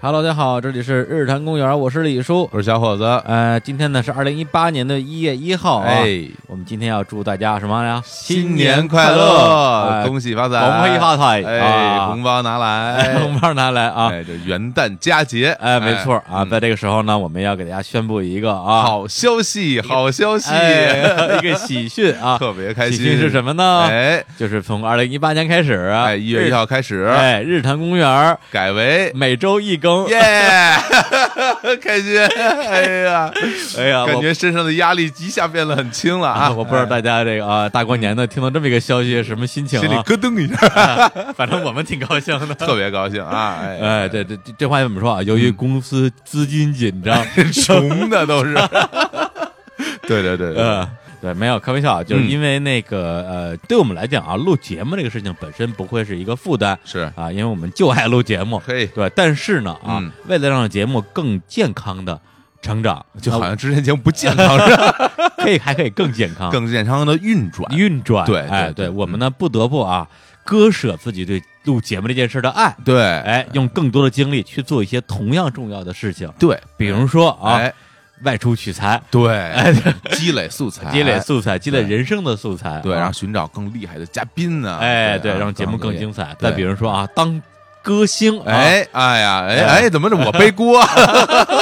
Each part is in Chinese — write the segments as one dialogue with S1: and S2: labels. S1: Hello，大家好，这里是日坛公园，我是李叔。
S2: 我是小伙子，
S1: 呃，今天呢是二零一八年的一月一号啊，
S2: 哎，
S1: 我们今天要祝大家什么呀？
S2: 新年快乐，哎
S1: 恭
S2: 恭喜发财，
S1: 恭喜发财
S2: 哎，
S1: 啊
S2: 红包拿来，
S1: 红包拿来 啊！
S2: 哎，这元旦佳节，
S1: 哎，没错啊，
S2: 嗯
S1: 在这个时候呢，我们要给大家宣布一个啊，
S2: 好消息，好消息，
S1: 哎， 一个喜讯啊，
S2: 特别开
S1: 喜
S2: 心，
S1: 讯是什么啊呢？
S2: 哎，
S1: 就是从二零一八年开始，啊
S2: 哎，一月一号开始
S1: 日，哎，嗯日坛公园
S2: 改为
S1: 每周一更。
S2: 耶， 开心，哎呀，
S1: 哎呀，
S2: 感
S1: 我
S2: 觉身上的压力一下变得很轻了啊，
S1: 我不知道大
S2: 哎
S1: 家这个啊，大过年的听到这么一个消息，什么心情
S2: 心里
S1: 啊？
S2: 咯噔一 下，
S1: 反正我们挺高兴的。
S2: 特别嗯高兴啊，哎，
S1: 哎，这这这这话怎么说啊？由于公司资金紧 张，
S2: 穷的都是， 对对对对对。
S1: 呃，对，没有开玩笑啊，就是
S2: 嗯
S1: 因为那个呃，对我们来讲啊，录节目这个事情本身不会是一个负担
S2: 是
S1: 啊，因为我们就爱录节目，
S2: 可以，
S1: 对。但是呢啊
S2: 嗯，
S1: 为了让节目更健康的成长，
S2: 就好
S1: 啊
S2: 像之前节目不健康似 的，
S1: 可以还可以更健康，
S2: 更健康的运转。
S1: 运转。
S2: 对对
S1: 哎，
S2: 对嗯
S1: 对我们呢不得不啊割舍自己对录节目这件事的爱，
S2: 对，
S1: 哎，用更多的精力去做一些同样重要的事情，
S2: 对，
S1: 比如说啊，
S2: 哎，
S1: 外出取材。哎
S2: 对，积累素 材，
S1: 积累素材，积累
S2: 哎对
S1: 人生的素材。
S2: 对，
S1: 啊
S2: 然后寻找更厉害的嘉宾呢。
S1: 哎，对，
S2: 啊
S1: 让节目更精。彩。
S2: 对
S1: 再比如说啊，当歌星，啊
S2: 各，哎，哎呀，哎
S1: 哎
S2: 哎，怎么着？我背锅？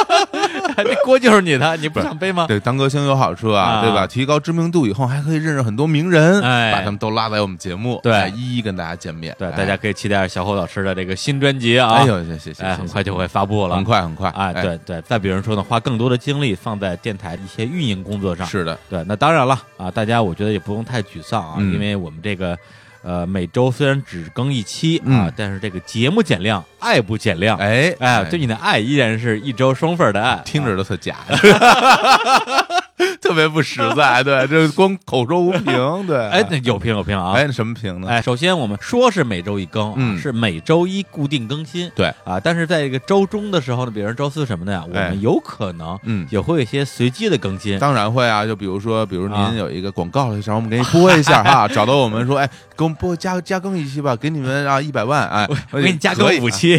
S1: 这锅就是你 的，你不想背吗？
S2: 对，当歌星有好处
S1: 啊
S2: 啊，对吧？提高知名度以后，还可以认识很多名人，
S1: 哎
S2: 把他们都拉来我们节目，
S1: 对
S2: 哎一一跟大家见面。
S1: 对，
S2: 哎
S1: 大家，可以期待小侯老师的这个新专辑啊，
S2: 哎呦，谢谢谢谢，
S1: 哎，很快就会发布
S2: 谢谢，
S1: 了，
S2: 很，快，很快，
S1: 哎，，对对。再比如说呢，花更多的精力放在电台一些运营工作上，
S2: 是的，
S1: 对。那当然了啊，大家我觉得也不用太沮丧啊，
S2: 嗯
S1: 因为我们这个。呃，每周虽然只更一期啊
S2: 嗯，
S1: 但是这个节目减量，爱不减量，
S2: 哎
S1: 哎，对你的爱依然是一周双份儿的爱，
S2: 听着都特假， 特别不实在。对，这光口说无 凭。对，
S1: 哎，那有评有评啊，
S2: 哎，那什么评呢？
S1: 哎，首先我们说是每周一更啊，
S2: 嗯
S1: 是每周一固定更新。
S2: 对
S1: 啊，但是在这个周中的时候呢，比如说周四什么的呀，我
S2: 哎
S1: 们有可能
S2: 嗯
S1: 也会有一些随机的更新。
S2: 当然会啊，就比如说，比如
S1: 啊
S2: 您有一个广告的时候，我们给你播一 下哈，找到我们说，哎，给我们播加加更一期吧，给你们啊一百万，哎，
S1: 我给你加更
S2: 可以
S1: 五，期，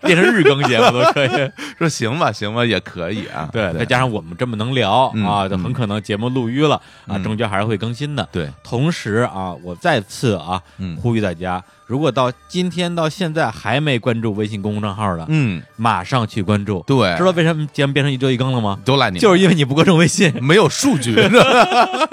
S1: 变成日更节目都可以。
S2: 啊说行吧，行吧，也可以啊，
S1: 对，再
S2: 对
S1: 加上我们这么能聊、
S2: 嗯
S1: 啊，就
S2: 嗯
S1: 很可能节目录淤了、啊，
S2: 嗯
S1: 中间还是会更新的。
S2: 对，
S1: 同时啊，我再次啊
S2: 嗯
S1: 呼吁大家，如果到今天到现在还没关注微信公众号的，
S2: 嗯，
S1: 马上去关注。
S2: 对
S1: 知，道为什么节目变成一周一更了吗？
S2: 都赖你们，
S1: 就是因为你不关注微信。
S2: 没有数据，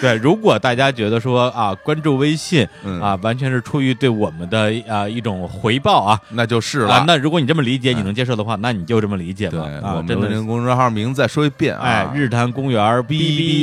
S1: 对，如果大家觉得说啊，关注微信
S2: 嗯
S1: 啊，完全是出于对我们的啊一种回报啊。
S2: 那就是
S1: 啊
S2: 了，。
S1: 那如果你这么理解，你能接受的话，那你就这么理解
S2: 对，
S1: 吧。
S2: 我
S1: 啊，
S2: 们
S1: 真
S2: 的
S1: 的
S2: 那
S1: 是
S2: 个，公众号名字再说一遍
S1: 哎
S2: 啊，，
S1: 日坛公园儿
S2: B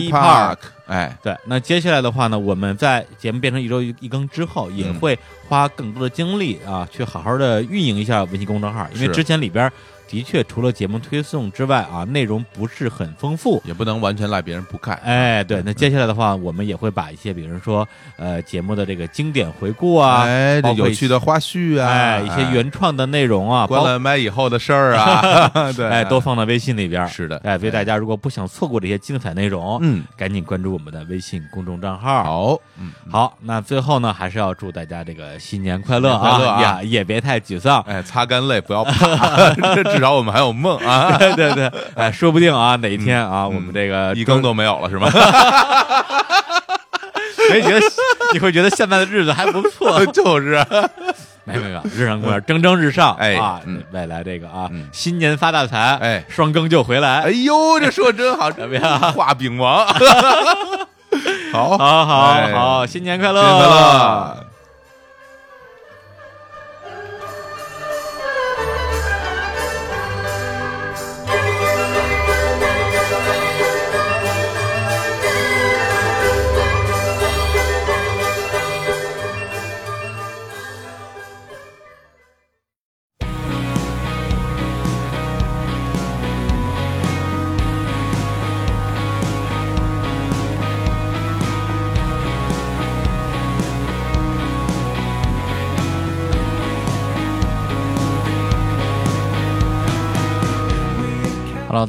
S1: BB
S2: Park，哎，
S1: 对，那接下来的话呢，我们在节目变成一周一一更之后，也
S2: 嗯
S1: 会花更多的精力啊，去好好的运营一下微信公众号，因为
S2: 是
S1: 之前里边儿的确除了节目推送之外啊，内容不是很丰富，
S2: 也不能完全赖别人不看，
S1: 哎，对，
S2: 嗯
S1: 那接下来的话，我们也会把一些，比如说，呃，节目的这个经典回顾啊，
S2: 哎，这
S1: 包括
S2: 有
S1: 一
S2: 趣的花絮啊，
S1: 哎，一些原创的内容啊，
S2: 关
S1: 包
S2: 了麦以后的事儿啊， 对，
S1: 哎都放到微信里边儿。
S2: 是的，
S1: 哎，所以大家如果不想错过这些精彩内容，
S2: 嗯，
S1: 赶紧关注我们的微信公众账号。
S2: 好，嗯，
S1: 好，那最后呢，还是要祝大家这个新年快乐
S2: 新年快乐啊
S1: 呀，也别太沮 丧。
S2: 哎，擦干泪，不要怕， 至少我们还有梦 啊，
S1: 对对对，哎，说不定啊，哪一天啊，我们这个
S2: 一更都没有了是吗？
S1: 没 觉得，你会觉得现在的日子还不错。
S2: 就是，
S1: 没没有，日常公园蒸蒸日上，
S2: 哎
S1: 啊
S2: 嗯，
S1: 未来这个啊
S2: 嗯，
S1: 新年发大财，
S2: 哎
S1: 双更就回
S2: 哎
S1: 来，
S2: 呦，这说真好，
S1: 么样
S2: 画饼王， 好，
S1: 好好
S2: 哎
S1: 好，新年快乐，
S2: 新年快乐。
S1: Hello，大家好，这里是日坛公园，我是李叔，
S2: 我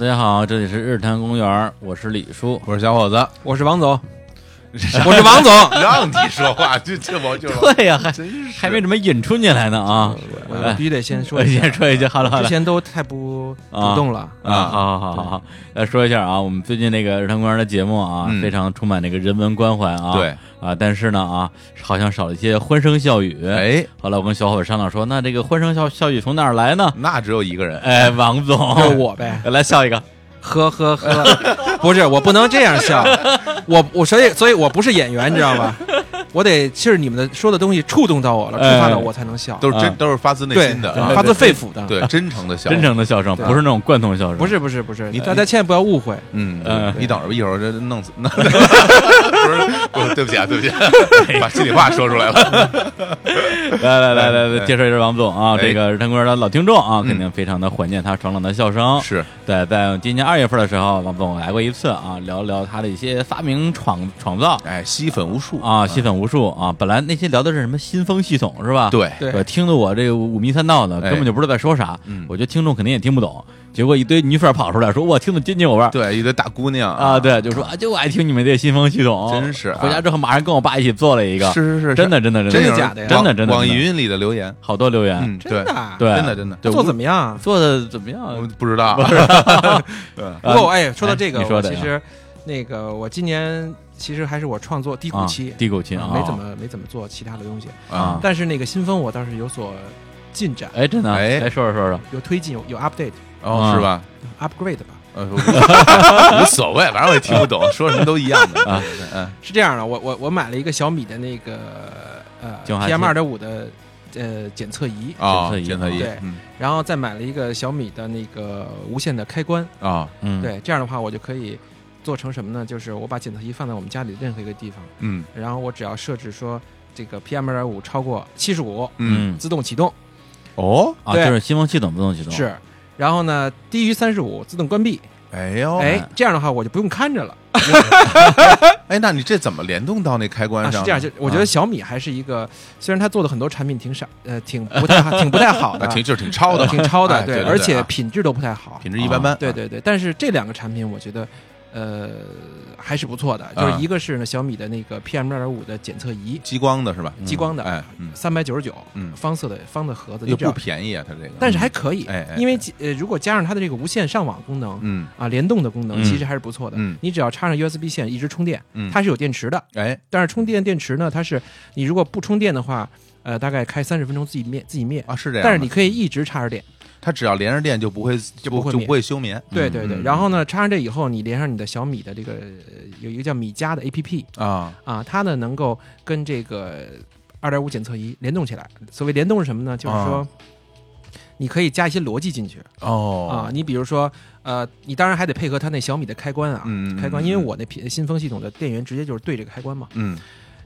S2: 是小伙子，
S3: 我是王总，
S4: 我是王
S1: 哎
S4: 总。
S2: 让你说话，就这我就
S1: 对呀，还
S2: 真是
S1: 还没怎么引出进来呢啊！
S4: 我必须得先说
S1: 我
S4: 一下，
S1: 先说一句，哎好了好
S4: 之
S1: 了。
S4: 前都太不主动了。
S1: 啊，好好好好，呃，说一下啊，我们最近那个日坛公园的节目啊，
S2: 嗯
S1: 非常充满这个人文关怀啊，
S2: 对
S1: 啊，但是呢啊，好像少了一些欢声笑语。
S2: 哎，
S1: 后来我跟小伙伴商量说，那这个欢声笑笑语从哪儿来呢？
S2: 那只有一个人，
S1: 哎，王总，
S4: 就是我呗，
S1: 来笑一个，
S4: 呵呵呵， 不是，我不能这样 笑，我我所以所以我不是演员，你知道吗？我得是你们的说的东西触动到我了，
S1: 哎
S4: 触发到我才能笑，
S2: 都是真
S1: 嗯
S2: 都是发自内
S4: 对
S2: 心的，，
S1: 哎
S2: 啊
S4: 发自肺腑的，
S2: 对真诚的笑，
S1: 啊真，诚的笑声，
S4: 对
S1: 不是那种贯通笑声，
S4: 不是不是不是，
S2: 你
S4: 大家千万不要误会，
S2: 嗯
S1: 嗯，
S2: 你等着吧，一会儿这弄死， 弄不是，不是，对不起啊，对不起啊，把心里话说出来
S1: 嗯
S2: 了，
S1: 来来来来来，
S2: 哎
S1: 介绍一下王总啊，
S2: 哎嗯
S1: 这个日坛公园的老听众啊，肯定非常的怀念他爽朗的笑声。
S2: 是
S1: 对，在今年二月份的时候，王总来过一次啊，聊聊他的一些发明创创造
S2: 哎，吸粉无数
S1: 啊，吸粉无数啊。本来那些聊的是什么新风系统是吧？
S2: 对
S4: 对
S1: 对，听得我这个五迷三道的，
S2: 哎
S1: 根本就不知道在说啥。
S2: 嗯
S1: 我觉得听众肯定也听不懂。结果一堆女粉跑出来说，哇，听得津津有味儿。
S2: 对，一堆大姑娘
S1: 啊，，对，就说啊，就爱听你们这新风系统，
S2: 真是啊
S1: 回家之后马上跟我爸一起做了一个，
S2: 是是是，
S1: 真的真的真的
S4: 真的
S2: 有人
S4: 假的呀
S1: 真的真的
S2: 网
S1: 真的
S2: 云里的留言，
S1: 好多留言，
S2: 嗯，对
S4: 真的啊，
S1: 对，
S2: 真的真的
S1: 对
S4: 做
S1: 无
S4: 怎么样啊？
S1: 做的怎么样
S2: 我
S1: 啊？
S2: 不知道， 啊
S4: 不过哎，说到这个，
S1: 你说
S4: 我
S1: 的呀啊
S4: 其实那个我今年其实还是我创作低谷
S1: 啊
S4: 期，
S1: 低谷期啊，
S4: 没怎么没怎么做其他的东西，
S1: 啊
S4: 但是那个新风我倒是有所进展，
S1: 哎，真的啊，
S2: 哎
S1: 来说说说说，
S4: 有推进，有有 update
S1: 啊
S2: 哦，是吧？
S4: upgrade 吧。
S2: 呃， 无所谓，反正我也听不懂，说什么都一样的
S1: 啊。
S2: 嗯，
S4: 是这样的，我我我买了一个小米的那个呃
S1: 净化器
S4: PM 二点五的呃检测仪，
S1: 检
S2: 啊，
S1: 测仪
S2: 检测仪，
S4: 对
S2: 嗯
S4: 然后再买了一个小米的那个无线的开关。
S2: 啊，
S1: 嗯，，
S4: 对，这样的话我就可以做成什么呢？就是我把检测仪放在我们家里任何一个地方，
S2: 嗯
S4: 然后我只要设置说这个 PM 二点五超过七十五，
S2: 嗯，
S1: 嗯，
S4: 自动启动
S2: 哦，
S1: 啊，就
S4: 对
S1: 是新风系统自动启动，
S4: 是。然后呢，低于三十五自动关闭。
S2: 哎
S1: 哦
S2: 呦，
S4: 哎，这样的话我就不用看着了。
S2: 哎，那你这怎么联动到那开关
S4: 啊，是
S2: 上呢？
S4: 这样，就我觉得小米还是一个，虽然它做的很多产品挺傻，呃，挺不太挺不太好
S2: 啊，
S4: 的，
S2: 挺就是挺超的
S4: 呃
S2: 嘛，
S4: 挺超的，
S2: 哎对，对
S4: 而
S2: 对
S4: 且
S2: 啊
S4: 品质都不太好，
S2: 品质一般啊般，
S4: 对，对对。但是这两个产品，我觉得，呃，还是不错的。就是
S2: 啊
S4: 一个是呢，小米的那个 PM 二点五的检测仪，
S2: 激光的是吧？
S4: 激光的，
S2: 哎，嗯，
S4: 三百九十九，
S2: 嗯
S4: 方色的方的盒子，
S2: 又
S4: 你只要
S2: 不便宜啊，它这个，
S4: 但是还可以
S2: 哎哎，
S4: 因为呃，如果加上它的这个无线上网功能
S2: 嗯
S4: 啊，联动的功能，
S1: 嗯
S4: 其实还是不错的
S2: 嗯。
S4: 你只要插上 USB 线一直充电，
S2: 嗯，
S4: 它是有电池的。
S2: 哎，
S4: 但是充电电池呢，它是你如果不充电的话，呃，大概开三十分钟自己灭自己灭。
S2: 啊是这样的，
S4: 但是你可以一直插着电，
S2: 它只要连上电就不会就
S4: 不会
S2: 就
S4: 灭
S2: 不会休眠
S4: 对对对。
S2: 嗯
S4: 然后呢，插上这以后，你连上你的小米的这个呃有一个叫米家的 APP
S2: 啊，
S4: 啊，它呢能够跟这个二点五检测仪联动起来。所谓联动是什么呢？就是说
S2: 啊，
S4: 你可以加一些逻辑进去啊
S2: 哦。
S4: 你比如说，呃，你当然还得配合它那小米的开关啊，
S2: 嗯
S4: 开关，因为我那品新风系统的电源直接就是对这个开关嘛。
S2: 嗯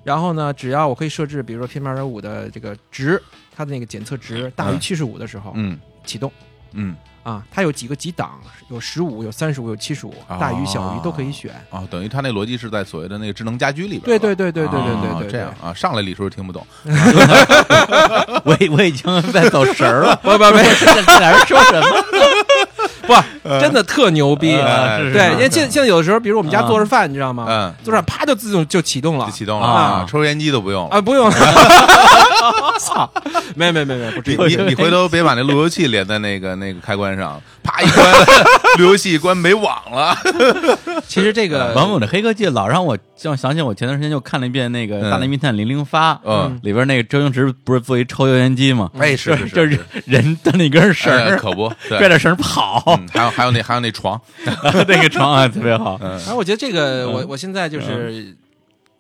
S4: 然后呢，只要我可以设置，比如说 PM 二点五的这个值，它的那个检测值大于
S2: 嗯
S4: 七十五的时候、
S2: 嗯
S4: 启动
S2: 嗯
S4: 啊，它有几个级档，有十五、有三十五、有七十五，
S2: 哦
S4: 大于小于都可 以选。
S2: 哦，等于它那逻辑是在所谓的那个智能家居里边
S4: 对
S2: 了，
S4: 对对对对对对
S2: 哦
S4: 对，，
S2: 这样。啊，上来李叔听不懂，
S1: 我已我已经在走神儿了
S4: 不不不
S1: 在在哪儿说什么？
S2: 呃
S4: 不，真的特牛逼！
S1: 啊
S2: 哎
S1: 是是
S4: 对，因为
S1: 是
S4: 现现在有的时候，比如我们家
S1: 啊
S4: 做着饭，你知道吗？
S2: 嗯，
S4: 做着饭啪就自动就启动了
S2: 就启动了
S1: 啊
S2: 抽油烟机都不用了。
S4: 啊，不用。 操，没有没有没有没有，不至
S2: 你
S4: 于。
S2: 你 你回头别把那路由器连在那个那个开关上，啪一关， 路由器一关没网了。
S4: 其实这
S2: 哎呃
S4: 个
S1: 王总的黑科技老让我让我想起我前段时间就看了一遍那个
S2: 嗯
S1: 《大内密探零零发》，
S2: 嗯，
S1: 里边那个周星驰不是做一抽油烟机吗？
S2: 哎是是
S1: 就是
S2: 是
S1: 人蹬了一根绳
S2: 哎
S1: 儿，
S2: 可不
S1: 拽
S2: 对。
S1: 着绳儿跑，
S2: 嗯，还有还有那还有那床，
S1: 那个床啊特别好
S2: 嗯
S4: 然后我觉得这个，我
S1: 嗯
S4: 我现在就是，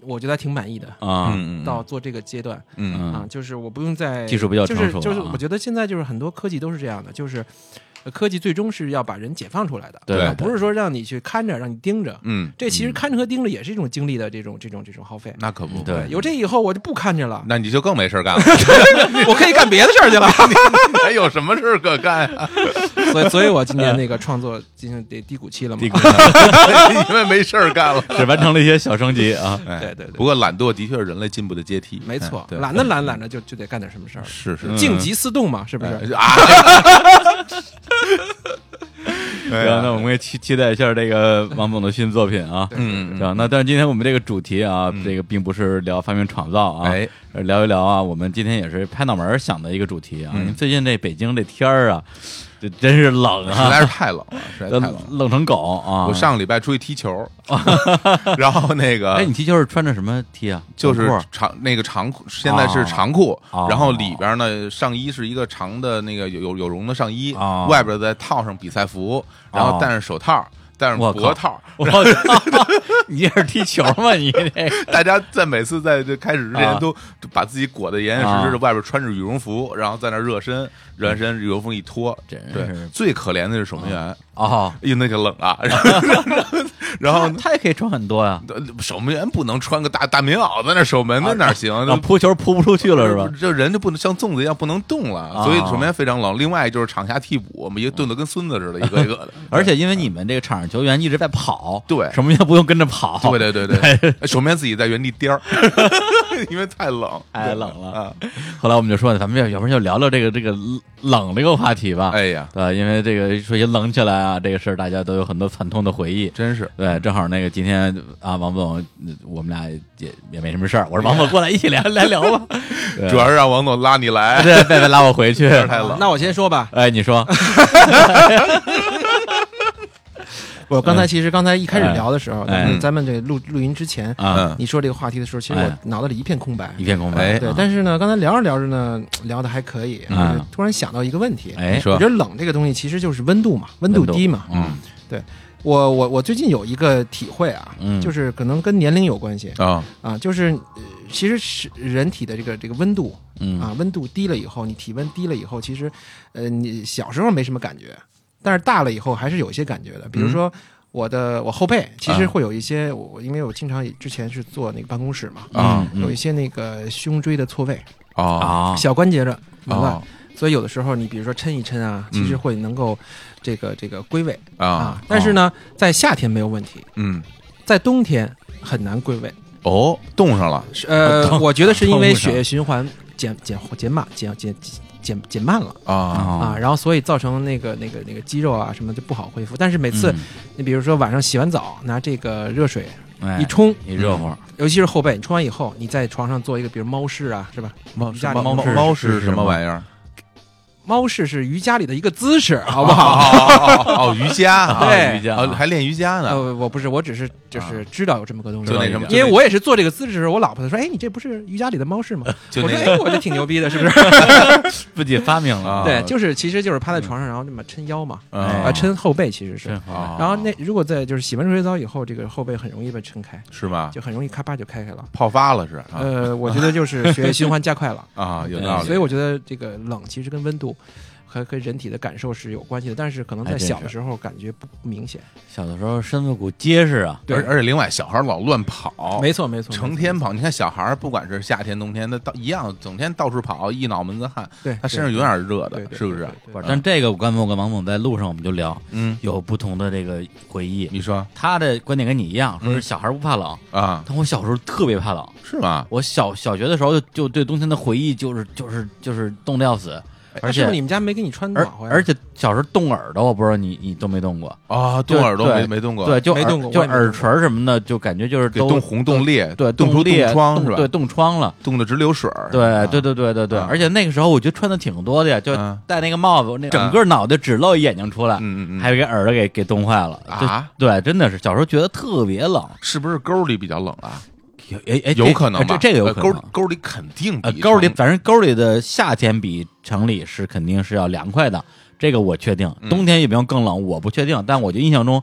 S4: 我觉得还挺满意的。
S1: 啊，
S2: 嗯嗯
S4: 到做这个阶段
S2: 嗯
S4: 啊，就是我不用再
S1: 技术比较
S4: 就
S1: 成
S4: 是
S1: 熟了
S4: 就是
S1: 啊
S4: 我觉得现在就是很多科技都是这样的，就是呃科技最终是要把人解放出来的，
S1: 对
S4: 啊不是说让你去看着，让你盯着。
S2: 嗯，
S4: 这其实看着和盯着也是一种精力的这种这种这种耗费。
S2: 那可不，
S1: 对
S4: 有这以后我就不看着了，
S2: 那你就更没事儿干了，
S4: 我可以干别的事儿去 了。
S2: 你还有什么事儿可干啊？
S4: 所以所以我今年那个创作进行低低谷期了
S1: 嗯
S4: 嘛
S1: 低。谷
S2: 因为没事儿干了。
S1: 只完成了一些小升级啊。
S2: 哎
S4: 对对对
S2: 不过懒惰的确是人类进步的阶梯，
S4: 没错
S2: 哎，对，
S4: 懒得懒懒着就就得干点什么事儿了，
S2: 是是哎
S1: 嗯
S4: 静极思动嘛，是不是？
S2: 哎啊，对
S1: 然后
S2: 啊
S1: 呢，我们也期期待一下这个王总的新作品啊，
S2: 嗯，
S1: 对
S2: 嗯
S1: 吧？那但是今天我们这个主题啊，
S2: 嗯
S1: 这个并不是聊发明创造啊，
S2: 哎，
S1: 而聊一聊啊，我们今天也是拍脑门儿想的一个主题啊，
S2: 嗯
S1: 因为最近这北京这天儿啊，这真是冷
S2: 嗯实
S1: 啊，
S2: 在是太冷了，实在太冷了。
S1: 冷成狗啊！
S2: 我上个礼拜出去踢 球，然后那个
S1: 哎，你踢球是穿着什么踢啊？
S2: 就是
S1: 短裤
S2: 长那个长裤，现在是长裤，
S1: 哦
S2: 然后里边呢上衣是一个长的那个有有有绒的上衣，
S1: 哦
S2: 外边再套上比赛服，然后戴上手套，戴上
S1: 我靠
S2: 脖套。
S1: 我操！你也是踢球吗？你这个
S2: 大家在每次在这开始之前
S1: 啊
S2: 都把自己裹得严严实实的，
S1: 啊嗯
S2: 外边穿着羽绒服，然后在那热身，热完身羽绒服一脱，
S1: 真是
S2: 对，最可怜的是守门员，
S1: 哦，
S2: 哎呦那个冷啊，然后 然后
S1: 他啊他也可以穿很多呀，
S2: 守门员不能穿个大大棉袄在那守门，那哪行？
S1: 然后啊扑球扑不出去了是吧？
S2: 这人就不能像粽子一样不能动了，
S1: 啊。
S2: 所以守门员非常冷。另外就是场下替补，我们一顿的跟孙子似的，一个一个的
S1: 而且因为你们这个场上球员一直在跑，
S2: 对
S1: 什么也不用跟着跑，
S2: 对对对对，守门员自己在原地颠儿，因为太冷，
S1: 太冷了
S2: 啊！
S1: 后来我们就说，咱们要要不然就聊聊这个这个冷这个话题吧。
S2: 哎呀，
S1: 对，因为这个说起冷起来啊，这个事儿大家都有很多惨痛的回忆。
S2: 真是
S1: 对，正好那个今天啊，王总，呃我们俩也也没什么事儿。我说王总过来一起聊来聊 吧，对
S2: 哎主要是让王总拉你来，
S1: 对，贝贝拉我回去。
S2: 有点太
S4: 啊
S2: 冷。
S3: 那我先说吧，
S1: 哎，你说，
S4: 我刚才其实刚才一开始聊的时候，
S1: 嗯哎
S4: 咱
S2: 嗯
S4: 们咱们这录录音之前，
S1: 啊，
S2: 嗯
S4: 你说这个话题的时候，其实
S1: 哎
S4: 我脑袋里一片空白。
S1: 一片空
S2: 哎
S1: 白。
S4: 对
S1: 啊，
S4: 但是呢，刚才聊着聊着呢，聊的还可以，
S1: 嗯
S4: 我就突然想到一个问题。
S1: 哎，
S2: 你
S4: 我
S2: 说
S4: 觉得冷这个东西其实就是温度嘛，温
S1: 度
S4: 度低嘛。
S1: 嗯
S4: 我我我最近有一个体会啊，
S1: 嗯
S4: 就是可能跟年龄有关系
S2: 啊，
S4: 啊，就是呃其实是人体的这个这个温度
S1: 嗯
S4: 啊，温度低了以后，你体温低了以后，其实，呃，你小时候没什么感觉，但是大了以后还是有一些感觉的。比如说我的我后背，其
S1: 嗯
S4: 实
S1: 啊
S4: 会有一些，我我因为我经常也之前是做那个办公室嘛，
S2: 啊
S1: 嗯
S4: 有一些那个胸椎的错位，
S2: 啊
S4: 嗯
S1: 啊，哦
S4: 小关节的紊乱，
S2: 啊
S4: 所以有的时候你比如说抻一抻啊，其实
S2: 嗯
S4: 会能够这个这个归位
S2: 啊！
S4: 但
S1: 哦
S4: 是呢，在夏天没有问题，
S2: 嗯，
S4: 在冻天很难归位。
S2: 哦，冻上了，
S4: 是 呃，
S1: 痛
S4: 我觉得是因
S1: 痛
S4: 为
S1: 不上
S4: 血液循环减减减慢减减减减慢了。
S2: 啊
S1: 啊
S4: 啊，，然后所以造成那个那个那个肌肉啊什么就不好恢复。但是每
S1: 每
S2: 嗯
S4: 次你比如说晚上洗完澡，拿这个热水一
S2: 哎
S1: 一
S4: 冲，
S1: 嗯哎一热
S2: 嗯
S1: 乎，
S4: 尤其是后背，你冲完以后，你在床上做一个比如猫式啊，是吧？
S2: 猫
S4: 瑜伽
S2: 猫
S4: 里
S2: 猫
S4: 头
S2: 猫
S1: 是
S2: 是
S1: 是
S2: 什么
S1: 吗
S2: 玩意儿？
S4: 猫式是瑜伽里的一个 姿势，好不
S2: 哦
S4: 好？
S2: 哦哦哦，瑜伽啊，
S4: 对
S1: 瑜伽
S2: 哦还练瑜伽呢，
S4: 呃，我不是，我只是就是知道有这么个东西
S2: 啊就，那什么，
S4: 因为我也是做这个姿势的时候，我老婆她说：“哎，你这不是瑜伽里的猫式吗？”
S2: 就
S4: 我
S2: 那
S4: 说：“
S2: 个
S4: 哎，我这挺牛逼的，是不 是
S1: 自己发明了
S2: 啊，？”嗯
S4: 对，就是其实就是趴在床上，然后这么抻腰嘛，
S1: 哎
S4: 啊，抻后背其实是
S1: 真。好，
S2: 啊
S4: 然后那如果在就是洗完热水澡以后，这个后背很容易被抻开，
S2: 是吗？
S4: 就很容易咔吧就开开了。
S2: 泡发了是啊，
S4: 呃，我觉得就是血液循环加快了
S2: 啊，有
S1: 对
S2: 道理。
S4: 所以我觉得这个冷其实跟温度和跟人体的感受是有关系的，但是可能
S1: 还
S4: 在
S1: 真
S4: 小
S1: 是
S4: 的时候感觉不不明显。
S1: 小的时候身子骨结实啊，
S4: 对
S2: 而而且另外小孩老乱跑，
S4: 没错，没错，
S2: 哦成
S4: 没错
S2: 天跑。你看小孩儿不管是夏天冬天，他到一样，整天到处跑，一脑门子汗，
S4: 对，
S2: 他身上
S4: 对
S2: 永远是热
S4: 对
S2: 的，
S4: 对
S2: 是不是
S4: 对？对
S1: 不
S4: 对
S1: 是但这个我跟我跟王总在路上我们就聊，
S2: 嗯，
S1: 有不同的这个回忆。
S2: 你说
S1: 他的观点跟你一样，说是
S2: 嗯
S1: 小孩不怕冷，
S2: 啊，
S1: 但我小时候特别怕冷。
S2: 是吗？
S1: 我小小学的时候就就对冬天的回忆就是就是就是冻得要死，而
S4: 哎是
S1: 且
S4: 不是你们家没给你穿
S1: 而
S4: 暖和呀？
S1: 而且小时候冻耳朵，我不知道你你冻没冻过？
S2: 啊，动
S1: 对
S2: 耳朵
S1: 对
S2: 没没动过，
S1: 对，就
S4: 没
S1: 耳
S4: 冻过
S1: 就
S4: 我也没
S1: 耳
S4: 冻过
S1: 垂儿什么的，就感觉就是
S2: 给
S1: 都
S2: 冻红冻裂，
S1: 对
S2: 冻出
S1: 裂
S2: 冻疮
S1: 冻
S2: 是吧？
S1: 对，冻疮了。
S2: 冻得直流水儿。啊
S1: 对对对对对对，
S4: 嗯
S2: 啊
S1: 而且那个时候我觉得穿的挺多的呀，就
S2: 嗯
S1: 戴那个帽子，我那整个脑袋只露一眼睛出来，
S2: 嗯嗯嗯，
S1: 还有给耳朵给给冻坏了就
S2: 啊，
S1: 对，真的是小时候觉得特别冷，
S2: 是不是沟里比较冷啊？
S1: 有哎哎，
S2: 有
S1: 这
S2: 可能
S1: 哎
S2: 吧？
S1: 这这个有
S2: 呃
S1: 可
S2: 沟
S1: 能。
S2: 沟里肯定
S1: 呃
S2: 比，
S1: 沟里
S2: 城
S1: 反正沟里的夏天比城里是肯定是要凉快的，这个我确定。
S2: 嗯
S1: 冬天有没有更冷，我不确定，但我就印象中，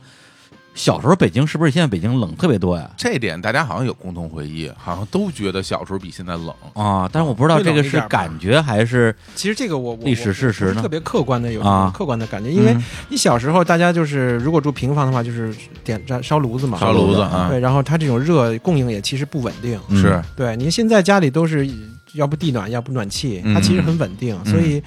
S1: 小时候北京是不是现在北京冷特别多呀？
S2: 这点大家好像有共同回忆，好像都觉得小时候比现在冷。
S1: 啊，但是我不知道
S4: 会冷
S1: 这个
S4: 一
S1: 是
S4: 点吧
S1: 感觉还是
S4: 其实这个我我
S1: 历史
S4: 我
S1: 事实
S4: 我不
S1: 呢
S4: 是特别客观的有
S1: 啊
S4: 客观的感觉，因为
S1: 嗯
S4: 你小时候大家就是如果住平房的话，就是点着烧炉子嘛，
S2: 烧炉子啊，
S4: 对，然后它这种热供应也其实不稳定，
S1: 嗯
S2: 是
S4: 对，您现在家里都是要不地暖，要不暖气，它
S1: 嗯
S4: 其实很稳定，所以。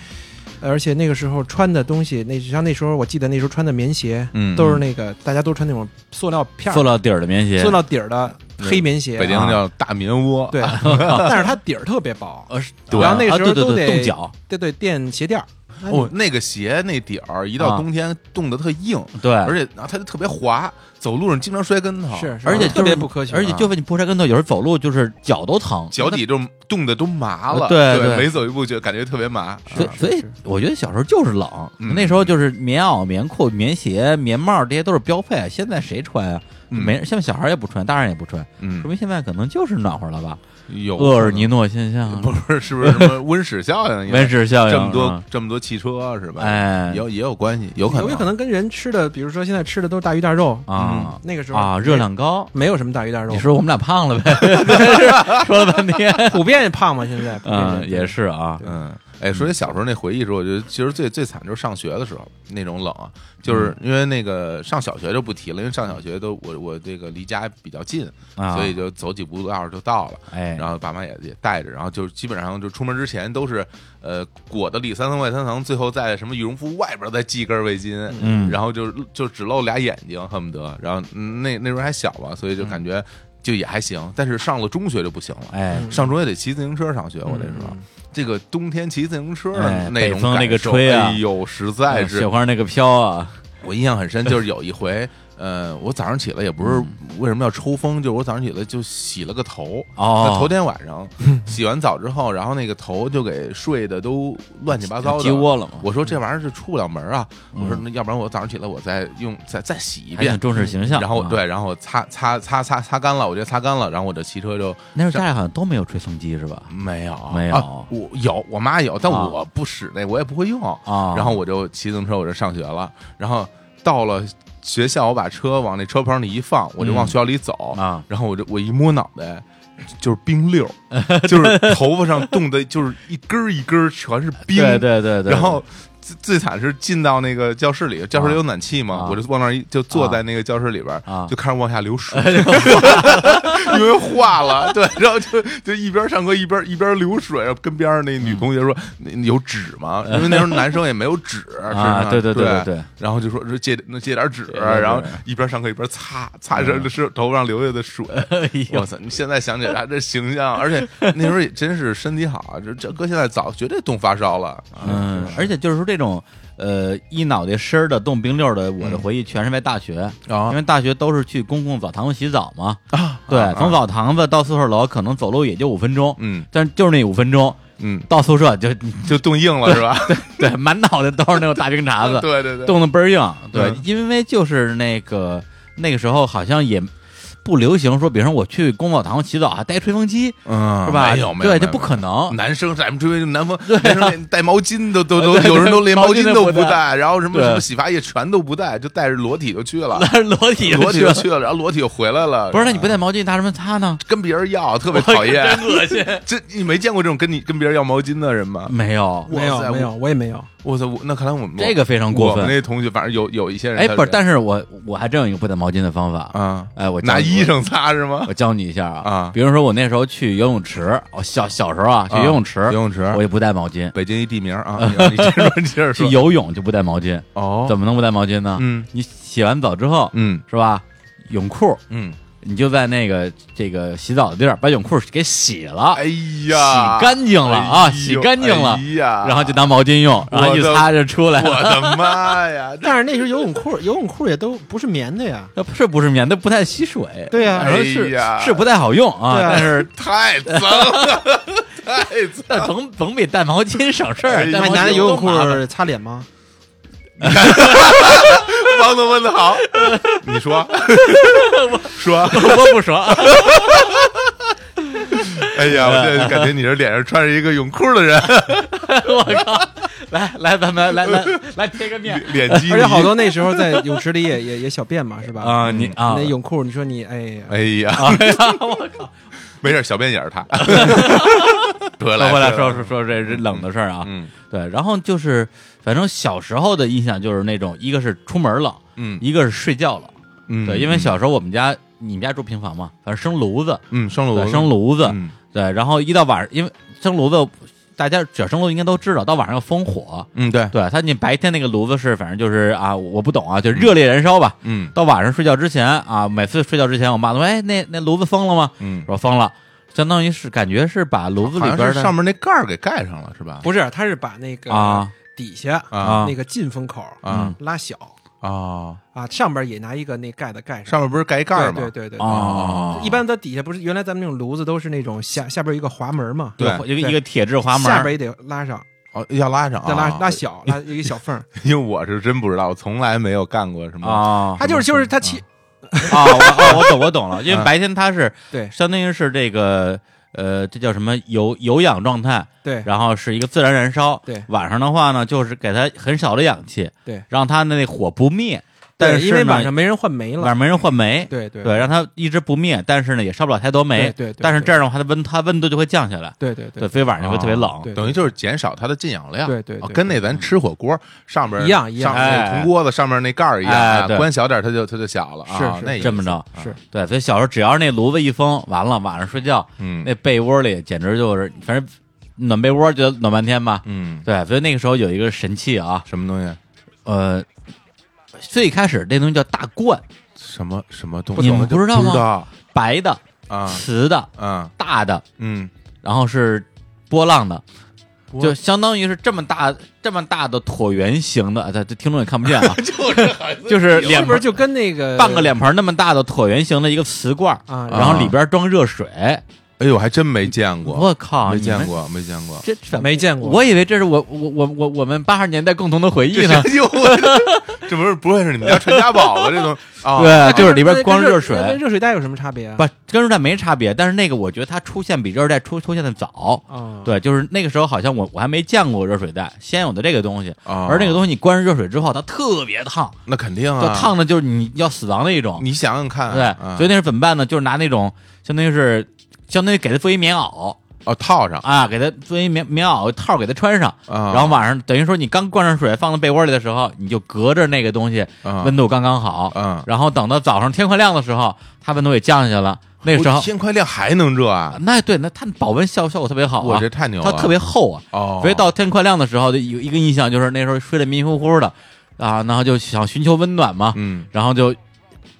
S4: 而且那个时候穿的东西，那像那时候我记得那时候穿的棉鞋，
S2: 嗯
S4: 都是那个大家都穿那种塑料片儿、
S1: 塑料底儿的棉鞋，
S4: 塑料底儿的黑棉鞋，
S2: 嗯北京
S4: 啊
S2: 叫大棉窝，
S4: 对，
S1: 啊
S4: 但是它底儿特别薄，
S1: 呃，是
S2: 对
S4: 然后那个时候
S1: 啊对对
S4: 都
S1: 对
S4: 得
S1: 冻脚，
S4: 对对，垫鞋垫儿，那你
S2: 哦，那个鞋那底儿一
S1: 啊
S2: 到冬天冻得特硬，
S1: 对，
S2: 而且啊然后它就特别滑，走路上经常摔跟头，
S4: 是是
S1: 而且
S4: 特
S1: 就
S4: 别
S1: 是
S4: 不科学，
S1: 而且就是你不摔跟头，有时候走路就是脚都疼，
S2: 脚底就冻得都麻了，
S1: 对对
S2: 每走一步就感觉特别麻。
S1: 所以
S4: 是
S1: 所以
S4: 是
S1: 我觉得小时候就是冷，
S2: 嗯
S1: 那时候就是棉袄、棉裤、棉鞋、棉帽，这些都是标配。现在谁穿啊？
S2: 嗯
S1: 没人，现在小孩也不穿，大人也不穿，
S2: 嗯
S1: 说，明现在可能就是暖和了吧？
S2: 有
S1: 厄尔尼诺现象啊，
S2: 不是是不是什么温室效 应？
S1: 温室效应，
S2: 这么多
S1: 啊，
S2: 这么多汽车是吧？
S1: 哎
S2: 有也有关系，有可能
S4: 有可能跟人吃的，比如说现在吃的都是大鱼大肉，
S1: 啊
S4: 那
S2: 嗯
S4: 个时候
S1: 啊，热量高。
S4: 没有什么大鱼大肉
S1: 你，说我们俩胖了 呗？ 是说了半天，
S4: 普遍胖嘛，现在普遍
S1: 嗯，也是啊，
S2: 嗯，哎，说起小时候那回忆的时候，我觉得其实最最惨就是上学的时候那种冷啊，就是
S1: 嗯
S2: 因为那个上小学就不提了，因为上小学都我我这个离家比较近，
S1: 啊，
S2: 所以就走几步路道就到了。
S1: 哎，
S2: 然后爸妈也也带着，然后就基本上就出门之前都是，呃，裹的里三层外三层，最后在什么羽绒服外边再系根围巾，
S1: 嗯，
S2: 然后就就只露俩眼睛，恨不得。然后嗯那那时候还小嘛，所以就感
S1: 嗯
S2: 觉就也还行。但是上了中学就不行了，
S1: 哎，
S4: 嗯
S2: 上中学得骑自行车上学，我那时候
S4: 嗯。
S2: 这个冬天骑自行车
S1: 哎
S2: 的那
S1: 北
S2: 种
S1: 风那
S2: 感
S1: 个
S2: 受
S1: 吹啊
S2: 哎呦，实在
S1: 雪
S2: 是
S1: 花那个飘啊，
S2: 我印象很深，就是有一回，呃，我早上起来也不
S1: 嗯
S2: 是为什么要抽风，就是我早上起来就洗了个头，
S1: 哦
S2: 那，头天晚 上洗完澡之后，然后那个头就给睡的都乱七八糟的，
S1: 鸡窝了嘛，
S2: 我说这玩意儿是出不了门啊！
S1: 嗯
S2: 我说那要不然我早上起来我再用再再洗
S1: 还
S2: 一
S1: 挺
S2: 遍，嗯
S1: 重视形象。
S2: 然后
S1: 啊，
S2: 对，然后我擦擦擦擦擦干了，我觉得擦干了，然后我这骑车就
S1: 那时候家里好像都没有吹风机是吧？
S2: 没有
S1: 没有
S2: 啊我有我妈有，但
S1: 啊
S2: 我不使那，我也不会用。
S1: 啊，
S2: 然后我就骑自行车我就上学了，然后到了学校我把车往那车棚里一放，我就往
S1: 嗯
S2: 学校里走，
S1: 啊，
S2: 然后我就我一摸脑袋。就是冰溜儿， 就是头发上冻的，就是一根儿一根儿全是冰，
S1: 对对对对，
S2: 然后最最惨是进到那个教室里，教室里有暖气嘛，
S1: 啊
S2: 我就往那儿一就坐在那个教室里边儿，
S1: 啊
S2: 就开始往下流 水， 因为化了，对，然后就就一边上课一边一边流水，然后跟边上那女同学说：“你有纸吗？”因为那时候男生也没有纸，身
S1: 嗯 啊
S2: 上
S1: 对对对
S2: 对
S1: 对对
S2: 然后就说说借那借点纸，啊
S1: 对对
S2: 然后一边上课一边擦擦着是头上流下的水，
S1: 嗯 哎呦
S2: 我操！你现在想起来这形象，而且那时候也真是身体好啊，这这哥现在早绝对冻发烧了，啊
S1: 嗯，而且就是说这种呃一脑袋湿儿的冻冰溜儿的，我的回忆全是在大学，
S2: 嗯啊
S1: 因为大学都是去公共澡堂子洗澡嘛。啊，对，从澡堂子到宿舍楼可能走路也就五分钟，
S2: 嗯
S1: 但就是那五分钟
S2: 嗯，
S1: 到宿舍就
S2: 就冻硬了是吧？
S1: 对，满脑袋都是那种大冰碴子，
S2: 对对对，
S1: 冻得倍儿硬。对
S2: 嗯，
S1: 因为就是那个那个时候好像也。不流行说，比如说我去公共澡堂洗澡还带吹风机，
S2: 嗯
S1: 是吧？
S2: 没有没有，
S1: 对，
S2: 没
S1: 这
S2: 有
S1: 不。可能。啊
S2: 男生咱们这边南方，男生连带毛巾都都都，有人都连
S1: 毛
S2: 毛
S1: 巾
S2: 巾
S1: 都
S2: 都
S1: 不
S2: 不
S1: 带
S2: 带，然后什么
S1: 对
S2: 什么洗发液全都不带，就带着裸体就去 了，
S1: 裸体
S2: 裸体
S1: 去
S2: 就
S1: 了
S2: 去了，然后裸体就回来了。
S1: 不是，那你不带毛巾，拿什么擦呢？
S2: 跟别人要，特别讨厌。
S1: 恶心。
S2: 这 你没见过这种跟你跟别人要毛巾的人吗？
S1: 没有，
S4: 没有
S2: 哇塞
S4: 没有，我也没有，
S2: 我操，我那看来我们
S1: 这个非常
S2: 我
S1: 过
S2: 们
S1: 分。
S2: 那同学，反正有有一些人
S1: 哎，
S2: 他
S1: 不是，但是我我还真有一个不带毛巾的方法。
S2: 啊，
S1: 哎，我教
S2: 拿
S1: 你
S2: 衣，裳擦是吗
S1: 我？教你一下啊。
S2: 啊
S1: 比如说我那时候去游泳池，我小小时候啊去游泳池，
S2: 啊游泳池
S1: 我也不带毛巾，
S2: 北京一地名啊， 你接着说你接着
S1: 去
S2: 说。
S1: 游泳就不带毛巾，
S2: 哦，
S1: 怎么能不带毛巾呢？
S2: 嗯
S1: 你洗完澡之后，
S2: 嗯
S1: 是吧？泳裤，
S2: 嗯，
S1: 你就在那个这个洗澡的地儿把泳裤给洗了，
S2: 哎呀，
S1: 洗干净了啊，
S2: 哎呦
S1: 洗干净了
S2: 哎，呀，
S1: 然后就当毛巾用，然后一
S2: 我的
S1: 擦就出来。
S2: 我的 妈呀！
S4: 但是那时候游泳裤游泳裤也都不是棉的呀，
S1: 那不是不是棉的，不太吸水。
S4: 对呀
S1: 然后是
S2: 哎呀
S1: 是不太好用啊，
S4: 对啊
S1: 但是
S2: 太脏了，太脏了！
S1: 但总总比带毛巾省事儿。
S2: 哎
S1: 带
S4: 那
S1: 毛
S4: 你
S1: 巾
S4: 拿那游泳裤
S1: 多麻烦
S4: 擦脸吗？
S2: 王总问的好，你说说，
S1: 我不 说，
S2: 哎呀，我
S1: 嗯
S2: 这感觉你这脸上穿着一个泳裤的人，
S1: 我靠！来来，咱们来来来贴个面
S2: 脸基尼嗯
S4: 而且好多那时候在泳池里也也也小便嘛，是吧？
S1: 啊！你啊
S4: 那，泳裤，你说你哎呀，
S2: 哎呀，
S1: 哎呀，我靠！
S2: 没事，小便也 是他。回
S1: 说
S2: 来
S1: 回来，
S2: 说
S1: 说，说说这这冷的事儿啊，
S2: 嗯
S1: 对。然后就是，反正小时候的印象就是那种，一个是出门冷，
S2: 嗯
S1: 一个是睡觉冷。
S2: 嗯，
S1: 对，因为小时候我们家，你们家住平房嘛，反正生炉子，
S2: 嗯生炉
S1: 对，生炉子，
S2: 嗯
S1: 对，然后一到晚上，因为蒸炉子，大家只要蒸炉应该都知道，到晚上要封火。
S2: 嗯对
S1: 对，它你白天那个炉子是，反正就是啊，我不懂啊，就是热烈燃烧吧。
S2: 嗯
S1: 到晚上睡觉之前啊，每次睡觉之前，我妈都说：“哎，那那炉子封了吗？”
S2: 嗯
S1: 我，说封了，相当于是感觉是把炉子
S2: 好
S1: 里
S2: 像
S1: 边
S2: 是
S1: 的
S2: 上面那盖儿给盖上了是吧？
S4: 不是，他是把那个
S1: 啊
S4: 底下
S2: 啊
S4: 那个进风口嗯
S2: 啊
S4: 拉小
S2: 啊，
S4: 啊，上边也拿一个那盖子盖
S2: 上面不是盖一盖儿吗？啊
S4: 对对对对
S1: 哦，
S4: 一般它底下不是原来咱们那种炉子都是那种下下边有一个滑门嘛，
S2: 对
S1: 一个一个铁质滑门，
S4: 下边也得拉上，
S2: 哦，要拉上啊，
S4: 再拉拉小拉一个 小缝儿，
S2: 因为我是真不知道，我从来没有干过什么
S1: 啊
S4: 它就是就是它其
S1: 啊，我啊我懂我懂了，因为白天它是
S4: 对
S1: 相当于是这个呃，这叫什么有有氧状态，
S4: 对
S1: 然后是一个自然燃烧。
S4: 哎对
S1: 晚上的话呢，就是给它很少的氧气，
S4: 对，
S1: 让它的那火不灭，但
S4: 对，
S1: 是
S4: 因为
S1: 呢
S4: 晚上没人换煤
S1: 晚
S4: 了，
S1: 上没人换煤，
S4: 对对
S1: 让它一直不灭，但是呢也烧不了太多煤，
S4: 对对对
S1: 但是
S4: 对
S1: 这样的话，它温它温度就会降下来，
S4: 对对对
S1: 对，
S4: 哦
S1: 所以晚上就会特别冷。
S4: 对
S2: 啊等于就是减少它的进氧量，
S4: 对对对
S2: 哦跟那咱吃火锅上边
S4: 一样一样
S2: 上面那
S1: 哎
S2: 铜锅子上面那盖儿一样，
S1: 哎
S2: 啊
S1: 对
S2: 关小点儿它就它就小了啊，
S4: 是是
S2: 那
S1: 这么着，
S4: 是
S1: 对，所以小时候只要是那炉子一封，完了晚上睡觉，
S2: 嗯
S1: 那被窝里简直就是，反正暖被窝就暖半天吧，
S2: 嗯
S1: 对，所以那个时候有一个神器啊，
S2: 什么东西
S1: 呃，最开始这东西叫大罐，
S2: 什么什么东
S1: 不
S2: 西，
S1: 懂
S2: 我
S1: 不
S2: 就不
S1: 知道吗
S2: 道
S1: 白的、
S2: 啊
S1: 瓷的、
S2: 啊
S1: 大的，
S2: 嗯
S1: 然后是波浪的，
S2: 波
S1: 就相当于是这么大这么大的椭圆形的，啊这这听众也看不见啊，就是就是
S4: 是
S1: 脸
S4: 不是
S1: 盆
S4: 就跟那个
S1: 半个脸盆那么大的椭圆形的一个瓷罐儿，
S4: 啊？
S1: 然后里边装热水，
S2: 哎呦，还真没见过，
S1: 我靠，
S2: 没
S1: 你们
S2: 见过，没见过。
S1: 这怎么
S4: 没见过
S1: 我以为这是我我我我我们八十年代共同的回忆
S2: 这
S1: 呢。
S2: 哎呦，这不是不会是你们家传家宝吧？这都啊，
S1: 对，就是里边
S4: 那跟
S1: 光
S4: 热
S1: 热水，
S4: 那跟热水袋有什么差别啊？
S1: 不跟热带没差别，但是那个我觉得它出现比热带出出现的早。
S4: 啊，
S1: 对，就是那个时候好像我我还没见过热水袋，先有的这个东西，
S2: 啊
S1: 而那个东西你关上热水之后，它特别烫，
S2: 那肯定
S1: 就
S2: 啊，
S1: 烫的就是你要死亡的一种。
S2: 你想想看
S1: 对，
S2: 啊，
S1: 所以
S2: 以
S1: 那是怎么办呢？就是拿那种相当于是相当于给它做一棉袄
S2: 哦套上
S1: 啊，给它做一棉棉袄套给它穿上，
S2: 啊，
S1: 然后晚上等于说你刚灌上水放到被窝里的时候，你就隔着那个东西
S2: 啊
S1: 温度刚刚好，
S2: 嗯
S1: 然后等到早上天快亮的时候，它温度也降下来了，那个时
S2: 我
S1: 候
S2: 天快亮还能这啊？
S1: 那对，那它保温效效果特别好、啊，
S2: 我这太牛了，
S1: 它特别厚啊。
S2: 哦，
S1: 所以到天快亮的时候，就有一个印象就是那时候睡得迷迷糊糊的，啊，然后就想寻求温暖嘛，
S2: 嗯，
S1: 然后就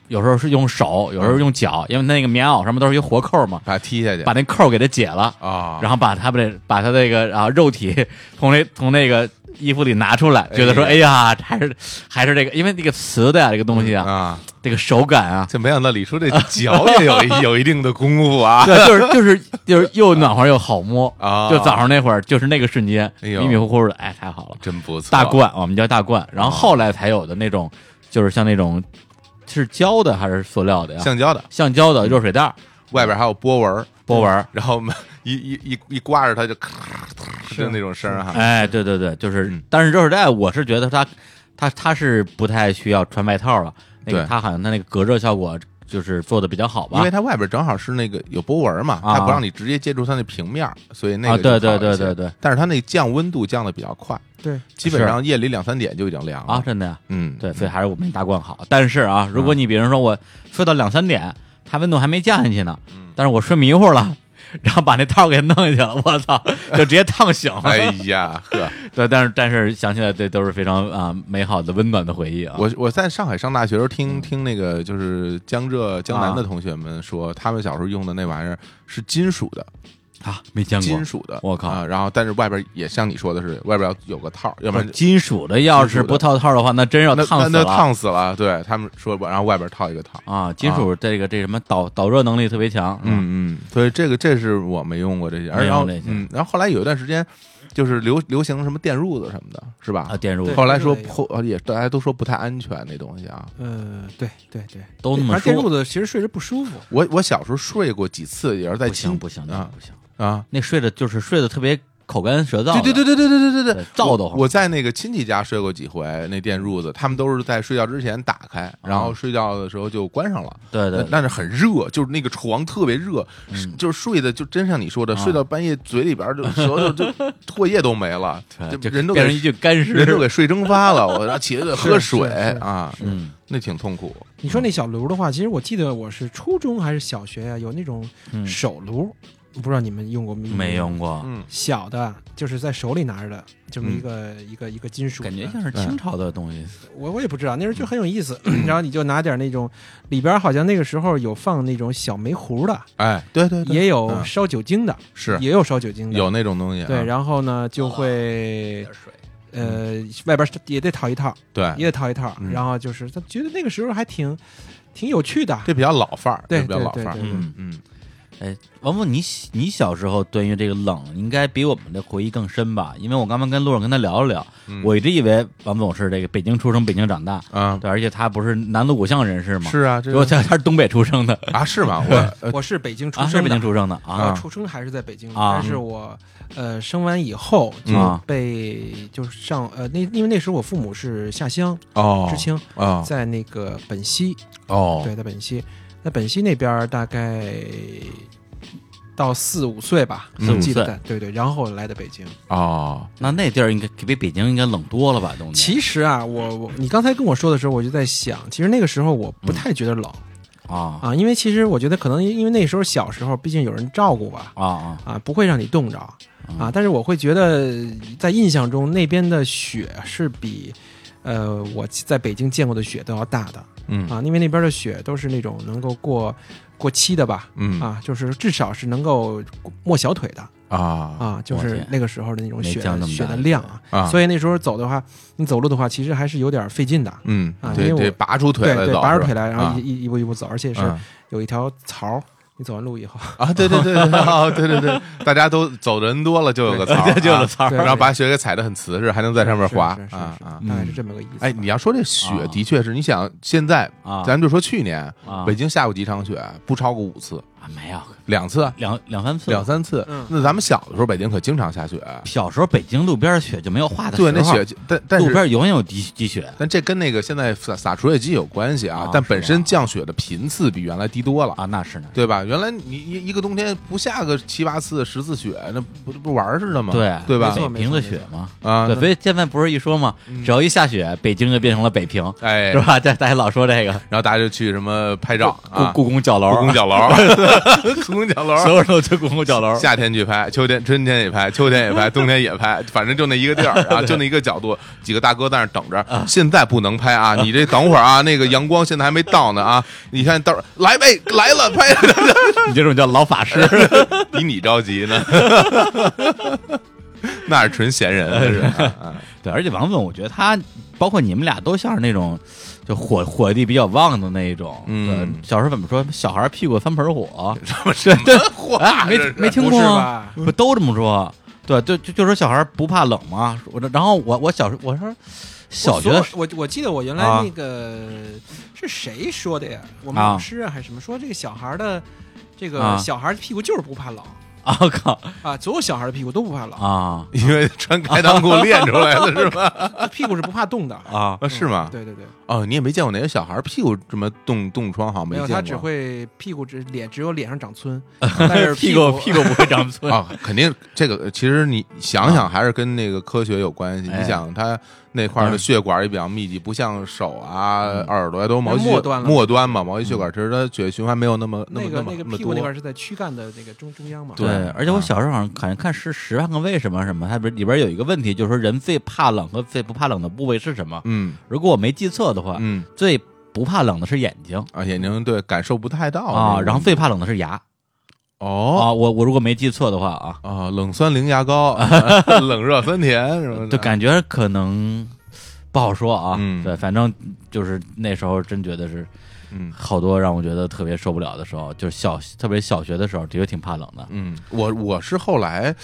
S1: 有时候是用手，有时候用脚，因为那个棉袄上面都是一活扣嘛，
S2: 把它踢下去
S1: 把那扣给它解了，
S2: 啊，
S1: 然后把它这把它那个啊肉体从那从那个衣服里拿出来，觉得说
S2: 哎
S1: 哎呀，还是还是这个，因为那个瓷的呀、这个东西啊，
S2: 啊，
S1: 这个手感 啊，
S2: 这没想到李叔这脚也有一有一定的功夫啊
S1: 对，就是就是就是又暖和又好摸
S2: 啊！
S1: 就早上那会儿，就是那个瞬间，
S2: 哎
S1: 迷
S2: 呦
S1: 迷糊糊的，哎，太好了。
S2: 真不错，
S1: 大罐，我们叫大罐，然后后来才有的那种，就是像那种是胶的还是塑料的呀？
S2: 橡胶的，
S1: 橡胶的热水袋，
S2: 外边还有波纹儿，
S1: 波纹儿。
S2: 然后一一一一刮着它就咔，就那种声儿哈。
S1: 哎，对对对，就是
S2: 嗯，
S1: 但是热水袋我是觉得它它它是不太需要穿外套了，那个
S2: 对
S1: 它好像它那个隔热效果就是做的比较好吧？
S2: 因为它外边正好是那个有波纹嘛，
S1: 啊
S2: 它不让你直接接触它那平面儿，所以那
S1: 啊，
S2: 个就
S1: 对
S2: 好
S1: 对
S2: 一
S1: 对对。
S2: 些
S1: 对
S2: 但是它那降温度降的比较快，
S4: 对，
S2: 基本
S1: 是
S2: 上夜里两三点就已经凉了
S1: 啊，。真的呀。
S2: 嗯，
S1: 对，所以还是我们大罐好。但是啊，如果你比如说我睡到两三点，它温度还没降下去呢，
S2: 嗯
S1: 但是我睡迷糊了， 然后把那套给弄下去了，我操，就直接烫醒 了。
S2: 哎呀呵，
S1: 对，但是但是想起来，这都是非常啊、美好的温暖的回忆啊。
S2: 我我在上海上大学时候听
S1: 嗯
S2: 听那个就是江浙江南的同学们说，他们小时候用的那玩意儿是金属的，
S1: 啊没见过
S2: 金，属的，
S1: 我靠
S2: 啊！然后但是外边也像你说的是，外边要有个套儿，要 不然就
S1: 金属的要是不套套的话，那真要
S2: 那
S1: 烫
S2: 那
S1: 死
S2: 那
S1: 了。
S2: 烫死了。对他们说，然后外边套一个套儿。
S1: 啊，金属这个这什么导导热能力特别强，啊
S2: 嗯嗯，所以这个这是我没用过这些，而
S1: 没
S2: 然
S1: 用
S2: 后
S1: 这些
S2: 嗯，然后后来有一段时间，就是流流行什么电褥子什么的，是吧
S1: 啊，？电褥
S4: 对
S2: 后来说
S4: 电褥子也有
S2: 后也大家都说不太安全那东西啊。
S4: 嗯，对对对，
S1: 都那么
S4: 反正电
S1: 说
S4: 褥，子其实睡着不舒服，
S2: 我我小时候睡过几次，也是在
S1: 不行
S2: 青
S1: 不行那
S2: 啊
S1: 不行，
S2: 啊，
S1: 那睡的就是睡的特别口干舌燥的，
S2: 对对对对对对对对
S1: 对燥得慌
S2: 我在那个亲戚家睡过几回，那电褥子他们都是在睡觉之前打开，
S4: 啊
S2: 然后睡觉的时候就关上了。
S1: 对对
S2: 那
S1: 对
S2: 但是很热，就是那个床特别热，
S4: 嗯
S2: 是就是睡的就真像你说的，
S4: 啊
S2: 睡到半夜嘴里边儿就舌头就 唾液都没了，就
S1: 呃就
S2: 人都
S1: 变
S2: 给
S1: 成一具干尸，
S2: 人都给睡蒸发了。我然后起来得喝水
S4: 是是是啊
S2: 啊，
S1: 嗯。
S2: 那挺痛苦。
S4: 你说那小炉的话，其实我记得我是初中还是小学啊呀、有那种
S1: 嗯
S4: 手炉，不知道你们用过没？
S1: 没用。过，
S2: 嗯，
S4: 小的，就是在手里拿着的，这么一个、一个一个金属
S1: 嗯
S4: 的，
S1: 感觉像是
S2: 嗯
S1: 清朝的东西。
S4: 我我也不知道，那时候就很有意思。 然后你就拿点那种，里边好像那个时候有放那种小煤糊的，
S2: 哎，对对对，
S4: 也有
S2: 嗯
S4: 烧酒精的，
S2: 是
S4: 也有烧酒精的，
S2: 有那种东西啊。
S4: 对。然后呢，就会
S1: 水
S4: 呃，外边也得套一套，
S2: 对，
S4: 也得套一套。
S2: 嗯
S4: 然后就是他觉得那个时候还挺挺有趣的，
S2: 这比较老范儿，
S4: 对
S2: 这比较
S4: 对
S2: 老
S4: 对
S2: 范儿，
S4: 对
S2: 嗯嗯，
S1: 哎，王峰，你喜你小时候对于这个冷，应该比我们的回忆更深吧？因为我刚刚跟路上跟他聊了聊，
S2: 嗯
S1: 我一直以为王总是这个北京出生、北京长大，
S2: 啊，
S1: 对，而且他不是南锣鼓巷人士吗？
S2: 是，啊，这
S1: 结果他他是东北出生的，
S2: 啊是吗？我呃
S4: 我是北京出
S1: 啊，
S4: 生
S1: 是
S4: 的，
S1: 北京出生的
S4: 我
S1: 啊，
S4: 出生还是在北京，
S1: 啊
S4: 但是我呃生完以后就
S1: 嗯
S4: 被就是上呃那因为那时候我父母是下乡
S2: 哦
S4: 知青，
S2: 哦
S4: 在那个本溪，
S2: 哦
S4: 对，在本溪，那本溪那边儿大概到四五岁吧，
S1: 四五
S4: 记得
S1: 岁
S4: 在对对，然后来的北京。
S2: 哦，
S1: 那那地儿应该比北京应该冷多了吧？冬天
S4: 其实啊，我我你刚才跟我说的时候，我就在想，其实那个时候我
S1: 嗯
S4: 不太觉得冷、
S1: 啊
S4: 啊，因为其实我觉得可能因为那时候小时候，毕竟有人照顾吧，
S1: 啊啊，
S4: 啊，不会让你冻着
S1: 嗯
S4: 啊。但是我会觉得，在印象中那边的雪是比，呃，我在北京见过的雪都要大的
S2: 嗯
S4: 啊，因为那边的雪都是那种能够过过膝的吧，
S2: 嗯
S4: 啊，就是至少是能够没小腿的
S2: 啊
S4: 啊，就
S1: 我
S4: 是
S1: 天
S4: 那个时候的那种
S1: 没
S4: 雪
S1: 降那
S4: 的
S1: 么
S4: 雪
S1: 大
S4: 的
S1: 的
S4: 量啊，
S2: 啊，
S4: 所
S2: 以
S4: 以那时候走的话，你走路的话，其实还是有点费劲的。
S2: 嗯
S4: 啊，
S2: 对
S4: 因为
S2: 对，
S4: 我
S2: 拔出腿
S4: 对
S2: 来
S4: 对，
S2: 走，
S4: 拔出
S2: 是
S4: 腿
S2: 吧
S4: 来，然后
S2: 啊
S4: 一一步一步走，而且是
S2: 嗯
S4: 有一条槽儿，你走完路以后，
S2: 啊，对对对对，哦，对对 对，大家都走的人多了，就有个槽儿，
S1: 就有个
S2: 啊
S1: 槽儿
S4: 对
S2: 然后把雪给踩得很瓷实，还能在上面
S4: 是
S2: 滑
S4: 是是
S2: 啊
S4: 是啊
S2: 啊！
S4: 大概是这么个意思。
S2: 哎，你要说这雪，的确是，你想现在，
S1: 啊
S2: 咱就说去年
S1: 啊
S2: 北京下过几场雪，不超过五次，
S1: 啊没有
S2: 两次、
S1: 两两三次吧
S2: 两三次
S4: 嗯。
S2: 那咱们小的时候，北京可经常下雪，
S1: 小时候北京路边雪就没有化的时候，
S2: 对，那雪，但但
S1: 路
S2: 是。
S1: 边永远有积积雪
S2: 但这跟那个现在撒撒除雪机有关系啊
S1: 啊，
S2: 但
S1: 是
S2: 本
S1: 吧
S2: 身降雪的频次比原来低多了，
S1: 啊，那是呢。
S2: 对吧？原来你一一个冬天不下个七八次、十次雪，那不不玩儿似的吗？
S1: 对
S2: 对吧
S4: 没？错
S1: 北平的雪嘛，
S2: 啊，嗯
S1: 对，所以现在不是一说嘛，只要一下雪，北京就变成了北平，
S2: 哎，
S1: 是吧？ 大大家老说这个
S2: 然后大家就去什么拍照啊，
S1: 故故宫角楼，
S2: 故宫 角楼，故宫
S1: 所
S2: 角 楼，
S1: 有人都去故宫角楼，
S2: 夏天去拍，秋天、春天也拍，秋天也拍，冬天也拍，反正就那一个地儿 啊，就那一个角度，几个大哥在那儿等
S1: 啊
S2: 着。现在不能拍啊，你这等会儿啊，那个阳光现在还没到呢啊，你看到来呗，来了拍，
S1: 你这种叫老法师，
S2: 比你着急呢，那是纯闲人，那是啊啊
S1: 对，而且王总，我觉得他包括你们俩都像是那种就火火力比较旺的那一种。
S2: 嗯
S1: 对，小时候怎么说？小孩屁股翻盆 火，
S2: 什么什么话
S1: 啊， 没
S2: 这是
S1: 没听
S4: 不
S1: 过
S4: 是
S1: 吗？
S4: 吧？
S1: 不都这么说？对，就就就说小孩不怕冷嘛。我这然后我我小时候我说小学的时
S4: 我我我记得我原来
S2: 啊
S4: 那个是谁说的呀？我们老师啊还是什么说这个小孩儿的这
S1: 啊
S4: 个小孩儿的屁股就是不怕冷
S1: 候啊靠
S4: 啊，所有小孩儿的屁股都不怕冷，
S1: 啊
S2: 因为穿开裆裤练出来的是 吧？
S4: 屁股是不怕冻的。嗯
S1: 啊
S2: 啊，是吗？
S4: 对对对，
S2: 哦，你也没见过哪个小孩屁股这么冻冻疮，好像
S4: 没
S2: 见
S4: 有
S2: 过。
S4: 他只会屁股只脸只有脸上 长皴， 但是
S1: 屁
S4: 股
S1: 屁股不会长 皴
S2: 啊，肯定这个其实你想想还是跟那个科学有关系。
S1: 哎
S2: 你想它那块儿的
S1: 嗯
S2: 血管也比较密集，不像手啊、耳朵呀都是毛细
S4: 嗯末端了嗯
S2: 末端嘛，毛细血管其实它血液循环没有那么那么
S4: 那个
S2: 么
S4: 那个
S2: 那么
S4: 屁股那
S2: 多
S4: 块儿是在躯干的那个中中央嘛。
S2: 对
S1: 对，而且我
S2: 啊
S1: 小时候好像好像看是《十万个为什么》什么，它不是里边有一个问题，就是说人最怕冷和最不怕冷的部位是什么？
S2: 嗯
S1: 如果我没记错的话，
S2: 嗯
S4: 啊
S1: 最不怕冷的是眼睛
S2: 啊，眼睛对感受不太到那
S1: 啊，
S2: 个
S1: 然后最怕冷的是牙
S2: 哦
S1: 啊。我我如果没记错的话啊，
S2: 啊，冷酸灵牙 膏，冷热酸甜什么的，
S1: 就呃感觉可能不好说啊。
S2: 嗯
S1: 对，反正就是那时候真觉得是
S2: 嗯。
S1: 好多让我觉得特别受不了的时候，就是小特别小学的时候，的确挺怕冷的。
S2: 嗯，我我是后来，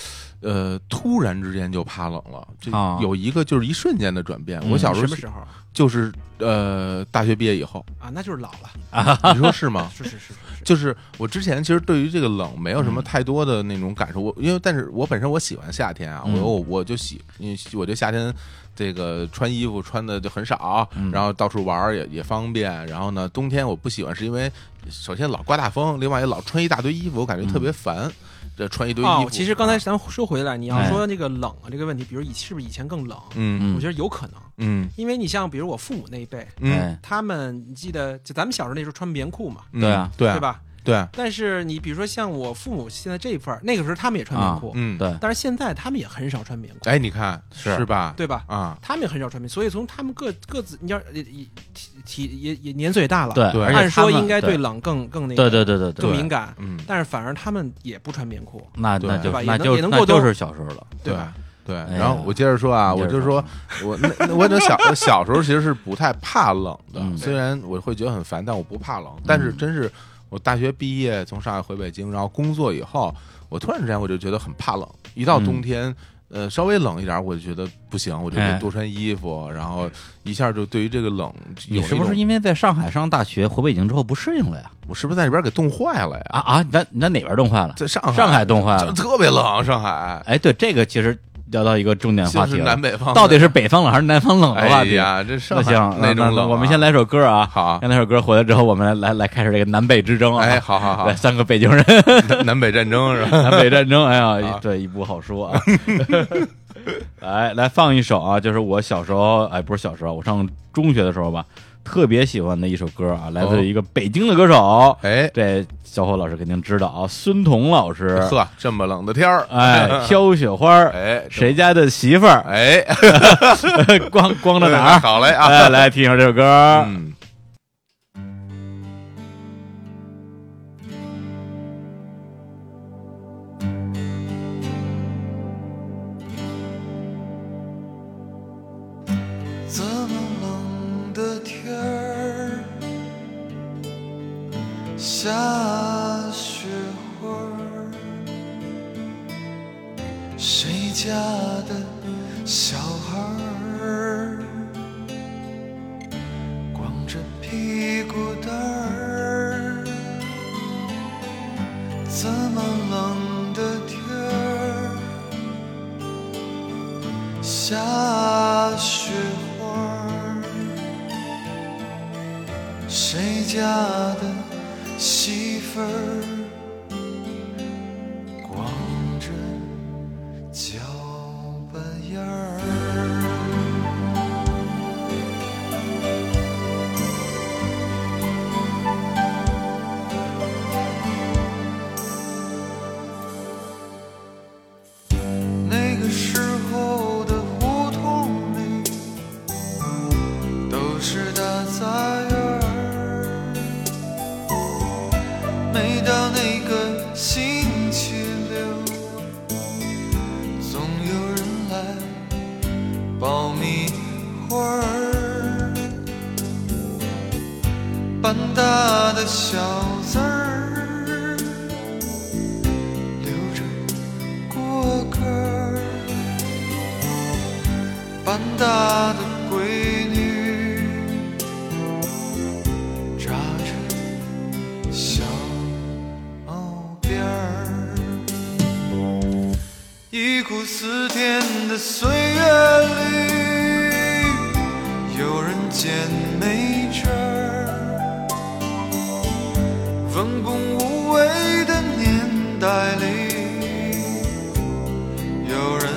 S2: 呃，突然之间就怕冷了，这
S1: 啊
S2: 有一个就是一瞬间的转变。
S1: 嗯
S2: 我小时
S4: 什
S2: 候
S4: 么时候
S2: 就是呃，大学毕业以后，
S4: 啊？那就是老了，
S2: 你说是吗？
S4: 是是是是是。
S2: 就是我之前其实对于这个冷没有
S1: 嗯
S2: 什么太多的那种感受，我因为但是我本身我喜欢夏天啊，
S1: 嗯
S2: 我我我就喜，因为我觉得夏天这个穿衣服穿的就很少，
S1: 嗯
S2: 然后到处玩儿也也方便，然后呢冬天我不喜欢是因为首先老刮大风，另外也老穿一大堆衣服，我感觉特
S1: 嗯
S2: 别烦，这穿一堆衣
S4: 哦
S2: 服，，啊
S4: 其实刚才咱们说回来，你要
S1: 哎
S4: 说那个冷啊这个问题，比如以是不是以前更冷？
S2: 嗯
S4: 我觉得有可能，
S2: 嗯
S4: 因为你像比如我父母那一辈，
S2: 嗯，
S1: 哎，
S4: 他们你记得就咱们小时候那时候穿棉裤嘛，
S2: 嗯
S1: 对啊
S2: 对
S4: 对
S2: 啊
S4: 吧？
S2: 对啊，
S4: 但是你比如说像我父母现在这一份儿，那个时候他们也穿棉裤，
S2: 嗯
S1: 对，
S4: 但是现在他们也很少穿棉裤，
S2: 哎，你看
S1: 是
S2: 是吧？
S4: 对吧？
S2: 啊，
S4: 他们也很少穿棉，所以从他们各各自，你要也也体体也也年岁也大了，
S1: 对，，
S2: 对
S1: 而且
S4: 按说
S1: 他们
S4: 应该
S1: 对
S4: 对冷更更那
S1: 对
S4: 个
S1: 对对对
S4: 更
S1: 对，
S4: 敏感，
S2: 嗯，
S4: 但是反而他们也不穿棉裤，
S1: 那
S2: 对
S1: 那就
S4: 吧也
S1: 那
S4: 能
S1: 就
S4: 也能
S1: 那
S4: 过
S1: 就
S4: 冬
S1: 是小时候了。
S4: 对吧？
S2: 吧？对，
S1: 哎
S2: 然后
S1: 呀
S2: 我接着说啊，
S1: 你
S2: 我
S1: 接着
S2: 就说，我那那我那小我小时候其实是不太怕冷的，
S1: 嗯
S2: 虽然我会觉得很烦，但我不怕冷。但是真是我大学毕业从上海回北京，然后工作以后，我突然之间我就觉得很怕冷，一到冬天。呃，稍微冷一点，我就觉得不行，我就
S1: 嗯哎
S2: 得多穿衣服，然后一下就对于这个冷有
S1: 你
S2: 一
S1: 是不
S2: 种
S1: 是因为在上海上大学，回北京之后不适应了呀？
S2: 我是不是在里边给冻坏了呀？
S1: 啊啊，你在你在哪边冻坏了？
S2: 在上海，
S1: 上海冻坏
S2: 就
S1: 了。
S2: 特别冷，上海
S1: 哎，对，这个其实聊到一个重点
S2: 就
S1: 话
S2: 是
S1: 题了，
S2: 南北方的，
S1: 到底是北方冷还是南方冷的话
S2: 哎
S1: 题？
S2: 呀，这上
S1: 那
S2: 海
S1: 行，
S2: 那
S1: 那
S2: 种
S1: 那
S2: 冷啊，
S1: 我们先来首歌啊，
S2: 好啊
S1: 让那首歌回来之后，我们来来来开始这个南北之争啊。
S2: 哎，好好好
S1: 对，，三个北京 人，
S2: 南南北战争是吧？
S1: 南北战争，哎呀
S2: 啊，
S1: 对，一不好说啊。 来来放一首啊，就是我小时候，哎，不是小时候，我上中学的时候吧，特别喜欢的一首歌啊，来自于一个北京的歌手，
S2: 哎，
S1: 这小伙老师肯定知道啊，孙彤老师，
S2: 呵，这么冷的天儿，
S1: 哎，飘雪花儿，
S2: 哎，
S1: 谁家的媳妇儿，
S2: 哎，
S1: 光光着哪儿？
S2: 好嘞啊，
S1: 哎，来听一下这首歌。
S2: 嗯，
S5: 这么冷的天儿，下雪花儿，谁家的小孩儿，光着屁股蛋儿，这么冷的天儿。下雪花儿，谁家的媳妇儿光着脚巴印儿？那个时候的胡同里都是大杂院儿。每到那个星期六，总有人来爆米花儿。半大的小子儿，留着。过客儿，半大的闺女扎着小毛辫儿，忆苦思甜的岁月里，有人捡没辙儿。文工无为的年代里，有人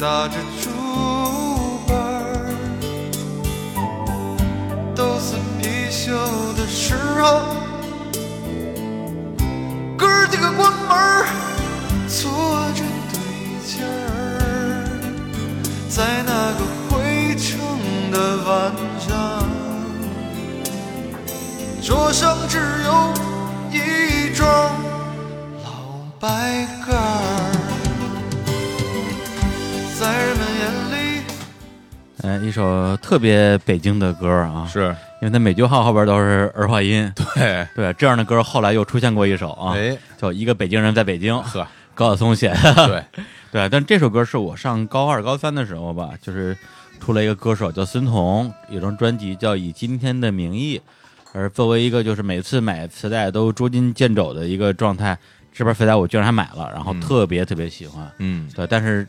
S5: 打着竹板儿，都是貔貅的时候，哥儿几个关门儿，搓着对劲儿，在那个回城的晚上。桌上只有一张老白干儿，在人们眼里，
S1: 哎，一首特别北京的歌啊，
S2: 是
S1: 因为它每句话后边都是儿化音。
S2: 对，
S1: 对，这样的歌后来又出现过一首啊，
S2: 哎，
S1: 叫《一个北京人在北京》，
S2: 呵，
S1: 高晓松写的。
S2: 对，
S1: 对，但这首歌是我上高二、高三的时候吧，就是出了一个歌手叫孙彤，有张专辑叫《以今天的名义》，而作为一个就是每次买磁带都捉襟见肘的一个状态，这边磁带我居然还买了，然后
S2: 嗯
S1: 特别特别喜欢。
S2: 嗯，
S1: 对，但是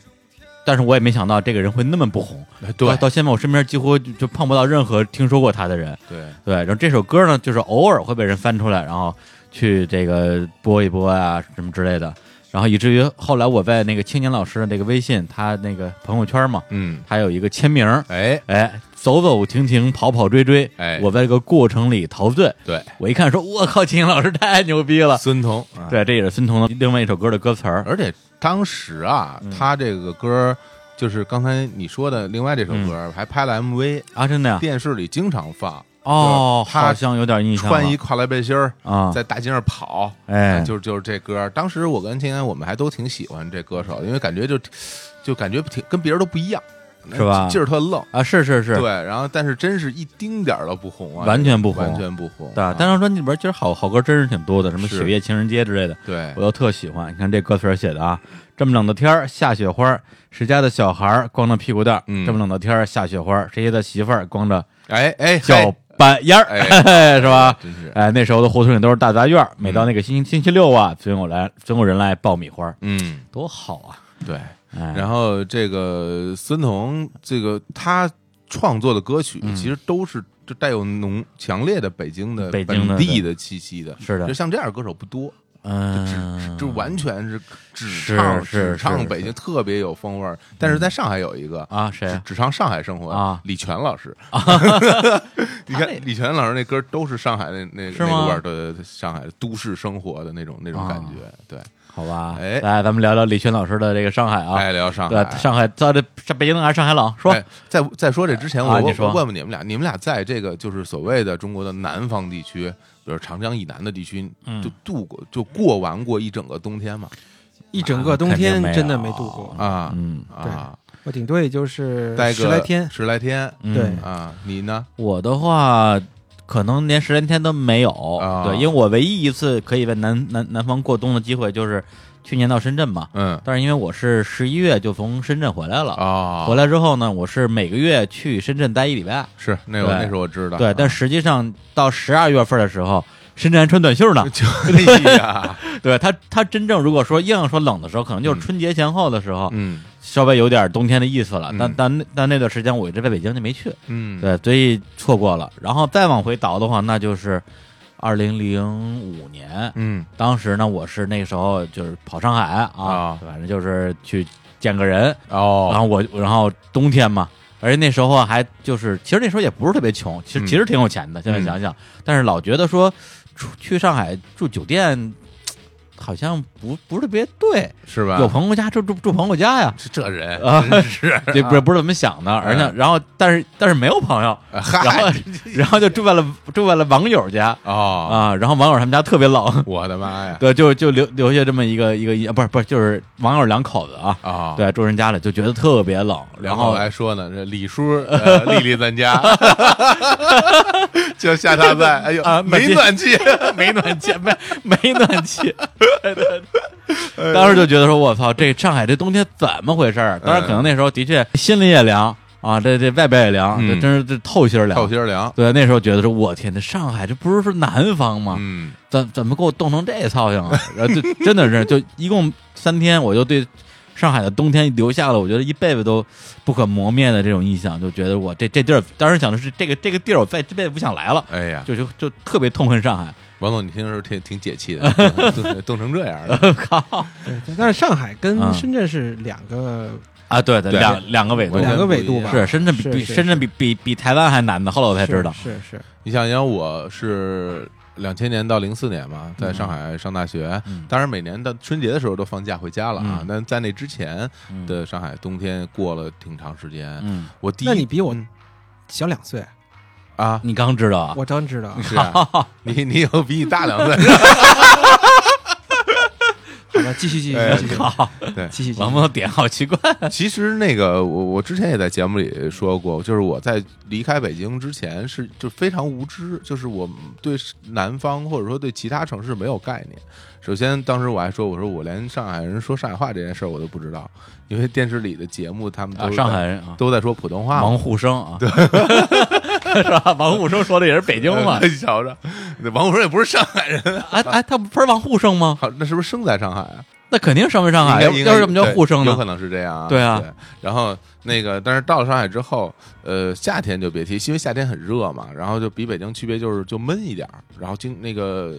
S1: 但是我也没想到这个人会那么不红，到
S2: 哎对
S1: 到现在我身边几乎就就碰不到任何听说过他的人。
S2: 对，
S1: 对，然后这首歌呢，就是偶尔会被人翻出来，然后去这个播一播啊，什么之类的。然后以至于后来我在那个青年老师的那个微信，他那个朋友圈嘛，
S2: 嗯，
S1: 他有一个签名儿，
S2: 哎，
S1: 哎，走走停停，跑跑追追，
S2: 哎
S1: 我在这个过程里陶醉。
S2: 对，
S1: 我一看说，我靠，青年老师太牛逼了。
S2: 孙彤，啊，呃
S1: 对，这也是孙彤的另外一首歌的歌词儿。
S2: 而且当时啊，他这个歌。就是刚才你说的另外这首歌，还拍了 MV，
S1: 啊，真的呀、
S2: 电视里经常放，
S1: 哦，
S2: 他
S1: 好像有点印象了。
S2: 穿一跨栏背心儿
S1: 啊
S2: 在大街上跑，
S1: 哎
S2: 就是就是这歌。当时我跟天安，我们还都挺喜欢这歌手，因为感觉就就感觉挺跟别人都不一样，哎
S1: 是吧
S2: 劲儿特愣。
S1: 啊，是是是，
S2: 对，然后但是真是一丁点儿都不红啊，
S1: 完全不红
S2: 完全不红。
S1: 对
S2: 啊，
S1: 单张专辑里边其实好好歌真是挺多的，什么《
S2: 是
S1: 雪夜情人节》之类的，
S2: 对
S1: 我都特喜欢。你看这歌词儿写的啊，这么冷的天儿下雪花儿，谁家的小孩儿光着屁股蛋儿，
S2: 嗯
S1: 这么冷的天儿下雪花儿，谁家的媳妇儿光着
S2: 哎哎，
S1: 小
S2: 嘿
S1: 板烟儿， 是吧？
S2: 真是
S1: 哎，那时候的胡同里都是大杂院儿，每到那个星期星期六啊，总有来总有人来爆米花儿，
S2: 嗯，
S1: 多好啊！
S2: 对。
S1: 哎，
S2: 然后这个孙彤，这个他创作的歌曲
S1: 嗯
S2: 其实都是就带有浓强烈的北京的
S1: 北京的
S2: 本地的气息的，
S1: 是的
S2: 就像这样的歌手不多，
S1: 嗯，
S2: 就完全是只
S1: 是
S2: 唱
S1: 是
S2: 只
S1: 是
S2: 唱北京，特别有风味儿。但是在上海有一个
S1: 啊谁啊
S2: 只只唱上海生活
S1: 啊
S2: 李泉老师。你看李泉老师那歌都是上海那那
S1: 是
S2: 那
S1: 吗啊
S2: 个味儿，对对对，上海都市生活的那种那种感觉。对，
S1: 好吧，
S2: 哎
S1: 来咱们聊聊李轩老师的这个上海啊，
S2: 爱聊上海，
S1: 对，上海，他这上北京冷还是上海冷？说
S2: 哎，在在说这之前，我
S1: 啊
S2: 我
S1: 你说
S2: 我问问你们俩，你们俩在这个就是所谓的中国的南方地区，比如长江以南的地区，
S1: 嗯
S2: 就度过就过完过一整个冬天嘛？
S4: 一整个冬
S1: 嗯肯定
S4: 天
S1: 没有
S4: 真的没度过，
S2: 啊，
S1: 嗯，
S2: 啊，
S4: 我顶多也
S1: 呃
S4: 就是
S2: 待个
S4: 十来天。
S2: 十来天
S1: 嗯
S4: 对
S2: 啊，你呢？
S1: 我的话，可能连十来天都没有。
S2: 啊
S1: 对，因为我唯一一次可以在南南南方过冬的机会，就是去年到深圳嘛。
S2: 嗯
S1: 但是因为我是十一月就从深圳回来了，
S2: 啊，
S1: 回来之后呢，我是每个月去深圳待一礼拜。
S2: 是那个
S1: 对
S2: 那是我知道，
S1: 对，但
S2: 是。
S1: 实际上到十二月份的时候，深圳还穿短袖呢
S2: 就哎 呀，
S1: 对它，它真正如果说硬要说冷的时候，可能就是
S2: 嗯
S1: 春节前后的时候，
S2: 嗯
S1: 稍微有点冬天的意思了。但
S2: 嗯
S1: 但那但那段时间我一直在北京就没去。
S2: 嗯，
S1: 对，所以错过了。然后再往回倒的话，那就是二零零五年，
S2: 嗯
S1: 当时呢，我是那个时候就是跑上海啊
S2: 啊，
S1: 反正就是去见个人，然
S2: 哦，
S1: 后我然后冬天嘛。而且那时候还就是，其实那时候也不是特别穷，其实
S2: 嗯
S1: 其实挺有钱的。现在
S2: 嗯
S1: 想想，但是老觉得说出去上海住酒店，好像不不是特别对。
S2: 是吧？
S1: 有朋友家住住住朋友家 呀，
S2: 是这人
S1: 啊
S2: 真是，
S1: 也不是不是怎么想的。而且
S2: 哎
S1: 然后但是但是没有朋友， 然
S2: 嗨
S1: 后，啊然后就住在了住在了网友家
S2: 哦，
S1: 啊，然后网友他们家特别冷，
S2: 我的妈呀，
S1: 对，就就留留下这么一个一个一，不是不是，就是网友两口子啊，
S2: 啊，。
S1: 对，住人家里就觉得特别冷，
S2: 然
S1: 然
S2: 后
S1: 后
S2: 还说呢，这 李叔、呃、丽丽咱家， 就下榻在，哎呦，
S1: 啊
S2: 没
S1: 没
S2: 暖气，
S1: 没暖气，没没暖 气，
S2: 哎
S1: 当时就觉得说，我操，这上海这冬天怎么回事儿？
S2: 哎
S1: 当然，可能那时候的确心里也凉啊，这这外边也凉，
S2: 嗯
S1: 这真是这透心儿凉
S2: 透。心儿凉，
S1: 对，那时候觉得说，我天，这上海这不是说南方吗？
S2: 嗯，
S1: 怎怎么给我冻成这操性啊？ 然后就真的是，就一共三天，我就对上海的冬天留下了我觉得一辈子都不可磨灭的这种印象，就觉得我这这地儿，当时想的是这个这个地儿，我再这辈子不想来了，
S2: 哎呀，
S1: 就就就特别痛恨上 海。
S2: 王总，你听着挺挺 解气的，冻冻成这样了，
S1: 靠
S4: 对，但是上海
S1: 嗯
S4: 跟深圳是两个
S1: 啊，对的，
S2: 对
S1: 两两个纬度
S2: 完全
S4: 两个
S2: 不一
S4: 纬度吧
S2: 样
S1: 是深圳比
S4: 是
S1: 比
S4: 是
S1: 深圳比比比台湾还难的，后来我才知道。
S4: 是是，
S2: 你想想，我是两千年到零四年嘛，
S4: 嗯
S2: 在上海上大学，
S1: 嗯
S2: 当然每年到春节的时候都放假回家了啊，
S1: 嗯
S2: 但在那之前
S1: 嗯
S2: 的上海冬天过了挺长时间。
S1: 嗯，
S2: 我第一
S4: 那你比我
S2: 嗯
S4: 小两岁，
S2: 啊，
S1: 你刚知道啊？
S4: 我当 知道。
S2: 是 啊，你你有比你大两岁，
S4: 好了，继续继续
S2: 哎
S4: 继续
S1: 靠，
S2: 对，
S4: 继续继续
S1: 王。峰点好奇怪。
S2: 其实那个我我之前也在节目里说过，就是我在离开北京之前是就非常无知，就是我对南方或者说对其他城市没有概念。首先，当时我还说，我说我连上海人说上海话这件事儿我都不知道，因为电视里的节目他们都
S1: 啊，
S2: 在、
S1: 上海人啊，
S2: 都在说普通话嘛。
S1: 王沪生啊，对， 是吧？王沪生说的也是北京 话
S2: 你瞧着，王虎生也不是上海人，
S1: 哎哎，他不是王沪生吗？
S2: 好，那是不是生在上海啊？
S1: 那肯定生在上海，啊要
S2: 应该应该
S1: 要是怎么叫沪生
S2: 有可
S1: 呢？
S2: 能是这样啊。
S1: 对啊
S2: 然后那个，但是到了上海之后，呃，夏天就别提，因为夏天很热嘛，然后就比北京区别就是就闷一点儿，然后经那个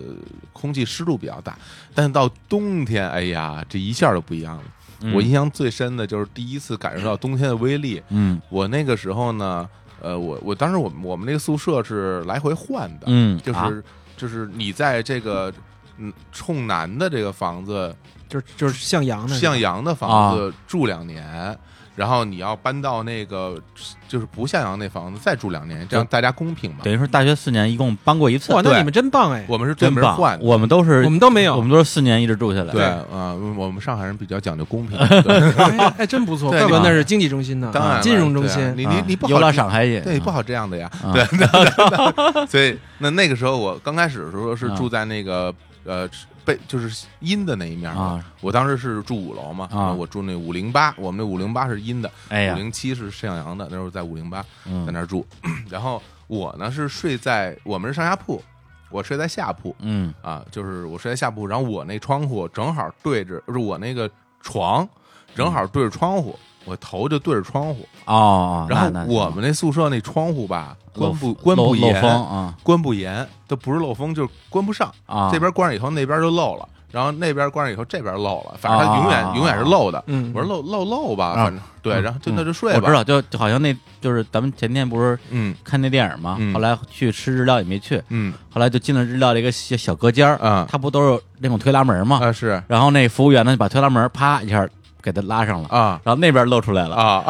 S2: 空气湿度比较大。但到冬天，哎呀，这一下就不一样了。
S1: 嗯
S2: 我印象最深的就是第一次感受到冬天的威力。
S1: 嗯
S2: 我那个时候呢，呃，我我当时我们我们那个宿舍是来回换的，
S1: 嗯，
S2: 就是、
S1: 啊
S2: 就是你在这个嗯冲南的这个房子。
S4: 就是就是向阳的，
S2: 向阳的房子住两年，然后你要搬到那个就是不向阳那房子再住两年，这样大家公平嘛。
S1: 等于说大学四年一共搬过一次
S4: 哇，，那
S2: 对
S4: 你们真棒哎！
S2: 我们是专
S1: 真
S2: 门
S1: 棒
S2: 换！的。
S1: 我们都是
S3: 我们都没有
S1: 我们都是四年一直住下来。
S2: 对啊，我们上海人比较讲究公平。对
S3: 哎，哎真不错，
S2: 对
S3: 怪不得
S1: 你
S3: 那是经济中心呢，嗯
S2: 当然了，
S3: 金融中
S2: 对啊
S3: 心。
S2: 你你你不
S1: 游
S2: 好
S1: 了上海也
S2: 对，不
S1: 好。
S2: 好这样的呀。
S1: 啊
S2: 对， 那那所以那那个时候我刚开始的时候是住在那个呃背就是阴的那一面的
S1: 啊
S2: 我当时是住五楼嘛，
S1: 啊
S2: 我住那五零八，我们那五零八是阴的，
S1: 哎
S2: 五
S1: 呀，
S2: 零七是沈阳阳的，那时候在五零八在
S1: 嗯
S2: 那儿住， 然后我呢是睡在我们是上下铺，我睡在下铺
S1: 嗯
S2: 啊，就是我睡在下铺，然后我那窗户正好对着，不是我那个床正
S1: 嗯
S2: 好对着窗户。我头就对着窗户，
S1: 哦，
S2: 然
S1: 那
S2: 后
S1: 那
S2: 我们那宿舍那窗户吧，关
S1: 漏
S2: 不关不
S1: 漏漏
S2: 严，
S1: 风啊
S2: 关不严，它不是漏风就是关不上。
S1: 啊，
S2: 这边关上以后，那边就漏了，然后那边关上以后，这边漏了，反正它
S1: 啊
S2: 永
S1: 啊啊
S2: 远永远是漏的。
S4: 嗯
S2: 我说漏漏漏吧，
S1: 啊
S2: 反正对，然后就那就睡
S1: 我
S2: 吧
S1: 知。道，就就好像那就是咱们前天不是
S2: 嗯
S1: 看那电影嘛，
S2: 嗯
S1: 后来去吃日料也没去，
S2: 嗯
S1: 后来就进了日料的一个小小隔间儿，
S2: 啊
S1: 它不都有那种推拉门嘛，
S2: 啊是
S1: 然后那服务员呢就把推拉门啪一下给它拉上了，
S2: 啊
S1: 然后那边露出来了，
S2: 啊，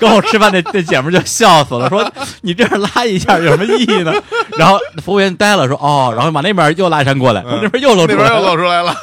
S1: 跟我吃饭那 那姐们儿就笑死了，说你这样拉一下有什么意义呢？ 然后服务员呆了，说哦，然后把那边又拉一扇过来，
S2: 嗯
S1: 那边又露
S2: 那
S1: 出
S2: 边
S1: 来
S2: 又
S1: 了，
S2: 露出来了。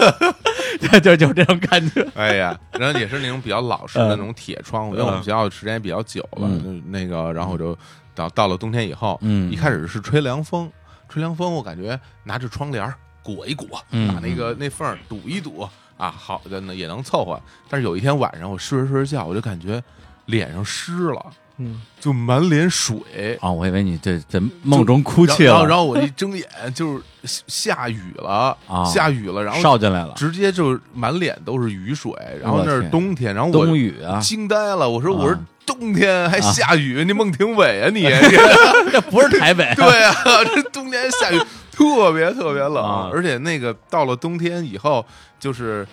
S1: 对， 就就这种感觉，
S2: 哎呀，然后也是那种比较老式的
S1: 嗯
S2: 那种铁窗户，因为我们
S1: 嗯
S2: 学校时间也比较久了，
S1: 嗯
S2: 那那个然后我就到到了冬天以后，
S1: 嗯
S2: 一开始是吹凉风，吹凉风我感觉拿着窗帘儿裹一裹，
S1: 嗯
S2: 把那个那缝儿堵一堵啊，好的呢也能凑合。但是有一天晚上我睡着睡着觉，我就感觉脸上湿了，
S4: 嗯，
S2: 就满脸水。
S1: 哦，我以为你这这梦中哭泣
S2: 然后，
S1: 了，
S2: 然后我一睁眼就是下雨了，
S1: 啊
S2: 下雨了，然后
S1: 烧进来了，
S2: 直接就是满脸都是雨水，然后
S1: 我
S2: 那是
S1: 天
S2: 冬天，然后我
S1: 冬雨啊，
S2: 惊呆了，我说
S1: 啊
S2: 我说冬天还下雨，你孟庭苇啊 你？
S1: 这不是台北，
S2: 对啊，这冬天下雨特别特别冷，
S1: 啊
S2: 而且那个到了冬天以后，就是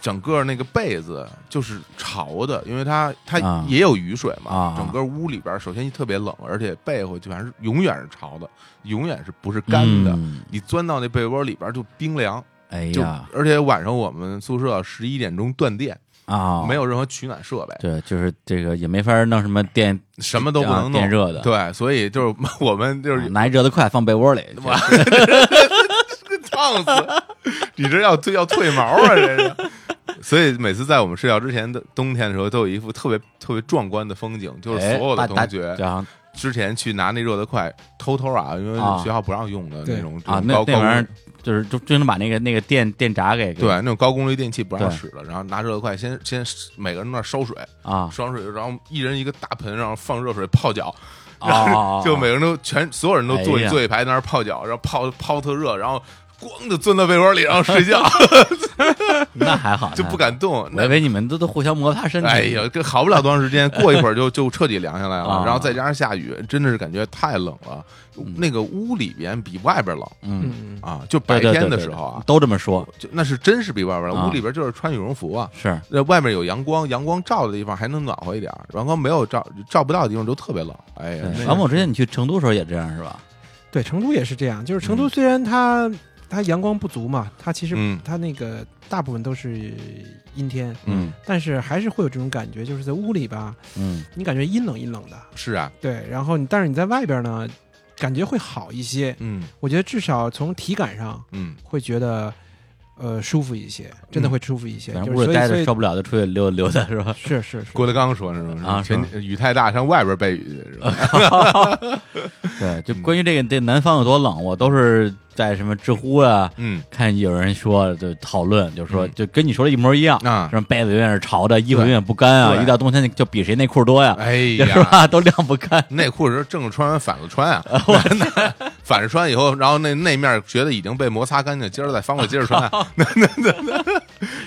S2: 整个那个被子就是潮的，因为它它
S1: 啊
S2: 也有雨水嘛，
S1: 啊
S2: 整个屋里边首先特别冷，而且被窝就反正永远是潮的，永远是不是干的。
S1: 嗯
S2: 你钻到那被窝里边就冰凉，
S1: 哎
S2: 就
S1: 呀
S2: 而且晚上我们宿舍十一点钟断电，
S1: 啊，
S2: 没有任何取暖设备，
S1: 对，就是这个也没法弄什么电，
S2: 什么都不能
S1: 啊
S2: 弄，
S1: 电热的啊
S2: 对，所以就是 我们就是
S1: 拿一热的快放被窝里，
S2: 烫死， 你这要退要退毛啊，这是。所以每次在我们睡觉之前的冬天的时候，都有一幅特别特别壮观的风景，就是
S1: 哎
S2: 所有的同学
S1: 然后
S2: 之前去拿那热得快，偷偷啊，因为
S1: 啊
S2: 学校不让用的那种
S1: 啊，
S2: 这种
S1: 那
S2: 高
S1: 那
S2: 高
S1: 玩意儿
S2: 功
S1: 就是就就能把那个那个电电闸给
S2: 对那种高功率电器不让
S1: 对
S2: 使了，然后拿热得快先先每个人那儿烧水，
S1: 啊
S2: 烧水，然后一人一个大盆，然后放热水泡脚， 然后
S1: 啊，
S2: 就每个人都全所有人都坐
S1: 哎
S2: 一
S1: 呀
S2: 坐一排在那儿泡脚，然后泡泡特热，然后咣就钻到被窝里，然后 睡觉
S1: 那还好，
S2: 就不。敢动，
S1: 我
S2: 那
S1: 以为你们都都互相摩擦身体，
S2: 哎呀，这好不了多长 时间，过一会儿就就彻底凉下来了
S1: 啊，
S2: 然后再加上下雨，真的是感觉太冷了，那个屋里边比外边冷
S1: 嗯，
S2: 啊，就白
S1: 对对对
S2: 天的
S1: 对
S2: 时候啊，
S1: 都这么说，
S2: 就那是真是比外边
S1: 啊
S2: 冷，屋里边就是穿羽绒服啊。
S1: 是
S2: 那外面有阳光，阳光照的地方还能暖和一点儿，阳光没有照照不到的地方就特别冷。哎呀，那
S1: 对。
S2: 个
S1: 王某之前你去成都的时候也这样是吧？
S4: 对，成都也是这样，就是成都虽然它它阳光不足嘛，它其实
S2: 嗯
S4: 它那个大部分都是阴天，
S1: 嗯
S4: 但是还是会有这种感觉，就是在屋里吧，
S1: 嗯
S4: 你感觉阴冷阴冷的，
S2: 是啊，
S4: 对，然后你但是你在外边呢，感觉会好一些，
S2: 嗯
S4: 我觉得至少从体感上
S2: 嗯，
S4: 会觉得呃舒服一些，真的
S2: 嗯
S4: 会舒服一些，
S1: 反
S4: 就
S1: 正
S4: 是
S1: 屋里
S4: 所以
S1: 待
S4: 所
S1: 着
S4: 以
S1: 受不了就出去溜溜达是吧？
S4: 是是是，
S2: 郭德纲说那种
S1: 啊是
S2: 前雨太大上外边背雨去 是吧？
S1: 对，就
S2: 嗯
S1: 关于这个这南方有多冷，我都是在什么知乎啊，
S2: 嗯
S1: 看有人说就讨论，就说
S2: 嗯
S1: 就跟你说的一模一样，
S2: 啊
S1: 什，么被子永远是潮的，衣服
S2: 对
S1: 永远不干啊，
S2: 对
S1: 一到冬天就比谁内裤多呀，
S2: 哎
S1: 是
S2: 呀，
S1: 吧？都晾不干，
S2: 内裤是正着穿完反着穿啊，反着穿以后，然后那那面觉得已经被摩擦干净，今儿再翻过来接着穿啊，那那那 那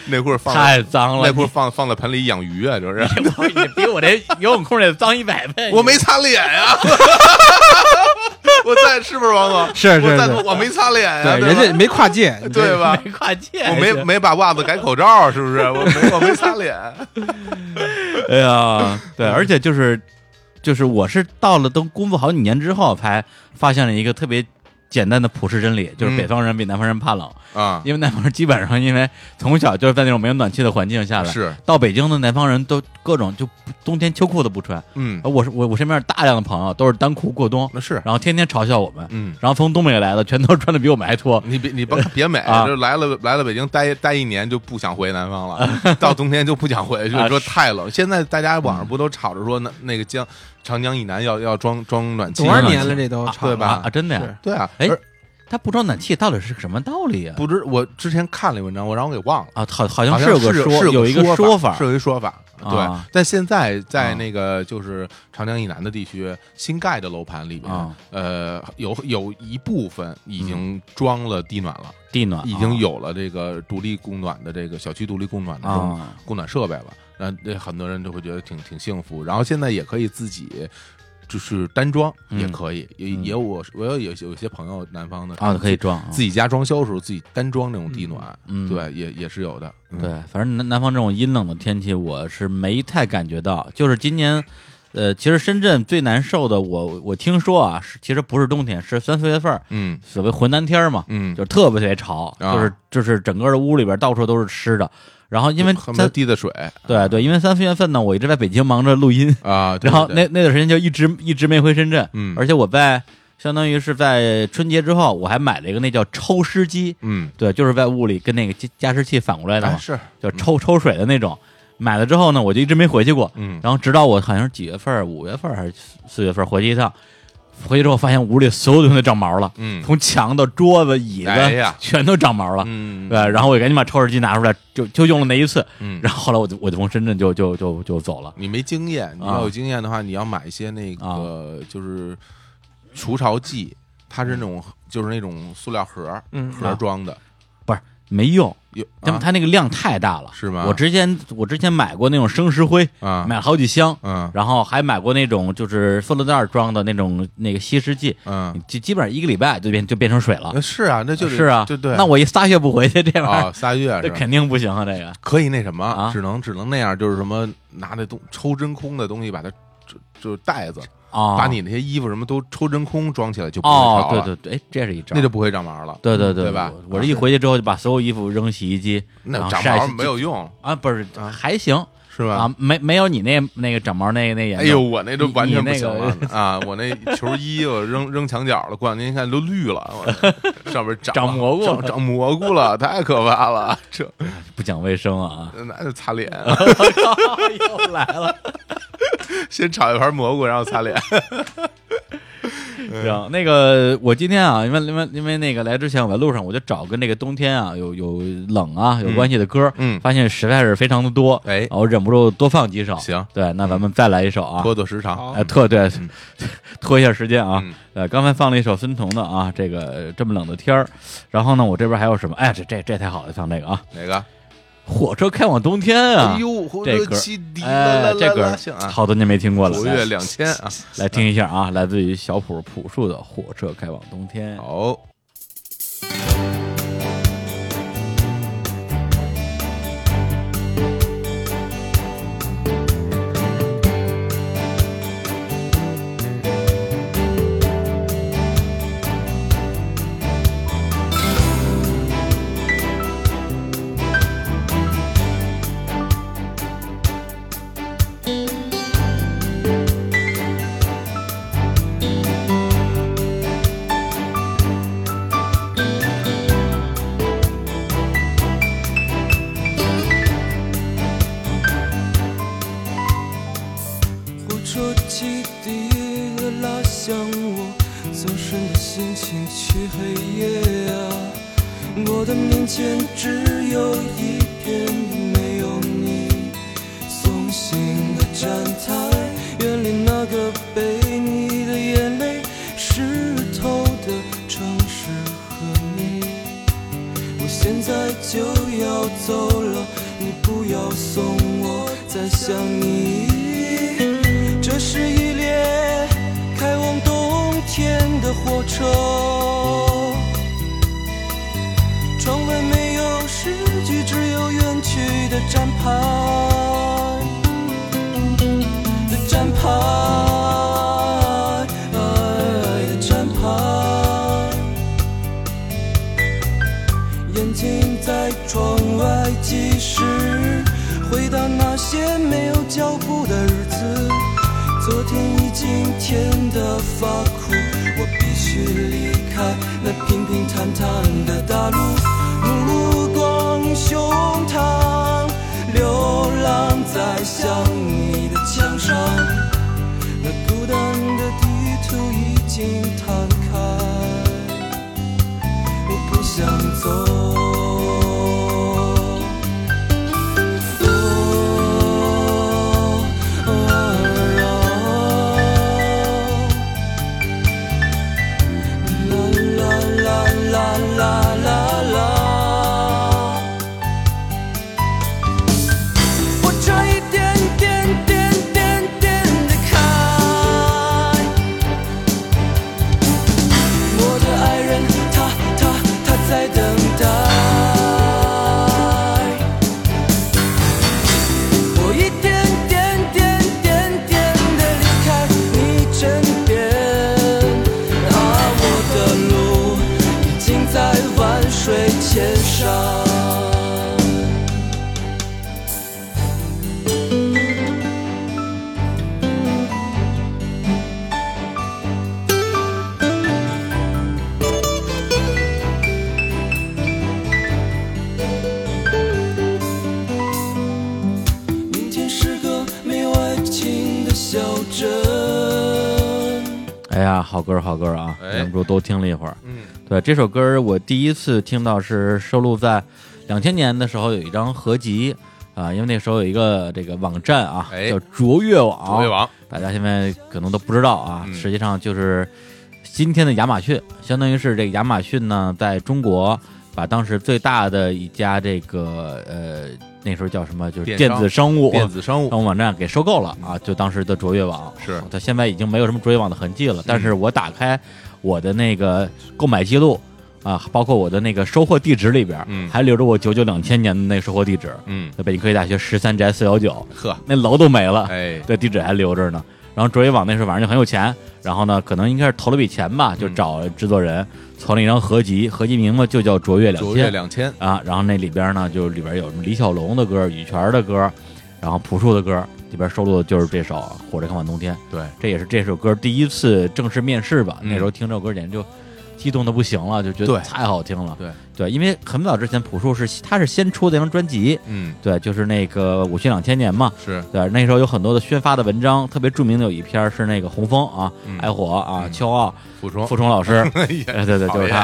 S2: 内裤 放
S1: 太脏了。
S2: 内裤放放在盆里养鱼啊，就是
S1: 你我你 比我这游泳裤里脏一百倍。
S2: 我没擦脸呀，我在是不是王总？
S3: 是是
S2: 我在
S3: 是
S2: 我没擦脸呀，
S3: 对，人
S2: 对
S3: 家
S2: 吧
S3: 没跨界，你这
S2: 对吧？
S1: 没跨界，
S2: 我没没把袜子改口罩，啊是不是？我没我没擦脸，
S1: 哎呀，
S2: 嗯
S1: 对，而且就是就是我是到了都工作好几年之后才发现了一个特别简单的普世真理，就是
S2: 嗯
S1: 北方人比南方人怕冷，
S2: 啊，
S1: 因为南方人基本上因为从小就是在那种没有暖气的环境下来，
S2: 是，
S1: 到北京的南方人都各种就不冬天秋裤都不穿，呃
S2: 嗯，
S1: 而我是我我身边大量的朋友都是单裤过冬，
S2: 那是，
S1: 然后天天嘲笑我们，
S2: 嗯，
S1: 然后从东北来的全都穿的比我们还脱，
S2: 你别你甭别美，
S1: 啊
S2: 就来了来了北京待待一年就不想回南方 了，到冬天就不想回去，
S1: 啊嗯
S2: 说太冷。现在大家网上不都吵着说那那个江长江以南要要装装暖气
S1: 嗯
S2: 吗，
S1: 多
S3: 多少年了，这都
S1: 啊
S3: 吵
S2: 对
S3: 了
S2: 吧
S1: 啊啊，真的呀
S4: 是，
S2: 对啊，
S1: 哎
S2: 而
S1: 他不装暖气到底是个什么道理呀？
S2: 不知我之前看了一文章，我让我给忘了。
S1: 啊，好好
S2: 好
S1: 像
S2: 像
S1: 有个
S2: 是
S1: 说
S2: 是
S1: 有一个
S2: 个
S1: 说
S2: 法，
S1: 法
S2: 是有一说法。对
S1: 啊，
S2: 但现在在
S1: 啊
S2: 那个就是长江以南的地区，新盖的楼盘里边
S1: 啊，嗯
S2: 呃，有有一部分已经装了地暖了，
S1: 地暖
S2: 啊
S1: 啊
S2: 已经有了这个独立供暖的这个小区独立供暖的这种
S1: 啊
S2: 供暖设备了。那那很多人就会觉得挺挺幸福。然后现在也可以自己。就是单装
S1: 嗯
S2: 也可以，也
S1: 嗯
S2: 也有我我有有有些朋友南方的
S1: 啊，可以装啊
S2: 自己家装修的时候自己单装那种地暖，
S1: 嗯
S2: 对，也也是有的。嗯
S1: 对，反正南南方这种阴冷的天气，我是没太感觉到。就是今年，呃，其实深圳最难受的我，我听说啊，是其实不是冬天，是三四月份儿，
S2: 嗯
S1: 所谓浑南天儿嘛，
S2: 嗯，
S1: 就是特别特别潮，
S2: 啊
S1: 就是就是整个的屋里边到处都是湿的。然后因为
S2: 恨不得
S1: 三
S2: 滴的水
S1: 对对，因为三四月份呢，我一直在北京忙着录音，
S2: 啊，对
S1: 然后
S2: 对
S1: 那那段时间就一直一直没回深圳，
S2: 嗯
S1: 而且我在相当于是在春节之后，我还买了一个那叫抽湿机，
S2: 嗯，
S1: 对，就是在屋里跟那个加加湿器反过来的嘛
S2: 哎，是
S1: 就抽抽水的那种。买了之后呢，我就一直没回去过。
S2: 嗯
S1: 然后直到我好像是几月份儿，五月份儿还是四四月份儿回去一趟，回去之后发现屋里所有东西都长毛了，
S2: 嗯
S1: 从墙到桌子、椅子、
S2: 哎呀
S1: 全都长毛了。
S2: 嗯
S1: 对，然后我赶紧把抽湿机拿出来，就就用了那一次。
S2: 嗯，
S1: 然后后来我就我就从深圳就就就就走了。
S2: 你没经验，你
S1: 啊
S2: 要有经验的话，你要买一些那个就是除潮剂，它是那
S1: 嗯
S2: 种就是那种塑料盒
S4: 嗯
S2: 盒装的，
S1: 没用，因
S2: 有
S1: 为
S2: 啊
S1: 它啊那个量太大了。
S2: 是吗
S1: 我之前我之前买过那种生石灰，
S2: 啊
S1: 买了好几箱，
S2: 嗯
S1: 然后还买过那种就是塑料袋儿装的那种那个稀释剂，
S2: 嗯，
S1: 就基本上一个礼拜就变就变成水了。
S2: 那是啊，那就是
S1: 啊，
S2: 对对，
S1: 那我一仨月不回去，这玩意
S2: 啊
S1: 儿
S2: 仨月
S1: 这
S2: 是吧
S1: 肯定不行啊，这个
S2: 可以那什么
S1: 啊，
S2: 只能只能那样，就是什么拿那东抽真空的东西把它。就就是袋子，
S1: 啊，
S2: 把你那些衣服什么都抽真空装起来，就不会
S1: 哦，
S2: 潮
S1: 对
S2: 了，
S1: 对对，哎这是一招，
S2: 那就不会长毛了。
S1: 对对对
S2: 对吧啊
S1: 我我这一回去之后就把所有衣服扔洗衣机，
S2: 那
S1: 然后
S2: 长
S1: 晒
S2: 毛
S1: 洗
S2: 没有用，
S1: 啊，不是
S2: 啊
S1: 还行
S2: 是吧？
S1: 啊，没没有你那那个长毛那那严
S2: 哎
S1: 重。
S2: 呦，我那都
S1: 你
S2: 完全不
S1: 你
S2: 行
S1: 那
S2: 了
S1: 个
S2: 啊！我那球衣我扔扔墙角了，过两天一看都绿 了，我上面长
S1: 长蘑菇了
S2: 长长蘑菇了，太可怕了！这
S1: 不讲卫生 啊！
S2: 那就 擦脸，
S1: 又来了，
S2: 先炒一盘蘑菇，然后擦 脸。
S1: 行，那个我今天啊，因为因为因为那个来之前我在路上我就找跟这个冬天啊有有冷啊有关系的歌，
S2: 嗯嗯
S1: 发现实在是非常的多，
S2: 哎
S1: 啊我忍不住多放几首。
S2: 行
S1: 对，那咱们再来一首啊，
S2: 拖拖时长，
S1: 哎，拖对， 拖一下时间啊
S2: 嗯。
S1: 呃，刚才放了一首孙彤的啊，这个呃这么冷的天儿，然后呢，我这边还有什么？哎，这这这太好了，放这个啊，
S2: 哪个？
S1: 火车开往冬天啊
S2: 哎，呦，
S1: 这歌儿
S2: 汽笛啦
S1: 哎，
S2: 啦
S1: 这
S2: 啦
S1: 歌
S2: 啦行
S1: 儿
S2: 啊，
S1: 好多年没听过了，
S2: 五
S1: 来
S2: 月两千啊，
S1: 来听一下啊，来自于小朴朴树的《火车开往冬天》。
S2: 好。
S5: 火车汽笛地拉响我早晨的心情，去黑夜啊！我的面前只有一片没有你松醒的站台，原谅那个被你的眼泪湿透的城市和你。我现在就要走了，你不要送我，再想你。这是一列开往冬天的火车，窗外没有诗句，只有远去的站牌的站牌的站牌。
S6: 眼睛在窗外计时，回到那些没有脚步的日子。昨天已经甜得发苦，我必须离开那平平坦坦的大路，目光胸膛，流浪在想你的墙上，那孤单的地图已经摊开。我不想走。哦啦啦啦啦啦啦啦我这一点点点点点的开。我的爱人，他他他在等待。我一点点点点点的离开你身边，啊，我的路已经在万水千山。明天是个没有爱情的小镇。
S1: 哎呀，好歌儿好歌儿啊！
S2: 哎
S1: 忍不住都听了一会儿。
S2: 嗯，
S1: 对这首歌儿我第一次听到是收录在两千年的时候有一张合集啊，因为那时候有一个这个网站啊，
S2: 哎
S1: 叫卓越网，
S2: 卓越王，
S1: 大家现在可能都不知道啊，
S2: 嗯
S1: 实际上就是今天的亚马逊，相当于是这个亚马逊呢，在中国把当时最大的一家这个呃那时候叫什么，就是
S2: 电
S1: 电
S2: 商
S1: 子商务
S2: 电子商务
S1: 商务网站给收购了啊，就当时的卓越网
S2: 是
S1: 它啊现在已经没有什么卓越网的痕迹了。但是我打开我的那个购买记录啊，包括我的那个收货地址里边，
S2: 嗯
S1: 还留着我九九两千年的那个收货地址，
S2: 嗯，
S1: 在北京科技大学十三宅四幺九，
S2: 呵，
S1: 那楼都没了，
S2: 哎，
S1: 这地址还留着呢。然后卓越网那时候反正就很有钱，然后呢，可能应该是投了笔钱吧，
S2: 嗯
S1: 就找制作人存了一张合集，合集名字就叫《卓越两千》。
S2: 卓越两千，
S1: 啊，然后那里边呢，就里边有什么李小龙的歌、羽泉的歌，然后朴树的歌，里边收录的就是这首《火着看晚冬天》。
S2: 对，
S1: 这也是这首歌第一次正式面试吧。
S2: 嗯
S1: 那时候听这首歌简直就激动的不行了，就觉得
S2: 对
S1: 太好听了。
S2: 对
S1: 对，因为很早之前朴树是他是先出的那张专辑，
S2: 嗯，
S1: 对，就是那个《武训两千年》嘛。
S2: 是，
S1: 对，那时候有很多的宣发的文章，特别著名的有一篇是那个洪峰啊、
S2: 嗯
S1: 爱火啊、
S2: 嗯
S1: 秋奥、
S2: 傅冲，
S1: 傅冲老师，
S2: 哎呀
S1: 哎，对对，就是他，
S2: 讨厌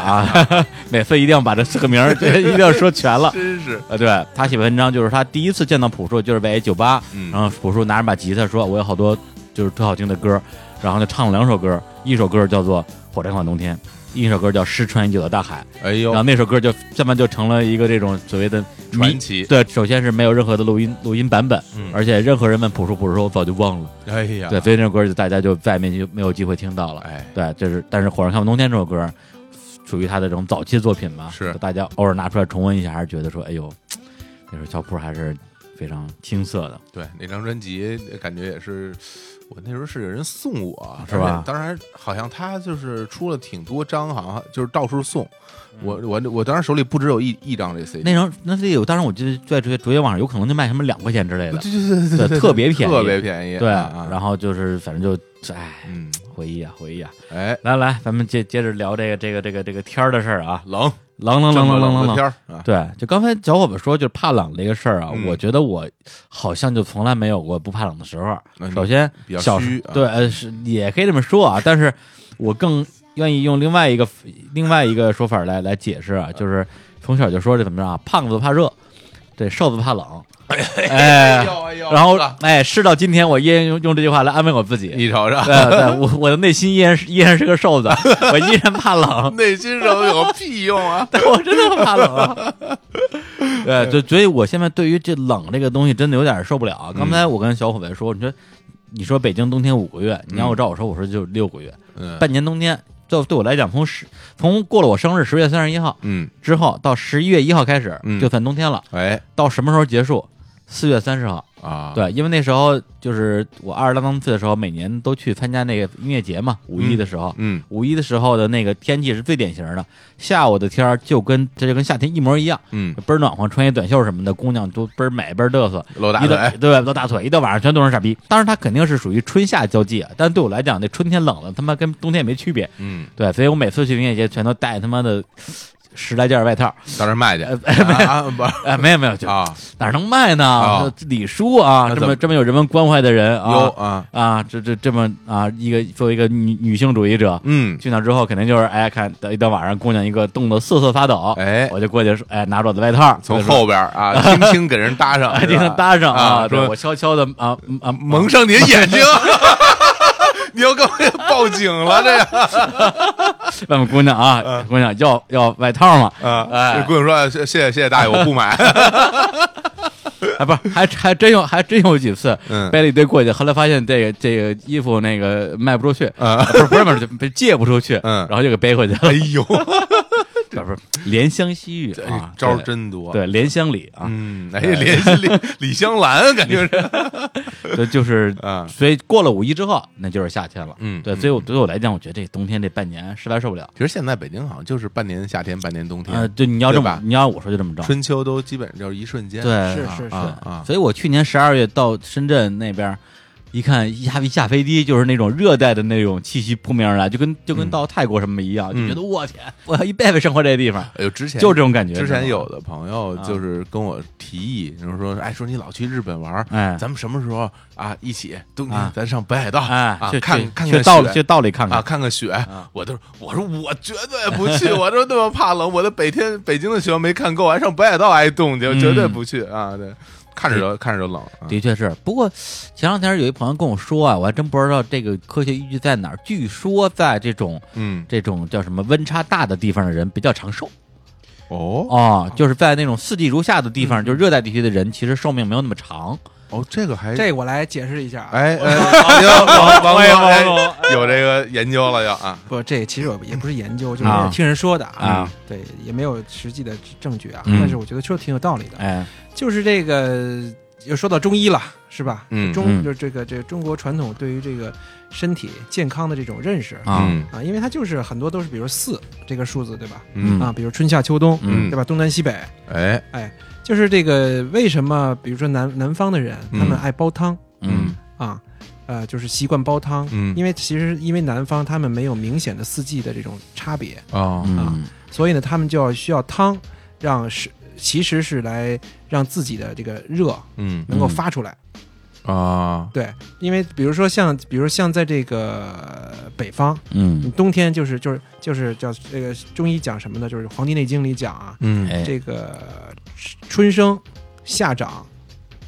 S1: 啊！ 每次一定要把这四个名 儿一定要说全了。
S2: 真是，
S1: 呃，对他写文章，就是他第一次见到朴树，就是在酒吧，
S2: 嗯
S1: 然后朴树拿着把吉他说：“我有好多就是特好听的歌。”然后就唱了两首歌，一首歌叫做《火柴款冬天》，一首歌叫《失传已久的大海》。
S2: 哎
S1: 然
S2: 呦
S1: 后，那首歌就这么就成了一个这种所谓的迷
S2: 传奇
S1: 对，首先是没有任何的录音录音版本，
S2: 嗯
S1: 而且任何人问朴树，朴树说我早就忘了。
S2: 哎呀，
S1: 对，所以这首歌就大家就再也没没有机会听到了。
S2: 哎，
S1: 对，就是但是《火上看冬天》这首歌，属于他的这种早期作品嘛，
S2: 是
S1: 大家偶尔拿出来重温一下，还是觉得说，哎呦，那时候小朴还是非常青涩的。
S2: 对，那张专辑感觉也是，我那时候是有人送我，
S1: 是吧
S2: 而且当然，好像他就是出了挺多张，好像就是到处送。我我我当时手里不只有一一张这 CD，
S1: 嗯那时候那是有，当时我记得在卓卓越网上有可能就卖什么两块钱之类的，
S2: 对对对
S1: 对特别便宜
S2: 特别便宜。
S1: 对。
S2: 啊
S1: 然后就是反正就哎，
S2: 嗯，
S1: 回忆啊，回忆啊。
S2: 哎，
S1: 来来，咱们接接着聊这个这个这个这个天儿的事儿啊，
S2: 冷
S1: 冷冷冷冷冷
S2: 冷
S1: 冷
S2: 天儿啊，
S1: 对，就刚才小伙伴说，就是怕冷这个事儿啊，
S2: 嗯
S1: 我觉得我好像就从来没有过不怕冷的时候。
S2: 那你
S1: 首先，
S2: 比较
S1: 小
S2: 虚
S1: 时
S2: 啊
S1: 对，呃，是也可以这么说啊，但是我更愿意用另外一个另外一个说法来来解释啊，就是从小就说这怎么着啊，胖子怕热，对，瘦子怕冷，哎，
S2: 呦哎呦
S1: 然后
S2: 呵
S1: 哎，事到今天，我依然用用这句话来安慰我自己。
S2: 你瞅瞅，
S1: 对啊对，我我的内心依然是依然是个瘦子，我依然怕冷，
S2: 内心上有个屁用啊！
S1: 但 我真的怕冷 啊。对，就所以，我现在对于这冷这个东西真的有点受不了
S2: 嗯
S1: 啊。刚才我跟小伙伴说，你说你说北京冬天五个月，你让我照我说，我说就六个月，
S2: 嗯
S1: 半年冬天。就对我来讲，从十从过了我生日十月三十一号
S2: 嗯，
S1: 之后到十一月一号开始，
S2: 嗯
S1: 就算冬天了。
S2: 哎，
S1: 到什么时候结束？四月三十号，
S2: 啊，
S1: 对，因为那时候就是我二十来岁的时候，每年都去参加那个音乐节嘛，五一的时候，
S2: 嗯，
S1: 五一的时候的那个天气是最典型的，下午的天儿就跟这就跟夏天一模一样，
S2: 嗯
S1: 倍儿暖和，穿一短袖什么的，姑娘都倍儿美倍儿嘚瑟，
S2: 露大
S1: 一
S2: 腿
S1: 到对露大腿，一到晚上全都是傻逼。当然，他肯定是属于春夏交际，啊但是对我来讲，那春天冷了，他妈跟冬天也没区别。
S2: 嗯，
S1: 对，所以我每次去音乐节全都带他妈的十来件外 套，
S2: 到那儿卖去
S1: 呃
S2: 啊，啊不是
S1: 哎，没有没有，就
S2: 啊，
S1: 哪能卖呢？
S2: 啊
S1: 这李叔啊，
S2: 那
S1: 这
S2: 怎么
S1: 么这么有人文关怀的人
S2: 有
S1: 啊
S2: 啊，
S1: 啊，这这这么啊，一个作为一个女女性主义者，
S2: 嗯，
S1: 去那之后肯定就是哎，看到一到晚上姑娘一个冻得瑟瑟发抖，
S2: 哎
S1: 我就过去说哎，拿着我的外套，
S2: 从
S1: 就说
S2: 后边儿 啊，轻轻给人搭上，
S1: 哎，
S2: 是
S1: 给
S2: 吧
S1: 他搭上
S2: 啊，
S1: 对
S2: 说
S1: 我悄悄的啊嗯啊
S2: 蒙上你的眼睛， 你要干嘛呀？报警了这样
S1: 问问姑娘啊，姑娘要要外套吗？
S2: 嗯啊？
S1: 哎
S2: 这姑娘说谢谢谢谢大爷，我不买。
S1: 啊，不是，还还真有，还真有几次，
S2: 嗯
S1: 背了一堆过去，后来发现这个这个衣服那个卖不出去，
S2: 啊
S1: 不是不是卖不出去，被借不出去，
S2: 嗯
S1: 然后就给背回去了，
S2: 哎呦，哎
S1: 不是怜香惜玉
S2: 这
S1: 啊，
S2: 招儿
S1: 对
S2: 真多。，
S1: 对怜香礼啊，
S2: 嗯，哎，联系李李香兰，感觉是
S1: 这呃就是
S2: 啊
S1: 所以过了五一之后，那就是夏天了，
S2: 嗯
S1: 对，
S2: 嗯
S1: 所以我对我来讲，我觉得这冬天这半年实在受不了，
S2: 其实现在北京好像就是半年夏天，半年冬
S1: 呃，
S2: 天，
S1: 就你要这么
S2: 对吧，
S1: 你要我说就这么着，
S2: 春秋都基本上就是一瞬间。
S1: 对，
S4: 是
S1: 啊
S4: 是是
S1: 啊
S2: 啊
S1: 所以我去年十二月到深圳那边儿，一看一下一下飞机就是那种热带的那种气息扑面而来，就跟就跟到泰国什么一样，
S2: 嗯
S1: 就觉得我天，我要一辈子生活这地方，
S2: 哎呦，之前
S1: 就这种感觉。
S2: 之前
S1: 是
S2: 有
S1: 吗，
S2: 的朋友就是跟我提议，就是说，哎，说你老去日本玩儿，
S1: 哎
S2: 咱们什么时候啊一起冬
S1: 啊
S2: 天咱上北海道
S1: 哎
S2: 啊，
S1: 去
S2: 看
S1: 去
S2: 看
S1: 去
S2: 看
S1: 道
S2: 雪
S1: 去道里看
S2: 啊，
S1: 看，
S2: 看看雪，我都我说我绝对不去，我说那么怕冷，我的北天北京的雪没看够，还上北海道挨冻去，我绝对不去啊！对，看着就看着就冷，啊
S1: 的确是。不过前两天有一朋友跟我说啊，我还真不知道这个科学依据在哪儿。据说在这种
S2: 嗯
S1: 这种叫什么温差大的地方的人比较长寿
S2: 哦
S1: 啊、就是在那种四季如夏的地方，就是热带地区的人，其实寿命没有那么长。
S2: 哦，这个还
S4: 这个我来解释一下啊，
S2: 哎哎，王王王
S1: 哎
S2: 哥
S1: 王
S2: 哎
S1: 总
S2: 有这个研究了要啊，
S4: 不，这其实我也不是研究，就是
S1: 啊
S4: 听人说的
S1: 啊，
S4: 对，也没有实际的证据啊，
S1: 嗯
S4: 但是我觉得说的挺有道理的，
S1: 哎，
S4: 就是这个又说到中医了，是吧？
S2: 嗯
S4: 中
S1: 嗯
S4: 就是这个这个中国传统对于这个身体健康的这种认识
S1: 啊，
S2: 嗯
S4: 啊，因为它就是很多都是比如四这个数字对吧？
S1: 嗯
S4: 啊，比如春夏秋冬，
S1: 嗯
S4: 对吧？东南西北，
S2: 哎
S4: 就是这个为什么比如说南南方的人
S2: 嗯
S4: 他们爱煲汤
S1: 嗯
S4: 啊，呃，就是习惯煲汤，
S2: 嗯
S4: 因为其实因为南方他们没有明显的四季的这种差别，
S2: 哦
S1: 嗯
S4: 所以呢，他们就要需要汤，让是其实是来让自己的这个热
S2: 嗯
S4: 能够发出来。
S2: 啊
S4: 对，因为比如说像，比如像在这个呃北方，你
S1: 嗯，
S4: 冬天就是就是就是叫这个中医讲什么呢？就是《黄帝内经》里讲啊，
S2: 嗯
S1: 哎，
S4: 这个春生、夏长、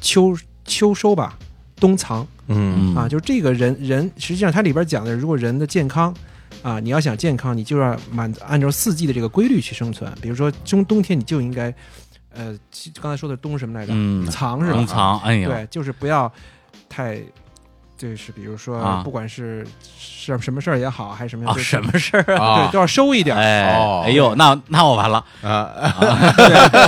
S4: 秋秋收吧，冬藏
S2: 嗯
S4: 啊，就这个人人实际上它里边讲的，如果人的健康。啊，你要想健康，你就要满按照四季的这个规律去生存。比如说中冬天，你就应该，呃，其刚才说的冬什么来着？
S1: 嗯
S4: 藏是吧？啊
S1: 冷藏，哎呀，
S4: 对，就是不要太，就是比如说，
S1: 啊
S4: 不管是什什么事儿也好，还是什么
S1: 啊，
S4: 就是
S1: 什么事儿啊？
S2: 啊
S4: 对，都要收一点儿。
S1: 哎
S2: 哦
S1: 哎呦，那那我完了，
S2: 啊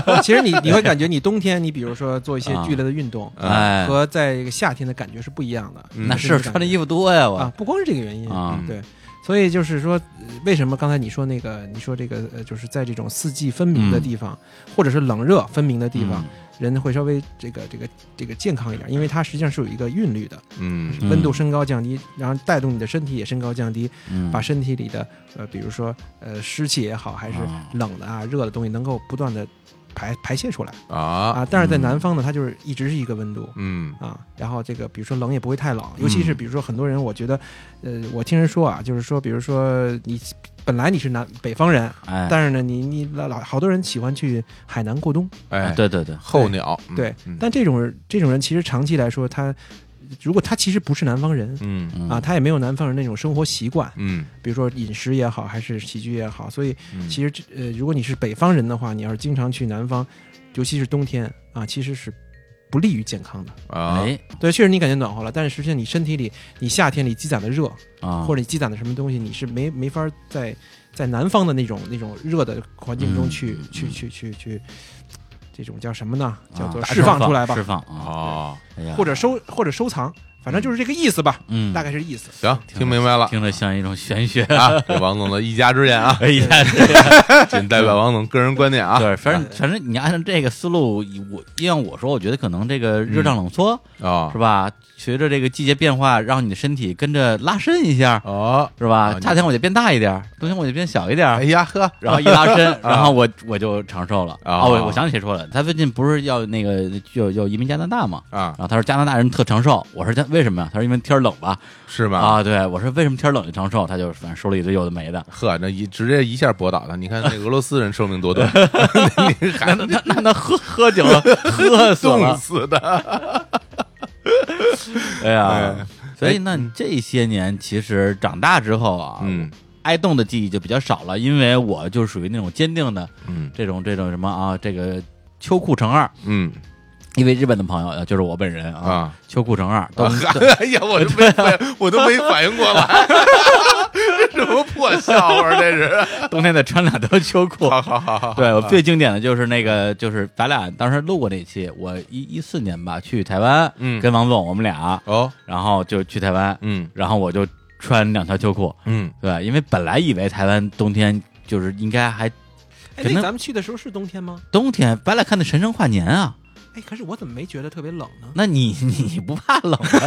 S4: 对，其实你你会感觉你冬天，你比如说做一些
S1: 啊
S4: 剧烈的运动，
S1: 哎，
S4: 和在这个夏天的感觉是不一样的。
S2: 嗯
S1: 那是穿的衣服多呀，我
S4: 啊，嗯不光是这个原因
S1: 啊
S4: 对。所以就是说，呃为什么刚才你说那个，你说这个，呃，就是在这种四季分
S1: 嗯
S4: 明的地方，或者是冷热分明的地方，人会稍微这个这个这个健康一点，因为它实际上是有一个韵律的。
S2: 嗯
S1: 嗯
S4: 温度升高降低，然后带动你的身体也升高降低，
S1: 嗯
S4: 把身体里的呃，比如说呃湿气也好，还是
S1: 啊
S4: 冷的啊、热的东西能够不断的排排泄出来
S2: 啊
S4: 啊。但是在
S1: 嗯
S4: 南方呢，它就是一直是一个温度。
S2: 嗯
S4: 啊，然后这个比如说冷也不会太冷，尤其是
S1: 嗯
S4: 比如说很多人，我觉得，呃，我听人说啊，就是说，比如说你本来你是南北方人，
S1: 哎，
S4: 但是呢，你你老老好多人喜欢去海南过冬，
S2: 哎
S1: 啊对对对，
S2: 候鸟
S4: 对，
S2: 嗯
S4: 但这种人这种人其实长期来说，他如果他其实不是南方人，
S2: 嗯
S1: 嗯
S4: 啊，他也没有南方人那种生活习惯，
S2: 嗯
S4: 比如说饮食也好，还是起居也好，所以
S2: 嗯
S4: 其实这呃，如果你是北方人的话，你要是经常去南方，尤其是冬天啊，其实是不利于健康的。
S2: 啊
S1: 哎
S4: 对，确实你感觉暖和了，但是实际上你身体里，你夏天里积攒的热，
S1: 啊，
S4: 或者你积攒的什么东西，你是没没法在在南方的那种那种热的环境中去、
S1: 嗯嗯
S4: 去去去去这种叫什么呢？
S1: 啊
S4: 叫做
S1: 大
S4: 释放出来吧
S1: 释，放啊，
S2: 哦，
S1: 哎呀
S4: 或者收或者收藏，反正就是这个意思吧，
S1: 嗯，
S4: 大概是意思。
S2: 行，听明白了
S1: 听着像一种玄学，
S2: 啊，这王总的一家之言啊，
S1: 哎呀，
S2: 仅代
S1: 嗯
S2: 表王总个人观点啊。
S1: 对，反正反正你按照这个思路，我要我说，我觉得可能这
S4: 嗯
S1: 个热胀冷缩、
S2: 啊
S1: 是吧？随着这个季节变化，让你的身体跟着拉伸一下，
S2: 哦，
S1: 是吧？
S2: 啊
S1: 夏天我就变大一点儿，冬天我就变小一点儿，
S2: 哎呀呵，
S1: 然后一拉
S4: 啊
S1: 伸，然后我我就长寿了。
S2: 啊
S1: 啊，我我想起谁说了，他最近不是要那个要要移民加拿大嘛？
S2: 啊
S1: 然后他说加拿大人特长寿，我说他为什么呀？他说因为天儿冷吧？
S2: 是吗？
S1: 啊，对，我说为什么天儿冷就长寿？他就反正说了一堆有的没 的。
S2: 呵，那一直接一下驳倒他。你看那俄罗斯人寿命 多短，你还
S1: 那那那那喝喝酒 了，喝死
S2: 冻
S1: 了，
S2: 死的。
S1: 哎
S2: 哎
S1: 呀！所以那这些年其实长大之后啊，
S2: 嗯
S1: 爱动的记忆就比较少了，因为我就属于那种坚定的
S2: 嗯
S1: 这种这种什么啊，这个秋裤乘二，
S2: 嗯
S1: 一位日本的朋友，呃就是我本人啊，
S2: 啊，
S1: 秋裤乘二，都
S2: 啊 呵哎呀，我都没反 应，我都没反应过来， 这什么破笑话？这是，
S1: 冬天得穿两条秋裤。
S2: 好好好好，
S1: 对我最经典的就是那个，就是咱俩当时录过那期，我一一四年吧去台湾，
S2: 嗯
S1: 跟王总我们俩，
S2: 哦，
S1: 然后就去台湾，
S2: 嗯
S1: 然后我就穿两条秋裤，
S2: 嗯，
S1: 对，因为本来以为台湾冬天就是应该还
S4: 哎，
S1: 可
S4: 那
S1: 能
S4: 咱们去的时候是冬天吗？
S1: 冬天，咱俩看的《神圣跨年》啊，
S4: 哎，可是我怎么没觉得特别冷呢？
S1: 那你 你不怕冷啊？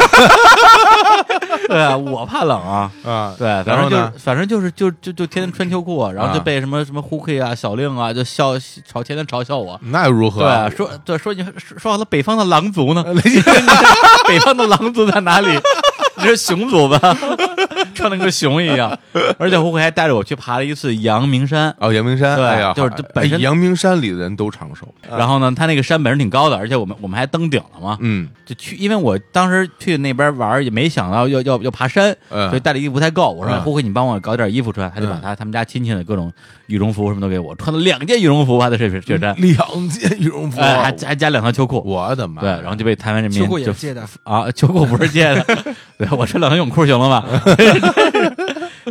S1: 对啊， 我怕冷啊。
S2: 啊，
S1: 对，反
S2: 然后
S1: 正
S2: 呢
S1: 就是，反正就是就就就天天穿秋裤啊，然后就
S2: 啊
S1: 被什么什么 Hooky 啊、小令啊就笑嘲天天嘲笑我。
S2: 那又如何？啊
S1: 对，啊说对说你说说好了，北方的狼族呢？北方的狼族在哪里？ 你是熊族吧？ 穿的跟熊一样，而且 Hooky 还带着我去爬了一次阳明山。
S2: 哦，阳明山，
S1: 对啊
S2: 哎呀，
S1: 就是这本身
S2: 哎阳明山里的人都长寿，
S1: 然后呢，它那个山本身挺高的，而且我们我们还登顶了嘛。
S2: 嗯
S1: 就去，因为我当时去那边玩儿也没想到要要要爬山，
S2: 嗯
S1: 所以带的衣服不太够。我说
S2: 嗯
S1: 胡慧，你帮我搞点衣服穿，他就把
S2: 嗯
S1: 他他们家亲戚的各种羽绒服什么都给我，穿了两件羽绒服，还在这雪山，
S2: 嗯两件羽绒服，
S1: 哎，还还加两条秋裤。
S2: 我的妈！
S1: 对，然后就被台湾人民
S4: 秋裤也
S1: 就是
S4: 借的，
S1: 啊， 秋裤不是借的，对我穿两条泳裤行了吧？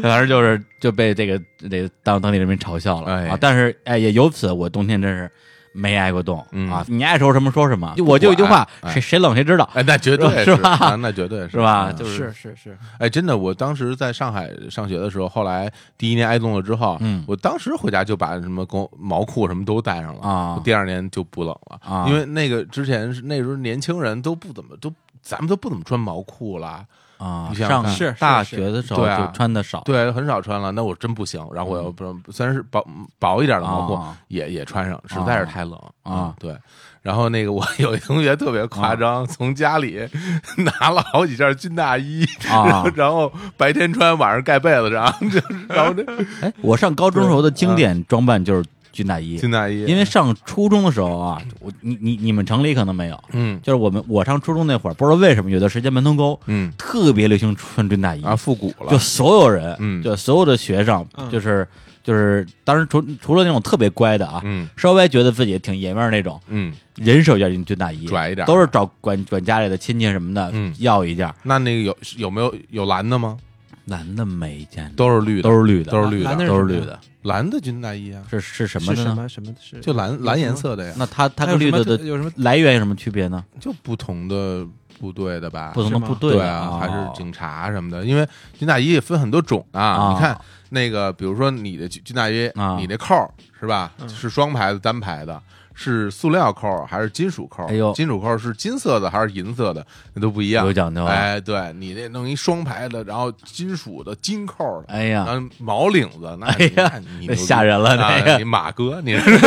S1: 反正就是就被这个这个当当地人民嘲笑了、
S2: 哎
S1: 啊。但是哎，也由此我冬天真是没挨过冻、
S2: 嗯
S1: 啊。你爱说什么说什么，就
S2: 不
S1: 我就一句话，
S2: 管哎
S1: 谁谁冷谁知道。
S2: 哎，那绝对
S1: 是吧
S2: 啊那绝对是
S1: 是吧？
S2: 嗯
S1: 就是
S4: 是是，
S2: 哎，真的，我当时在上海上学的时候，后来第一年挨冻了之后，啊
S1: 嗯
S2: 我当时回家就把什么工毛裤什么都带上了
S1: 啊
S2: 我第二年就不冷了
S1: 啊
S2: 因为那个之前是那时候年轻人都不怎么都。咱们都不怎么穿毛裤了，
S1: 啊，
S2: 你想
S1: 上
S2: 想看
S4: 是是
S1: 大
S4: 是
S1: 学的时候
S2: 对啊
S1: 就穿的少，
S2: 对，很少穿了。那我真不行，然
S1: 嗯
S2: 后我要不然虽然是薄薄一点的毛裤，
S1: 啊
S2: 也也穿上，实在是太冷
S1: 啊
S2: 嗯对，然后那个我 有一同学特别
S1: 哦
S2: 夸张，从家里 拿了好几件军大衣，
S1: 啊
S2: 然后然后白天穿，晚上盖被子，然后就是然后这
S1: 哎，我上高中时候的经典装扮就是军大衣，
S2: 嗯军大衣，
S1: 因为上初中的时候啊，我你你你们城里可能没有，
S2: 嗯
S1: 就是我们我上初中那会儿，不知道为什么有段时间门头沟
S2: 嗯
S1: 特别流行穿军大衣
S2: 啊复古
S1: 就
S2: 了，
S1: 所有人，
S2: 嗯
S1: 就所有的学生，
S4: 嗯
S1: 就是就是当时除除了那种特别乖的啊，
S2: 嗯
S1: 稍微觉得自己挺爷们儿那种，
S2: 嗯，
S1: 人手一件军大衣，
S2: 拽一点
S1: 都是找管管家里的亲戚什么的
S2: 嗯
S1: 要一件，
S2: 那那个有有没有有蓝的吗？
S1: 男的没见过，
S2: 都是绿的，
S1: 都是绿的，
S2: 都是绿的
S4: 蓝
S1: 都
S4: 的
S1: 是
S4: 什么
S1: 绿
S4: 呀
S1: 的，
S2: 蓝的军大衣啊，
S1: 是是什么
S4: 是
S1: 的
S4: 什
S1: 呢？
S4: 么什么是
S2: 就蓝蓝颜色的呀，
S1: 那它它
S4: 还
S1: 跟绿
S4: 有什么
S1: 的
S4: 特
S1: 的
S4: 有什么
S1: 来源有什么区别呢？
S2: 就不同的部队的吧，
S1: 嗯不同的
S4: 是吗
S1: 部队
S2: 啊，还是
S1: 哦
S2: 警察什么的，因为军大衣也分很多种啊。
S1: 啊
S2: 你看那个，比如说你的军军大衣
S1: 啊，
S2: 你那扣儿是吧？
S4: 嗯
S2: 是双排的、单排的，是塑料扣儿还是金属扣儿？
S1: 哎呦
S2: 金属扣儿是金色的还是银色的，那都不一样
S1: 有。讲究啊，
S2: 哎，对你那弄一双排的，然后金属的金扣儿的，
S1: 哎呀，
S2: 然后毛领子，那
S1: 哎呀
S2: 那你
S1: 那
S2: 牛逼
S1: 吓人了
S2: 啊
S1: 那个
S2: 你马 哥，你是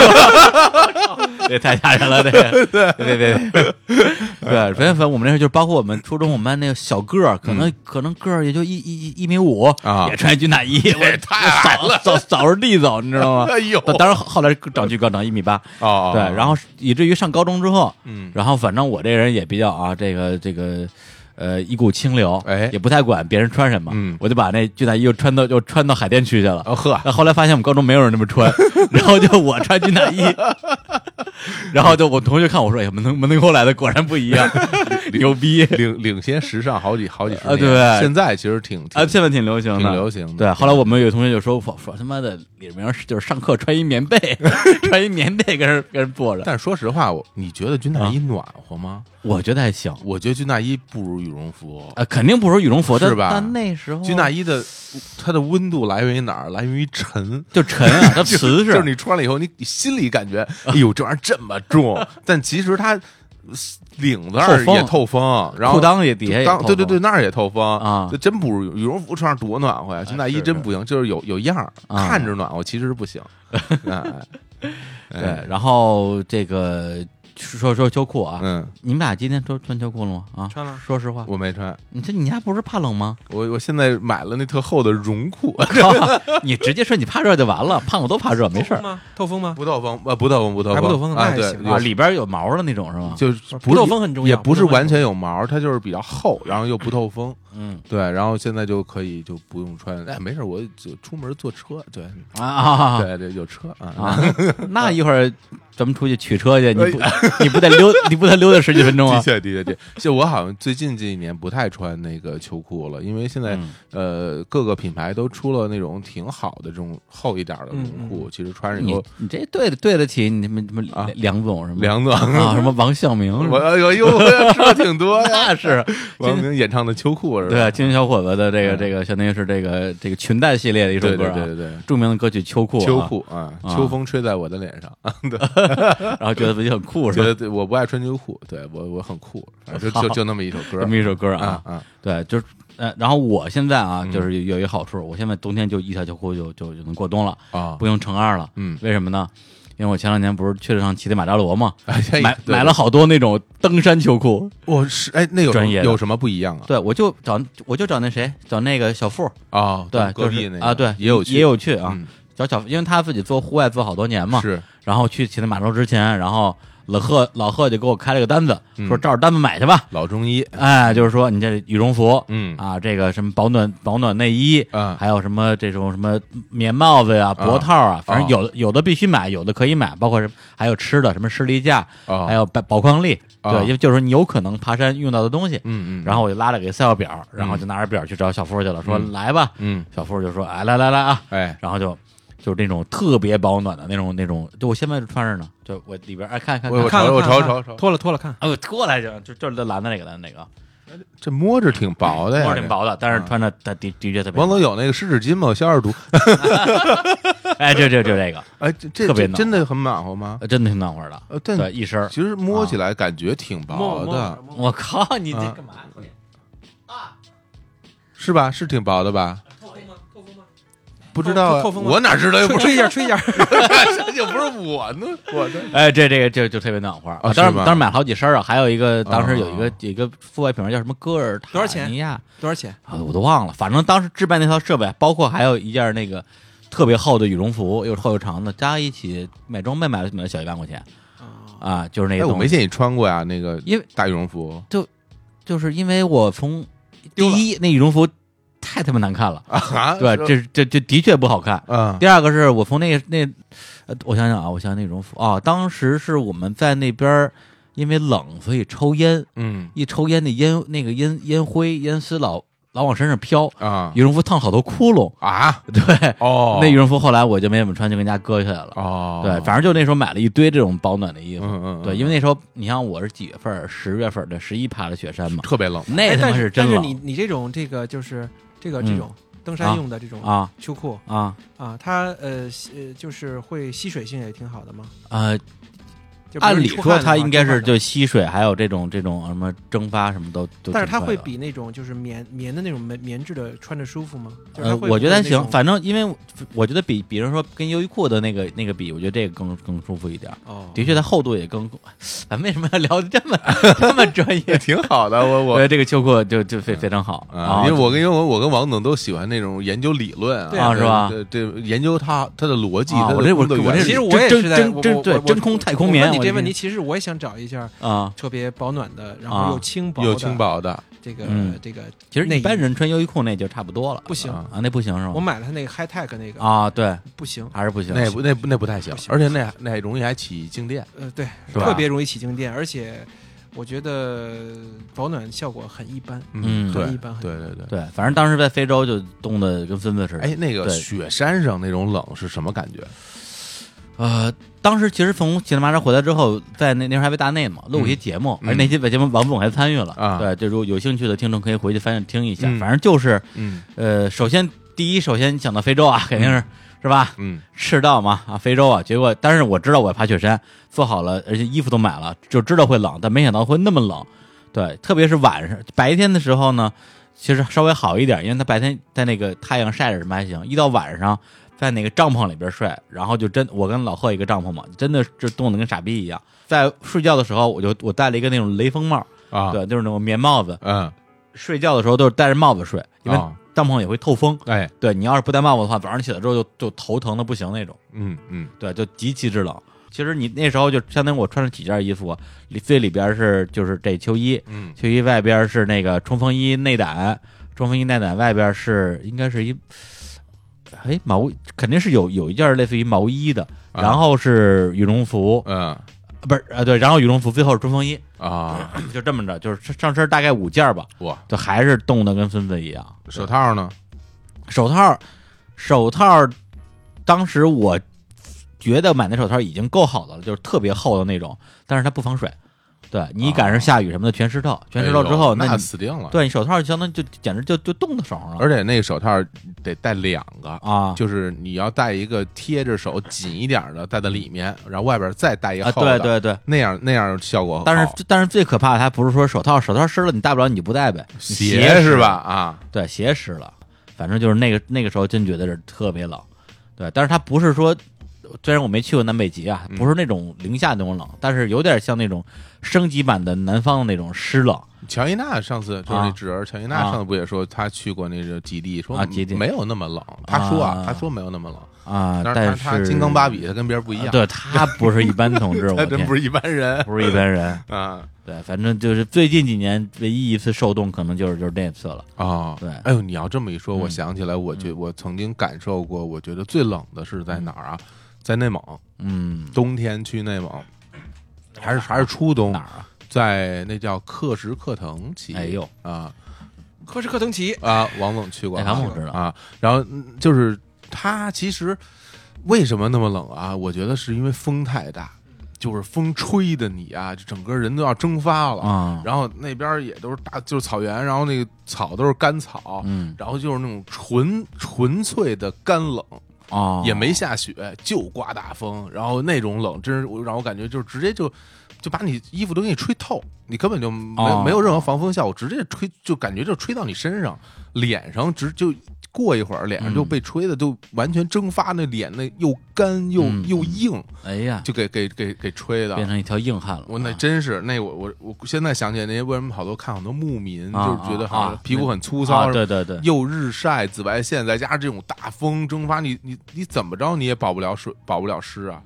S1: 这太吓人 了，这个，对对对对， 对，反正我们那时候就是，包括我们初中我们班那个小个儿，可能、可能个儿也就一一一一米五
S2: 嗯啊
S1: 也穿军大衣，我
S2: 也太矮
S1: 了，扫扫着地走，你知道吗？
S2: 哎呦
S1: 当然后后来长巨高，长一米八，
S2: 哦，
S1: 对，然后以至于上高中之后，
S2: 嗯
S1: 然后反正我这人也比较啊，这个这个。呃一股清流，
S2: 哎
S1: 也不太管别人穿什么，
S2: 嗯
S1: 我就把那巨大衣又穿到又穿到海淀区去了。
S2: 哦呵，
S1: 那后来发现我们高中没有人那么穿， 然后就我穿军大衣， 然后就我同学看我说：“哎呀，门头门头沟来的果然不一 样，牛逼
S2: 领领先时尚好几好几十
S1: 啊
S2: 年，
S1: 对
S2: 现在其实挺
S1: 啊！”
S2: 挺
S1: 现在挺流行的，
S2: 挺流行的
S1: 对，后来我们有同学就说：“我说他妈的，李明是就是上课穿一棉被， 穿一棉被跟人跟人坐着。
S2: 但是说实话，我你觉得军
S1: 啊
S2: 大衣暖和吗？”
S1: 我觉得还行，
S2: 我觉得军大衣不如羽绒服。
S1: 呃，肯定不如羽绒服，但
S2: 是吧
S1: 但那时候
S2: 军大衣的它的温度来源于哪儿？来源于沉。
S1: 就沉啊， 它瓷
S2: 就是
S1: 实，啊
S2: 你穿了以后，你你心里感觉，哎呦，这玩意儿这么 重，但其实它领子
S1: 透风
S2: 也透风，然后
S1: 裤裆也底下也
S2: 裆
S1: 透
S2: 对对对，
S1: 风
S2: 那儿也透风
S1: 啊
S2: 这真不如羽绒服穿上多暖和呀！军大衣
S1: 是
S2: 真不行，就是有有样儿，
S1: 啊
S2: 看着暖和，其实 不行。哎
S1: 对，，然后这个说说秋裤啊，
S2: 嗯，
S1: 你们俩今天穿穿秋裤了吗？啊，
S4: 穿了
S1: 说实话，
S2: 我没穿，
S1: 你这你家不是怕冷吗？
S2: 我我现在买了那特厚的绒裤，
S1: 你直接说你怕热就完了，胖我都怕热，没事
S4: 透
S1: 儿
S4: 风吗？透风吗？
S2: 不透风，呃，不透风，不透
S4: 还
S2: 风，
S4: 不透风
S2: 啊，
S4: 那
S2: 对
S4: 还行，
S1: 啊，
S2: 有
S1: 里边有毛的那种是吗？
S2: 就是
S4: 不
S2: 不
S4: 透风很重要，
S2: 也不是
S4: 透风
S2: 完
S4: 很重
S2: 全有毛，它就是比较厚，然后又不透风。
S1: 嗯
S2: 对，然后现在就可以就不用穿，哎，没事，我就出门坐车，对，
S1: 啊啊
S2: 对对，有车啊，
S1: 啊！那一会儿咱们出去取车去，你不你不得溜你不得溜达十几分 钟
S2: 的
S1: 啊？
S2: 确的确的确，就我好像最近这一年不太穿那个秋裤了，因为现在
S1: 嗯
S2: 呃各个品牌都出了那种挺好的这种厚一点的绒裤，其实穿上以
S1: 你
S2: 后
S1: 你这对得对得起你们什么
S2: 啊
S1: 梁总什么
S2: 凉暖。
S1: 啊什么王向 明什
S2: 我
S1: 么，
S2: 哎呦呦，我吃的挺多 呀，
S1: 那是
S2: 王明演唱的秋裤是吧？
S1: 对精英小伙子的这个
S2: 嗯
S1: 这个相当于是这个这个裙带系列的一首
S2: 对
S1: 歌
S2: 对
S1: 啊，
S2: 对对对。
S1: 著名的歌曲《秋裤》啊，
S2: 秋裤啊，
S1: 啊
S2: 秋风吹在我的脸上，啊
S1: 然后觉得自己很酷是
S2: 觉
S1: 吧？
S2: 得对我不爱穿秋裤，对我我很酷，反正 就就就那么一首歌
S1: 这么一首歌
S2: 啊啊，
S1: 对，就是呃，然后我现在啊，
S2: 嗯
S1: 就是有一个好处，我现在冬天就一条秋裤就就就能过冬了，
S2: 啊，
S1: 不用乘二了。
S2: 嗯，
S1: 为什么呢？因为我前两年不是去了趟乞力马扎罗嘛，
S2: 哎
S1: 买
S2: 对
S1: 买了，好多那种登山秋裤。
S2: 我是哎，那有什么
S1: 专业的
S2: 有什么不一样啊？
S1: 对，我就找我就找那谁，找那个小付，
S2: 啊，
S1: 对，
S2: 隔
S1: 就是
S2: 壁那个
S1: 啊，对，
S2: 也有
S1: 也有去啊，
S2: 嗯
S1: 找小，因为他自己做户外做好多年嘛，
S2: 是
S1: 然后去乞力马扎罗之前，然后老贺老贺就给我开了个单子，
S2: 嗯
S1: 说照着单子买去吧。
S2: 老中医，
S1: 哎，就是说你这羽绒服，
S2: 嗯
S1: 啊，这个什么保暖保暖内衣，
S2: 啊
S1: 还有什么这种什么棉帽子呀、脖套啊，反正有的有的必须买，有的可以买，包括什么还有吃的，什么士力架，
S2: 啊
S1: 还有宝宝矿力，
S2: 啊
S1: 对，因为就是你有可能爬山用到的东西。
S2: 嗯嗯，
S1: 然后我就拉了个 Excel 表，然后就拿着表去找小夫去了，说来吧，
S2: 嗯
S1: 小夫就说哎来来来啊，
S2: 哎
S1: 然后就就是那种特别保暖的那种那种，就我现在就穿着呢，就我里边哎看看
S2: 我我
S1: 看，
S2: 瞅
S4: 看了
S2: 我
S4: 看
S2: 瞅
S4: 了
S2: 瞅瞅，
S4: 脱了脱了看，
S1: 哎我脱来就就就是蓝的那个蓝的那个，
S2: 这摸着挺薄的呀，
S1: 摸着挺薄的，但是
S2: 嗯
S1: 穿着它的的确特
S2: 这。
S1: 别
S2: 王总有那个湿纸巾吗？有消二毒，
S1: 哎，就就就这个，
S2: 哎，这这
S1: 特别
S2: 这
S1: 暖和
S2: 真的很暖和吗？
S1: 呃真的挺暖和的。
S2: 呃，但
S1: 对，一身儿。
S2: 其实摸起来感觉挺
S1: 啊
S2: 薄的，
S4: 摸
S1: 我靠，你这
S2: 啊
S1: 干嘛？
S2: 是吧？是挺薄的吧？不知道啊，
S4: 透透风吗
S2: 我哪
S1: 哎
S2: 知道？又不
S4: 吹
S2: 是
S4: 吹一下，吹一下，
S2: 又不是我呢， 我的
S1: 哎，这这个就就特别暖和
S2: 啊
S1: 当
S2: 是
S1: 然
S2: 吗
S1: 当时买了好几身儿啊，还有一个当时有一个
S2: 啊
S1: 有一个户外品牌叫什么戈尔塔
S4: 多少钱
S1: 尼亚
S4: 多少钱？
S1: 啊，我都忘了。反正当时置办那套设备，包括还有一件那个特别厚的羽绒服，又厚又长的，加一起买装备买了买了小一万块钱
S4: 哦
S1: 啊，就是那
S2: 哎，
S1: 个
S2: 我
S1: 东
S2: 没
S1: 西。
S2: 见你穿过呀，那个
S1: 因为
S2: 大羽绒服
S1: 就是因为我从
S4: 丢了
S1: 第一那羽绒服太他妈难看了，
S2: 啊，
S1: 对，
S2: 是
S1: 这这这的确不好看。
S2: 啊，
S1: 第二个是我从那那，呃我想想啊，我想想那种服啊，当时是我们在那边儿因为冷，所以抽烟，
S2: 嗯
S1: 一抽烟那烟那个烟烟灰烟丝老老往身上飘，
S2: 啊
S1: 羽绒服烫好多窟窿。
S2: 啊
S1: 对，
S2: 哦，
S1: 那羽绒服后来我就没怎么穿，就跟家搁下来了。
S2: 哦，
S1: 对，反正就那时候买了一堆这种保暖的衣服。
S2: 嗯嗯嗯
S1: 对，因为那时候你像我是几月份儿？十月份儿对，十一爬的雪山嘛，
S2: 特别冷
S1: 那
S4: 哎
S1: 他
S4: 但
S1: 妈
S4: 是
S1: 真
S4: 但是
S1: 冷
S4: 你你这种这个就是这个
S1: 嗯
S4: 这种登
S1: 啊
S4: 山用的这种
S1: 啊
S4: 秋裤
S1: 啊
S4: 啊，它呃吸呃就是会吸水性也挺好的嘛。
S1: 呃，
S4: 就比如
S1: 按理
S4: 你出汗
S1: 说
S4: 的话
S1: 它应该
S4: 出汗
S1: 是
S4: 的
S1: 就吸水，还有这种这种什么蒸发什么都，都
S4: 但
S1: 挺
S4: 是它
S1: 快
S4: 会
S1: 的
S4: 比那种就是棉棉的那种棉棉质的穿着舒服吗？就是它
S1: 呃，
S4: 会
S1: 我觉得还行，
S4: 反
S1: 反正因为我我觉得比，比如说跟优衣库的那个那个比，我觉得这个更更舒服一点儿。
S4: 哦，
S1: 的确，它厚度也更。 咱们为什么要聊的这么 这么专
S2: 也
S1: 业？
S2: 挺好的。我
S1: 我觉
S2: 我
S1: 得这个秋裤就就非非常好
S2: 啊，因为我跟因为我我跟王总都喜欢那种研究理论
S4: 对
S1: 啊
S2: 对
S1: 是吧
S2: 对，对研究它它的逻辑，
S1: 啊
S2: 它
S1: 我
S2: 的
S1: 这
S2: 工作
S1: 我
S2: 原
S1: 这
S2: 理
S4: 其实我
S1: 真
S4: 也
S1: 真
S4: 是在
S1: 真
S4: 我
S1: 真
S4: 我
S1: 对
S4: 我
S1: 真空太空棉
S4: 我问你
S1: 我
S4: 这
S1: 这
S4: 问
S1: 是
S4: 题，其实我也想找一下
S1: 啊
S4: 特别保暖的，然后
S1: 啊
S4: 又轻薄
S2: 有
S4: 的
S2: 轻薄的
S4: 这个、
S1: 嗯
S4: 这个
S1: 其实
S4: 内
S1: 一
S4: 衣
S1: 般人穿优衣库那就差不多了，
S4: 不行
S1: 啊，那不行是
S4: 我
S1: 吗？
S4: 买了他那个 high tech 那个
S1: 啊，对，
S4: 不行，
S1: 还是不行。
S2: 那不那不那不太行
S4: 不，行
S2: 而且那那容易还起静电。
S4: 呃，对，
S1: 是吧
S4: 特别容易起静电，而且我觉得保暖效果很一般。
S1: 嗯
S2: 对
S4: 很一般很
S2: 对对对。
S1: 对，反正当时在非洲就冻得跟孙子似的。
S2: 哎，那个
S1: 对
S2: 雪山上那种冷是什么感觉？
S1: 呃，当时其实从喜马拉雅回来之后，在那那时候还在大内嘛，录过一节目，
S2: 嗯
S1: 而那期节目王总还参与了。
S2: 啊
S1: 对，这如果有兴趣的听众可以回去翻听一下。
S2: 嗯
S1: 反正就是，
S2: 嗯
S1: 呃，首先第一，首先想到非洲啊，肯定是、是吧？
S2: 嗯，
S1: 赤道嘛啊，非洲啊。结果，但是我知道我要爬雪山，做好了，而且衣服都买了，就知道会冷，但没想到会那么冷。对，特别是晚上，白天的时候呢，其实稍微好一点，因为他白天在那个太阳晒着什么还行，一到晚上在那个帐篷里边睡，然后就真我跟老贺一个帐篷嘛，真的就冻得跟傻逼一样。在睡觉的时候，我就我戴了一个那种雷锋帽，
S2: 啊，
S1: 对，就是那种棉帽子，
S2: 嗯，
S1: 睡觉的时候都是戴着帽子睡，因为
S2: 啊
S1: 帐篷也会透风。
S2: 哎，
S1: 对你要是不戴帽子的话，早上起来之后就就头疼的不行那种。
S2: 嗯嗯，
S1: 对，就极其之冷。其实你那时候就相当于我穿了几件衣服，里最里边是就是这秋衣，
S2: 嗯，
S1: 秋衣外边是那个冲锋衣内胆，冲锋衣内胆外边是应该是一，哎毛肯定是有有一件类似于毛衣的，
S2: 啊
S1: 然后是羽绒服，
S2: 嗯
S1: 不是啊对，然后羽绒服最后是冲锋衣，
S2: 啊，
S1: 就这么着，就是上身大概五件吧，
S2: 哇，
S1: 就还是冻得跟孙子一样。
S2: 手套呢？
S1: 手套，手套，当时我觉得买那手套已经够好的了，就是特别厚的那种，但是它不防水。对你赶上下雨什么的，全湿透，全湿透之后，
S2: 哎呦那
S1: 你
S2: 死定了。，
S1: 对你手套相当于就简直就就冻到手上了
S2: 而且那个手套得戴两个，
S1: 啊！
S2: 就是你要戴一个贴着手紧一点的戴在里面，然后外边再戴一个
S1: 啊，
S2: 厚的，哦
S1: 对对对，
S2: 那样那样效果好。
S1: 但是但是最可怕的还不是说手套，手套湿了你戴不了你就不戴呗，你
S2: 鞋
S1: 湿
S2: 是吧？
S1: 了？
S2: 啊，
S1: 对，鞋湿了，反正就是那个那个时候真觉得是特别冷，对，但是它不是说，虽然我没去过南北极啊，
S2: 嗯
S1: 不是那种零下那种冷，但是有点像那种升级版的南方的那种湿冷
S2: 乔伊娜上次就是那纸人，乔伊娜上次不也说她去过那个极地，说
S1: 啊极地
S2: 没有那么冷。她说啊
S1: 啊，
S2: 她说没有那么冷，
S1: 啊，
S2: 但
S1: 但
S2: 是
S1: 是啊
S2: 她她金刚芭比，她跟别人不一样，
S1: 对他不是一般同志，
S2: 她
S1: 我
S2: 真
S1: 天
S2: 不，是一般人
S1: 不是一般人，
S2: 啊
S1: 对，反正就是最近几年唯一一次受冻，可能就是就是那次了，
S2: 哦，
S1: 对
S2: 哎呦，你要这么一说，我
S1: 嗯
S2: 想起来，我觉我曾经感受过，我觉得最冷的是在哪儿啊？在内蒙，
S1: 嗯，
S2: 冬天去内蒙，还是还是初冬
S1: 哪，儿啊？
S2: 在那叫克什克腾旗，
S1: 哎呦
S2: 啊
S4: 科什克腾奇，
S2: 啊，王总去过
S1: 哎，
S2: 啊，
S1: 咱们我知道，
S2: 啊，然后嗯就是它其实为什么那么冷啊？我觉得是因为风太大，就是风吹的你啊，就整个人都要蒸发了。
S1: 啊，
S2: 然后那边也都是大，就是草原，然后那个草都是干草，
S1: 嗯，
S2: 然后就是那种纯纯粹的干冷，
S1: 哦，
S2: 也没下雪，就刮大风，然后那种冷，真是我让我感觉就是直接就。就把你衣服都给你吹透，你根本就没、
S1: 哦
S2: 没有任何防风效果，直接吹就感觉就吹到你身上，脸上直就过一会儿，脸上就被吹的就完全蒸发，那脸那又干又、
S1: 嗯
S2: 又硬，
S1: 哎呀，
S2: 就给给给给吹的，
S1: 变成一条硬汉了，
S2: 我那
S1: 啊
S2: 真是那我我我现在想起来那些为什么好多看好多牧民，
S1: 啊
S2: 就是觉得好
S1: 啊
S2: 像
S1: 啊
S2: 皮肤很粗
S1: 啊
S2: 糙，是吧
S1: 对对对，
S2: 又日晒紫外线，再加上这种大风蒸发，你你你怎么着你也保不了水，保不了湿啊。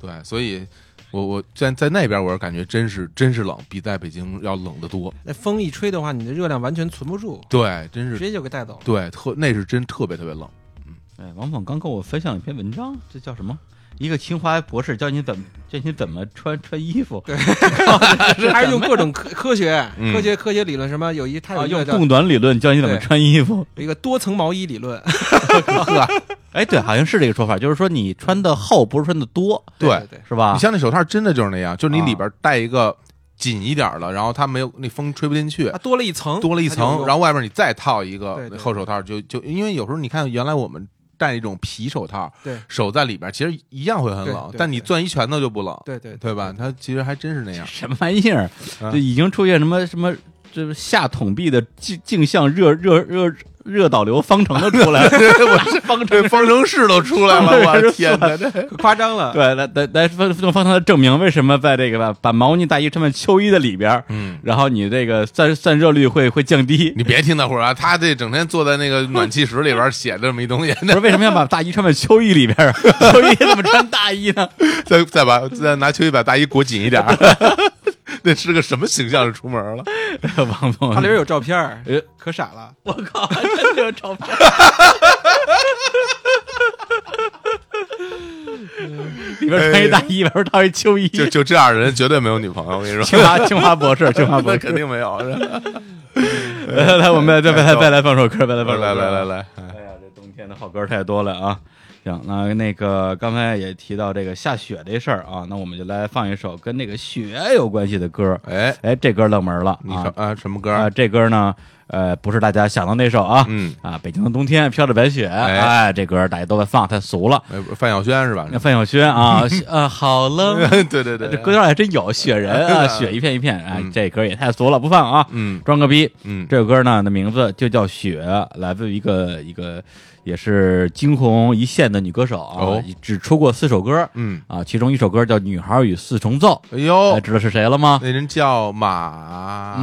S2: 对，所以我我在在那边我是感觉真是真是冷，比在北京要冷得多。
S4: 那风一吹的话，你的热量完全存不住，
S2: 对，真
S4: 直
S2: 是
S4: 接就给带走了。
S2: 对特那是真特别特别冷。
S1: 哎，王总刚跟我分享了一篇文章，这叫什么？一个清华博士教你怎么教你怎么穿穿衣服，
S4: 还是用各种科科学、
S2: 嗯
S4: 科学、科学理论什么？有一他有
S1: 啊，
S4: 一个
S1: 用
S4: 叫
S1: 供暖理论教你怎么
S4: 对
S1: 穿衣服。
S4: 有一个多层毛衣 理论，
S1: 哎，对，好像是这个说法，就是说你穿的厚，不是穿的多，
S4: 对对，
S1: 是吧
S2: 你？像那手套真的就是那样，就是你
S1: 啊
S2: 里边带一个紧一点的，然后它没有那风吹不进去
S4: 它，多了一 层，
S2: 多了一
S4: 啊它就
S2: 层，
S4: 有
S2: 然后外边你再套一
S4: 对
S2: 个
S4: 对
S2: 厚手套，就就因为有时候你看原来我们戴一种皮手套，
S4: 对
S2: 手在里边其实一样会很
S4: 对
S2: 冷，
S4: 对
S2: 但你
S4: 对
S2: 攥一拳头就不冷，
S4: 对对
S2: 对吧？它其实还真是那样，
S1: 什么玩意儿？
S2: 啊
S4: 嗯
S1: 就已经出现什么什么，这下桶壁的镜镜像热热热热导流方程都出来 了，
S2: 我
S1: 方程
S2: 这 方程式都出来了，我的天哪！这
S4: 对夸张了。
S1: 对，来来来，方用方程来证明为什么在这个吧，把毛呢大衣穿在秋衣的里边儿，
S2: 嗯，
S1: 然后你这个散散热率会会降低。
S2: 你别听那会儿啊，他这整天坐在那个暖气室里边写这么一东西，
S1: 不是为什么要把大衣穿在 秋衣里边儿？秋衣怎么穿大衣呢？
S2: 再再把再拿秋衣把大衣裹紧一点儿， 那是个什么形象就出门了？
S1: 王总，
S3: 它里边有照片儿
S1: 哎，
S3: 可傻了。
S1: 我 靠，真的有照片。里边穿一大衣，外边套一秋衣。
S2: 就就这样的人绝对没有女朋友，我跟你 说，
S1: 清华清华博士，清华博
S2: 那
S1: 士
S2: 肯定没有。是吧
S1: 来 来，我们再再再再来放首歌，再来放
S2: 来
S1: 首歌，
S2: 来来来 来，哎
S1: 哎呀，这冬天的好歌太多了啊！行，那那个刚才也提到这个下雪这事儿啊，那我们就来放一首跟那个雪有关系的歌。
S2: 哎，
S1: 哎，这歌冷门了
S2: 你说
S1: 啊！
S2: 啊什么歌？
S1: 啊，这歌呢，呃，不是大家想到那首啊，
S2: 嗯
S1: 啊，北京的冬天飘着白雪，
S2: 哎
S1: 哎，这歌大家都在放，太俗了。
S2: 哎范晓萱是吧？
S1: 那范晓萱 啊，呃，好冷，
S2: 对对对，
S1: 这歌单还真有雪人啊，雪一片一片，哎，这歌也太俗了，不放啊，
S2: 嗯
S1: 装个逼。
S2: 嗯，
S1: 这首歌呢的名字就叫《雪》，来自于一个一个也是惊鸿一现的女歌手啊，
S2: 哦
S1: 只出过四首歌，
S2: 嗯，
S1: 啊，其中一首歌叫《女孩与四重奏》，
S2: 哎
S1: 大家
S2: 呦，
S1: 知道是谁了吗？
S2: 那人叫马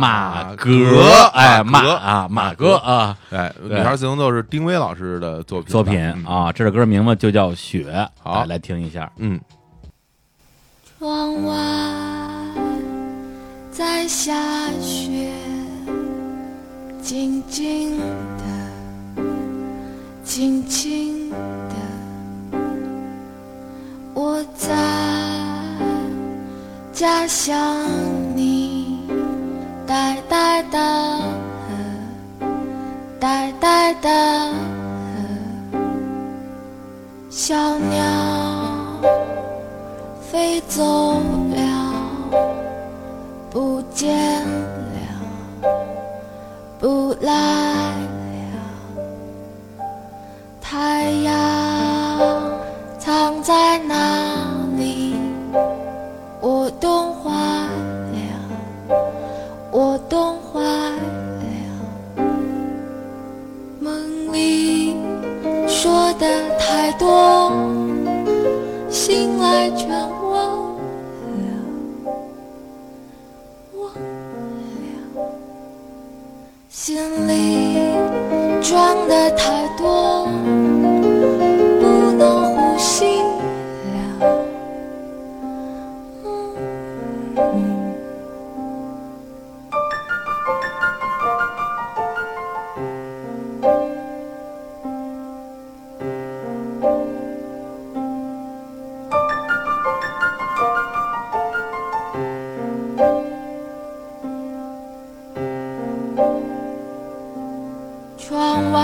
S1: 马
S2: 格，
S1: 哎，马
S2: 格，
S1: 啊，马哥啊，
S2: 哎，女
S1: 对
S2: 孩自行奏是丁薇老师的作品吧嗯
S1: 作品，啊，这首歌名字就叫《雪》，
S2: 好
S1: 哎来听一下。
S2: 嗯
S7: 窗外在下雪，静静的，静静的，我在家乡你，呆呆的和，呆呆的和，小鸟。飞走了，不见了，不来了。太阳藏在哪里？我冻坏了，我冻坏了。梦里说的太多。醒来全忘了，忘了，心里装的太多，不能呼吸了。嗯窗外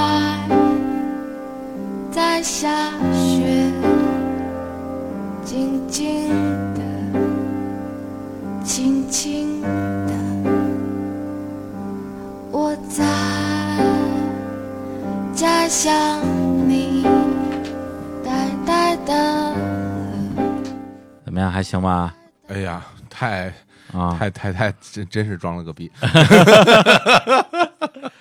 S7: 在下雪，静静的，轻轻的，我在家乡你，呆呆的。
S1: 怎么样？还行吧？
S2: 哎呀，太
S1: 啊，哎
S2: 太太太，真真是装了个逼。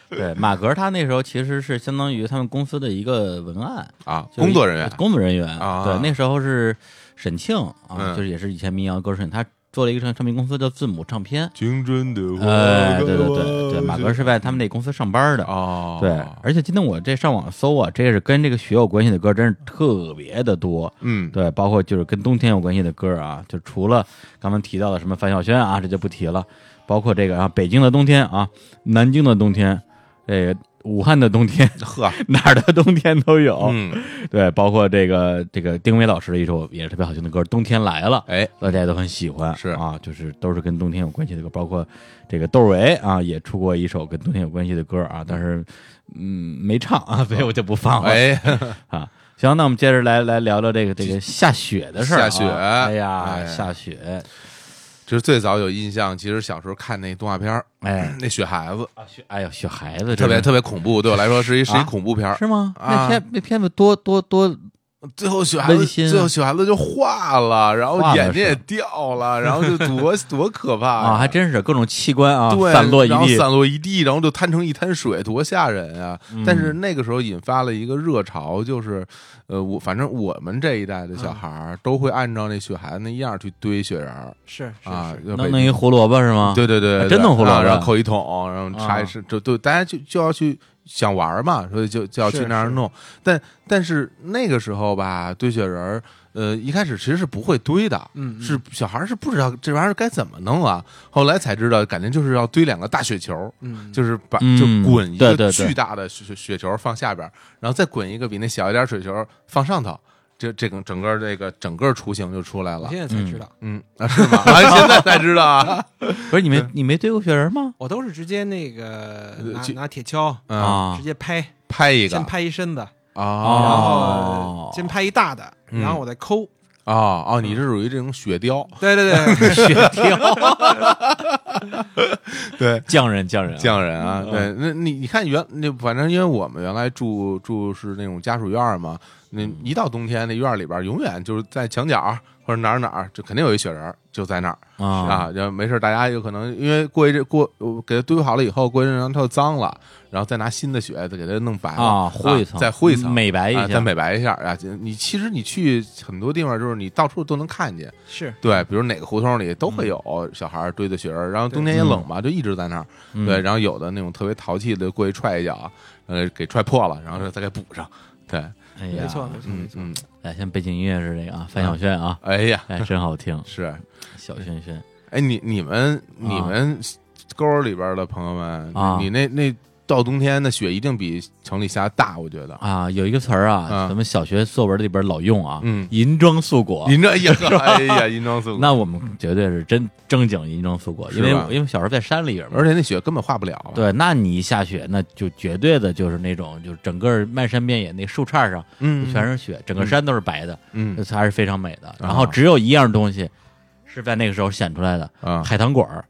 S1: 对，马格他那时候其实是相当于他们公司的一个文案
S2: 啊
S1: 就是
S2: 工作人员
S1: 工作人员
S2: 啊
S1: 对，那时候是沈庆啊，
S2: 嗯
S1: 就是也是以前民谣歌手，他做了一个唱唱片公司叫字母唱片。
S2: 青春的花
S1: 哎，对对对对，马格是在他们那公司上班的。
S2: 哦，
S1: 对，而且今天我这上网搜啊，这是跟这个雪有关系的歌，真是特别的多。
S2: 嗯，
S1: 对，包括就是跟冬天有关系的歌啊，就除了刚刚提到的什么范晓萱啊，这就不提了，包括这个啊，北京的冬天啊，南京的冬天，这个武汉的冬天，
S2: 呵，
S1: 哪儿的冬天都有。
S2: 嗯，
S1: 对，包括这个这个丁薇老师的一首也是特别好听的歌《冬天来了》，
S2: 哎，
S1: 大家都很喜欢，
S2: 是
S1: 啊，就是都是跟冬天有关系的歌，包括这个窦唯啊也出过一首跟冬天有关系的歌啊，但是嗯没唱啊，所以我就不放了、
S2: 哎，
S1: 啊。行，那我们接着来来聊聊这个这个下雪的事儿、啊。
S2: 下雪
S1: 哎呀，
S2: 哎
S1: 下雪，
S2: 就是最早有印象，其实小时候看那动画片儿，
S1: 哎
S2: 那雪孩子
S1: 啊雪，哎呀雪孩子
S2: 特
S1: 真
S2: 别
S1: 是
S2: 特别恐怖，对我来说是一是一
S1: 啊
S2: 恐怖片儿。
S1: 是吗？那
S2: 啊
S1: 片那片子多多多
S2: 最后雪孩子
S1: 温馨啊
S2: 最后雪孩子就化了，然后
S1: 化了
S2: 眼睛
S1: 是
S2: 也掉了，然后就多 多可怕
S1: 啊，还真是各种器官啊
S2: 哎对，
S1: 散落一
S2: 然后
S1: 地，
S2: 散落一地，然后就摊成一滩水，多吓人啊！
S1: 嗯
S2: 但是那个时候引发了一个热潮，就是，呃，我反正我们这一代的小孩儿都会按照那雪孩子那样去堆雪人儿
S4: 是是嗯
S2: 啊，就北
S1: 弄弄一胡萝卜是吗？
S2: 对对对，
S1: 还
S2: 对
S1: 真弄胡萝卜
S2: 啊然后扣一桶，然后插一
S1: 啊
S2: 是，就对，大家就就要去想玩儿嘛，所以就就要去
S4: 是
S2: 那儿
S4: 是
S2: 弄。但但是那个时候吧，堆雪人儿，呃，一开始其实是不会堆的，
S4: 嗯嗯
S2: 是小孩儿是不知道这玩意儿该怎么弄啊。后来才知道，感觉就是要堆两个大雪球儿，
S4: 嗯，
S2: 就是把
S1: 嗯
S2: 就滚一
S1: 对对
S2: 个
S1: 对
S2: 巨大的雪雪雪球放下边儿，然后再滚一个比那小一点儿水球放上头，这这个整个这个整个雏形就出来
S4: 我
S2: 了
S4: 现。在才知道，
S2: 嗯，啊是吗？ 啊，现在才知道啊。
S1: 不是你没你没堆过雪人吗？
S4: 我都是直接那个
S2: 呃
S4: 拿
S2: 去
S4: 拿铁锹
S2: 嗯，
S1: 啊
S4: 直接拍，
S2: 拍一个
S4: 先拍一身子，然
S2: 啊
S1: 哦
S4: 后先拍一大的，
S2: 嗯
S4: 然后我再抠。
S1: 啊
S2: 哦哦，你是属于这种雪雕，
S4: 对对 对，
S1: 雪条
S2: 对。
S1: 匠人匠人啊
S2: 匠人啊，
S1: 嗯
S2: 对，那你你看原那反正因为我们原来住住是那种家属院儿嘛，那
S1: 嗯
S2: 一到冬天那院儿里边儿永远就是在墙角儿或者哪儿哪儿，就肯定有一雪人儿就在那儿，
S1: 啊
S2: 啊，就没事儿，大家有可能因为过一阵过呃给它堆好了以后，过一阵然后它又脏了，然后再拿新的雪再给它弄白了
S1: 啊糊一层
S2: 再糊一层，
S1: 美白一
S2: 啊
S1: 下
S2: 再美白一下啊。就你其实你去很多地方，就是你到处都能看见，
S1: 嗯
S4: 是
S2: 对，比如哪个胡同里都会有小孩儿堆的雪人儿，然后冬天也冷嘛，就一直在那儿，
S1: 嗯
S2: 对，然后有的那种特别淘气的过去踹一脚，呃，给踹破了，然后再给补上，对，
S1: 哎呀
S4: 没错没错没
S2: 嗯
S4: 错。
S2: 嗯，
S1: 哎，像背景音乐是这个啊，范晓萱啊，
S2: 哎呀，，
S1: 哎，真好听
S2: 是，
S1: 小萱萱。
S2: 哎，你你们你们沟儿里边儿的朋友们，
S1: 啊
S2: 你那那到冬天那雪一定比城里下大，我觉得。
S1: 啊，有一个词儿啊，
S2: 嗯
S1: 咱们小学作文里边老用啊，
S2: 嗯
S1: 银装素裹。
S2: 您这哎 呀，哎呀，银装素裹，
S1: 那我们绝对是真正经银装素裹，因为
S2: 是吧
S1: 因为小时候在山里边嘛
S2: 而。且那雪根本化不了。，啊
S1: 对，那你一下雪，那就绝对的就是那种，就是整个漫山遍野那树杈上
S2: 嗯，
S1: 全是雪，整个山都是白的，
S2: 嗯
S1: 还是非常美的。然后只有一样东西是在那个时候显出来的，
S2: 啊，
S1: 海棠果儿，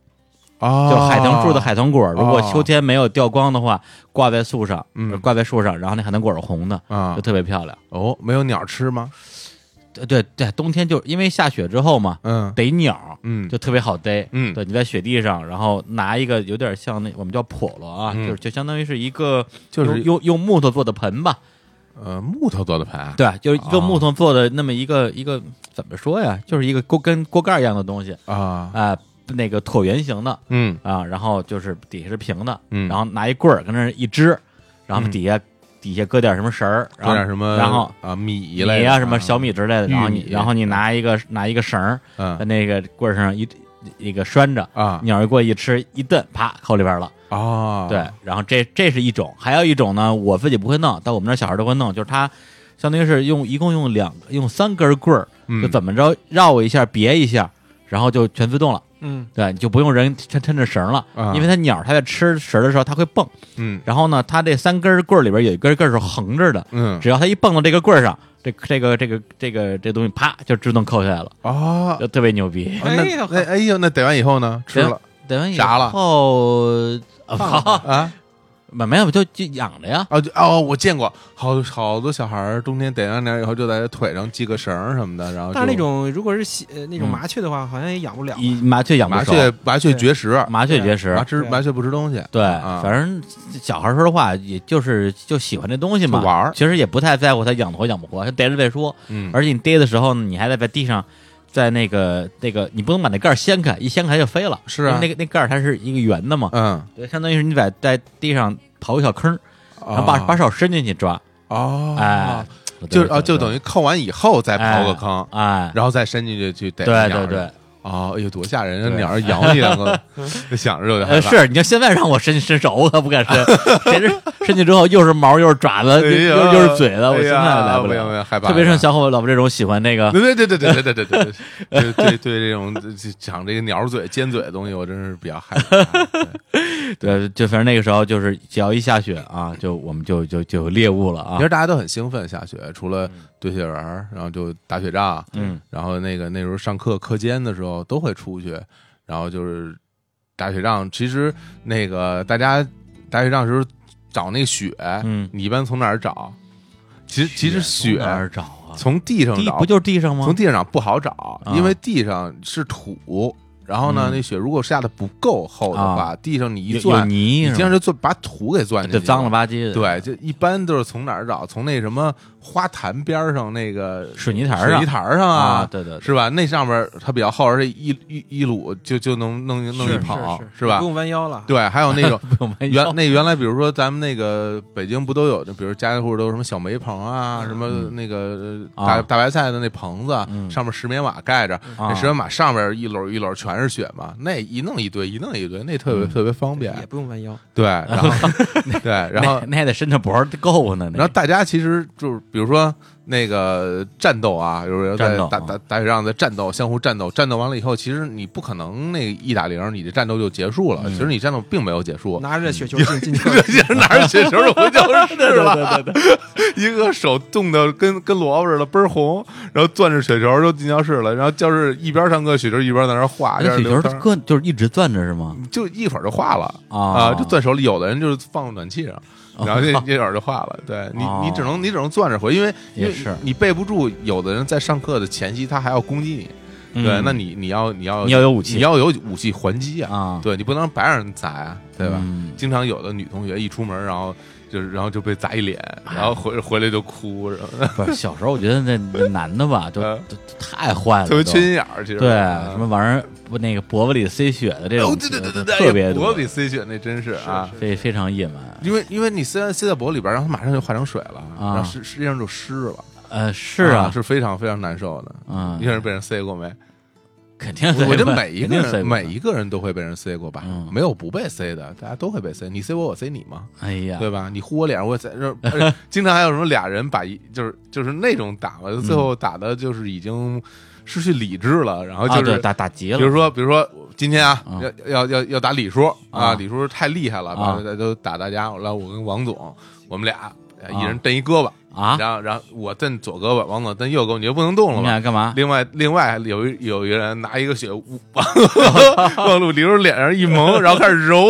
S2: 哦
S1: 就是海棠树的海棠果儿，如果
S2: 哦
S1: 秋天没有掉光的话，挂在树上，
S2: 嗯
S1: 挂在树上，然后那海棠果儿是红的，
S2: 啊
S1: 就，特别漂亮。
S2: 哦，没有鸟吃吗？
S1: 对对对，冬天就因为下雪之后嘛，
S2: 嗯
S1: 逮鸟
S2: 嗯，
S1: 就特别好逮。
S2: 嗯
S1: 对，你在雪地上，然后拿一个有点像那我们叫笸箩啊，
S2: 嗯
S1: 就是就相当于是一个
S2: 就是
S1: 用用用木头做的盆吧，
S2: 呃木头做的盆，
S1: 对，就是一
S2: 哦
S1: 个木头做的那么一个一个怎么说呀，就是一个锅跟锅盖一样的东西
S2: 啊，
S1: 啊、那个椭圆形的
S2: 嗯
S1: 啊，然后就是底下是平的，
S2: 嗯，
S1: 然后拿一棍儿跟那儿一支，然后
S2: 嗯
S1: 底下、底下搁点什么绳儿，然
S2: 搁
S1: 后
S2: 点什么，
S1: 然后
S2: 啊米类
S1: 米
S2: 的
S1: 啊什么小，米之类的，然后
S2: 玉
S1: 你
S2: 米
S1: 然后你拿一个拿一个绳儿。
S2: 嗯
S1: 在那个棍儿上一一个拴着，
S2: 啊
S1: 鸟一过一吃一蹬，啪扣里边了。
S2: 啊，
S1: 嗯对，然后这这是一种，还有一种呢，我自己不会弄，但我们那小孩都会弄，就是它相当于是用一共用两用三根棍儿，
S2: 嗯，
S1: 就怎么着绕一下别一下，然后就全自动了。
S4: 嗯，
S1: 对，你就不用人抻抻着绳了，
S2: 啊
S1: 因为它鸟它在吃食儿的时候它会蹦，
S2: 嗯
S1: 然后呢，它这三根棍儿里边有一根棍儿是横着的，
S2: 嗯
S1: 只要它一蹦到这个棍儿上，这这个这个这个这东西啪就自动扣下来了，
S2: 啊，
S1: 就特别牛逼。
S2: 啊那
S4: 哎呦
S2: 那哎呦，那逮完以后呢？吃 了
S1: 逮完以
S2: 炸了
S1: 后，啊好，
S2: 啊？
S1: 没没有就就养着呀。
S2: 哦就哦，我见过好好多小孩儿冬天逮完鸟以后，就在这腿上系个绳儿什么的，然后
S4: 但是那
S2: 就
S4: 种如果是喜呃那种
S1: 嗯
S4: 麻雀的话，好像也养不了。
S1: 一麻雀养不
S2: 麻
S1: 熟
S2: 雀麻雀绝食，
S1: 麻雀绝食
S2: 麻。吃
S4: 对
S2: 麻雀不吃东西，
S1: 对，
S2: 啊
S1: 反正小孩说的话，也就是就喜欢这东西嘛，
S2: 就玩儿
S1: 其实也不太在乎它养活养不活，先逮着再说。
S2: 嗯
S1: 而且你逮的时候呢，你还得在地上，在那个那个，你不能把那盖儿掀开，一掀开它就飞了。
S2: 是啊
S1: 因为那个那盖儿它是一个圆的嘛，
S2: 嗯，
S1: 对，相当于是你在在地上刨一小坑儿，然后把
S2: 哦
S1: 把手伸进去抓，
S2: 哦，
S1: 哎，
S2: 就啊就等
S1: 于
S2: 于扣完以后再刨个坑，
S1: 哎，
S2: 然后再伸进去去逮
S1: 对
S2: 鸟
S1: 对
S2: 儿
S1: 对。
S2: 哦，哎呦，多吓人！啊！
S1: 对
S2: 鸟儿咬你两个，就想着就得害
S1: 呃，
S2: 怕。
S1: 是，你要现在让我伸伸手，我可不敢 伸，谁知伸进之后又是毛又是爪子，又
S2: 哎呀，
S1: 又又是嘴的，我
S2: 哎
S1: 现
S2: 呀
S1: 在来
S2: 不行
S1: 了。
S2: 行害怕。
S1: 特别是
S2: 害怕嗯
S1: 小伙老婆这种喜欢那个，
S2: 对对对对对对对对对对对对对，这种这长这个鸟嘴、尖嘴的东西，我真是比较 害怕。对
S1: 对，就反正那个时候就是只要一下雪啊，就我们就就就有猎物了啊
S2: 其实。大家都很兴奋，下雪除了堆雪人儿，然后就打雪仗，
S1: 嗯，
S2: 然后那个那时候上课课间的时候都会出去，然后就是打雪仗。其实那个大家打雪仗的时候找那个雪，
S1: 嗯
S2: 你一般从哪儿找？其实其实
S1: 从
S2: 雪
S1: 哪儿找啊？
S2: 从地上
S1: 地
S2: 找
S1: 不，就是地上吗？
S2: 从地上找不好找，
S1: 啊
S2: 因为地上是土。然后呢，
S1: 嗯
S2: 那雪如果下的不够厚的话，
S1: 啊
S2: 地上你一
S1: 有有
S2: 钻，
S1: 泥
S2: 你
S1: 是
S2: 经
S1: 吗，
S2: 常就钻把土给钻进
S1: 对
S2: 去，
S1: 脏了。吧唧的。
S2: 对，就一般都是从哪儿找？从那什么花坛边儿上那个
S1: 水泥台儿
S2: 水泥
S1: 上
S2: 台儿上
S1: 啊，对对，对
S2: 是吧？那上面它比较厚，而且一一一撸就就能弄弄一
S4: 是
S2: 捧，
S4: 是
S2: 哦吧
S3: 不？用弯腰了。
S2: 对，还有那种
S1: 不 用弯
S2: 原
S1: 腰
S2: 那原来，比如说咱们那个北京不都有，就比如家家户户都有什么小煤棚啊，什么那个呃大
S1: 啊
S2: 大白菜的那棚子
S1: 嗯，
S2: 上面石棉瓦盖着，那
S1: 啊
S2: 石棉瓦上面一篓一篓全是雪嘛，那一弄一堆，一弄一堆，那特别
S1: 嗯
S2: 特别方便
S4: 也。不用弯腰，
S2: 对，然 后对，然后
S1: 那那还得伸着脖儿够呢，那
S2: 然后大家其实就是，比如说那个战斗啊，就是在
S1: 战斗
S2: 打打打雪仗，在战斗，相互战斗，战斗完了以后，其实你不可能那个一打零，你的战斗就结束了。
S1: 嗯
S2: 其实你战斗并没有结束，
S4: 拿着雪球进进球，
S2: 这是哪儿雪球的回 教室了？一个手冻得跟跟萝卜似的，倍儿红，然后攥着雪球就进教室了，然后教室一边上课雪球一边在那儿画，
S1: 那
S2: 这
S1: 哎雪球儿搁就是一直攥着是吗？
S2: 就一会儿就化了
S1: 啊哦
S2: 啊，就攥手里，有的人就是放暖气上，然后这这耳就化了。对你，你只能你只能攥着回，因为因
S1: 也
S2: 为
S1: 是
S2: 你背不住，有的人在上课的前夕他还要攻击你，对，
S1: 嗯
S2: 那你你要你要
S1: 你要有武器
S2: 你要有武器还击啊，
S1: 啊，
S2: 对你不能白让人砸呀，对吧？
S1: 嗯
S2: 经常有的女同学一出门，然后就是然后就被砸一脸，
S1: 哎
S2: 然后回回来就哭， 然后
S1: 不是小时候，我觉得那那男的吧，就
S2: 嗯
S1: 就就太坏了，
S2: 特别
S1: 都
S2: 缺心眼儿，其实
S1: 哎对
S2: 嗯
S1: 什么玩意儿不那个脖子里塞血的这种，
S2: 哦，对对对对对，
S1: 特别
S2: 脖
S1: 多
S2: 子，里塞血那真是啊，
S1: 非非常野蛮。
S2: 因为因为你塞在塞在脖里边，然后它马上就化成水了，
S1: 啊
S2: 然后实实际上就湿了。
S1: 呃，是啊，
S2: 啊，是非常非常难受的。
S1: 嗯
S2: 你有人被人塞过 没？
S1: 肯定塞
S2: 我
S1: 过，
S2: 觉得每一个
S1: 肯定塞
S2: 人
S1: 过
S2: 每一个人都会被人塞过吧
S1: 嗯，
S2: 没有不被塞的，大家都会被塞。你塞我，我塞你嘛，
S1: 哎呀，
S2: 对吧？你呼我脸上，我也塞。然后而且 经常还有什么俩人把一就是就是那种打嘛，最后打的就是已经失去理智了，然后
S1: 嗯啊，
S2: 就
S1: 对，
S2: 是
S1: 打打急
S2: 比如
S1: 了，
S2: 说，比如说今天啊，
S1: 啊
S2: 要要要要打李叔啊，
S1: 啊
S2: 李叔太厉害了，
S1: 啊
S2: 把都打大家。然后我跟王总，我们俩呃一人蹬一胳膊，
S1: 啊，
S2: 然后然后我蹬左胳膊，王总蹬右胳膊，你就不能动
S1: 你
S2: 了
S1: 们
S2: 吧
S1: 俩？干嘛？
S2: 另外，另外有一有一个人拿一个血 捂往陆李叔脸上一蒙，然后开始揉。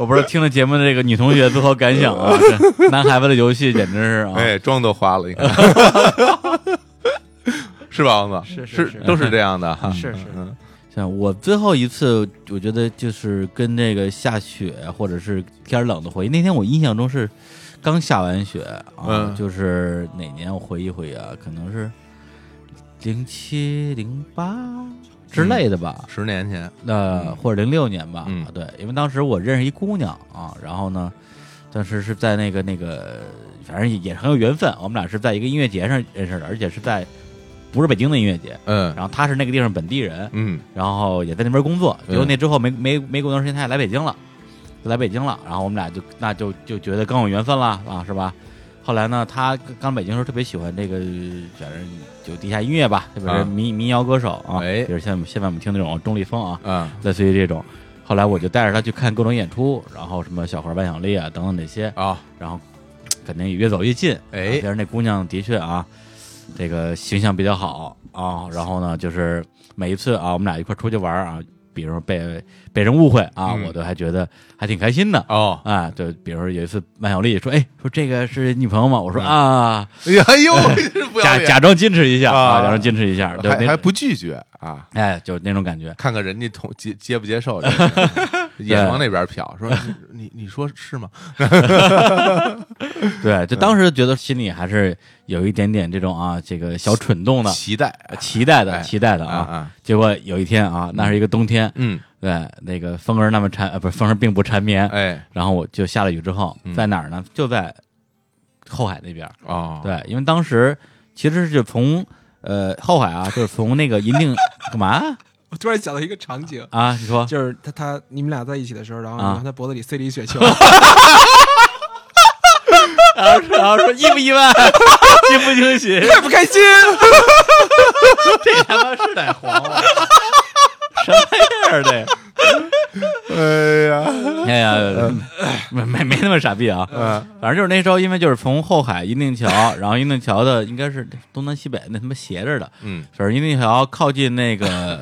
S1: 我不是听了节目的这个女同学自豪感想 啊，这男孩子的游戏简直是啊，
S2: 哎，妆都花了， 你看，是吧，王总？
S4: 是
S2: 是
S4: 是是
S2: 都是这样的哈。
S4: 是是
S2: 嗯，
S1: 像我最后一次，我觉得就是跟这个下雪或者是天儿冷的回忆。那天我印象中是刚下完雪啊，
S2: 嗯
S1: 就是哪年我回忆回忆啊，可能是零七零八之类的吧，
S2: 十年前，
S1: 那、或者零六年吧、
S2: 嗯
S1: 对，因为当时我认识一姑娘啊，然后呢，当时是在那个那个，反正也也很有缘分，我们俩是在一个音乐节上认识的，而且是在不是北京的音乐节，
S2: 嗯
S1: 然后她是那个地方本地人，
S2: 嗯
S1: 然后也在那边工作。
S2: 嗯
S1: 结果那之后没没没过多长时间，他也来北京了，就来北京了。然后我们俩就那就就觉得更有缘分了啊，是吧？后来呢，他刚刚北京的时候特别喜欢这个，反正就地下音乐吧，特别
S2: 啊
S1: 是民、民谣歌手啊，
S2: 哎
S1: 比如像现在我们听那种钟立风啊，
S2: 啊
S1: 类似于这种。后来我就带着他去看各种演出，然后什么小花万晓利啊等等这些，
S2: 啊，
S1: 然后肯定也越走越近。啊
S2: 哎
S1: 别人那姑娘的确啊，这个形象比较好啊。然后呢，就是每一次啊，我们俩一块儿出去玩儿啊，比如说被被人误会啊，
S2: 嗯
S1: 我都还觉得还挺开心的。
S2: 哦，
S1: 啊，对，比如说有一次，万晓利说：“哎，说这个是女朋友吗？”我说：“啊，
S2: 哎呀，哎 呦，这不要
S1: 假
S2: 脸，
S1: 假装矜持一下
S2: 啊
S1: 啊，假装矜持一下，对
S2: 还还
S1: 那
S2: 不拒绝啊？
S1: 哎，就是那种感觉。
S2: 看看人家同接接不接 受这个，眼往那边瞟，说你你你说是吗？
S1: 对，就当时觉得心里还是有一点点这种啊，这个小蠢动的、
S2: 期待
S1: 期待的、
S2: 哎
S1: 期待的
S2: 啊
S1: 啊。
S2: 啊，
S1: 结果有一天啊，那是一个冬天，
S2: 嗯，
S1: 对，那个风儿那么缠，呃，不是风儿并不缠绵。
S2: 哎
S1: 然后我就下了雨之后
S2: 嗯，
S1: 在哪儿呢？就在后海那边儿。
S2: 哦，
S1: 对，因为当时其实是从呃后海 啊，就是从那个银锭干嘛
S4: 我突然想到一个场景，
S1: 啊？你说
S4: 就是他他你们俩在一起的时候，然后
S1: 啊
S4: 然后他脖子里塞了一雪球，
S1: 然后说意不意外， 惊不惊喜？
S4: 开不开心？
S1: 这他妈是得黄了， 什么样儿的？
S2: 哎呀，
S1: 哎呀， 没没没那么傻逼啊！
S2: 嗯
S1: 反正就是那时候，因为就是从后海银 锭桥，然后银锭桥的应该是东南西北那他妈斜着的，
S2: 嗯
S1: 反正因为那条靠近那个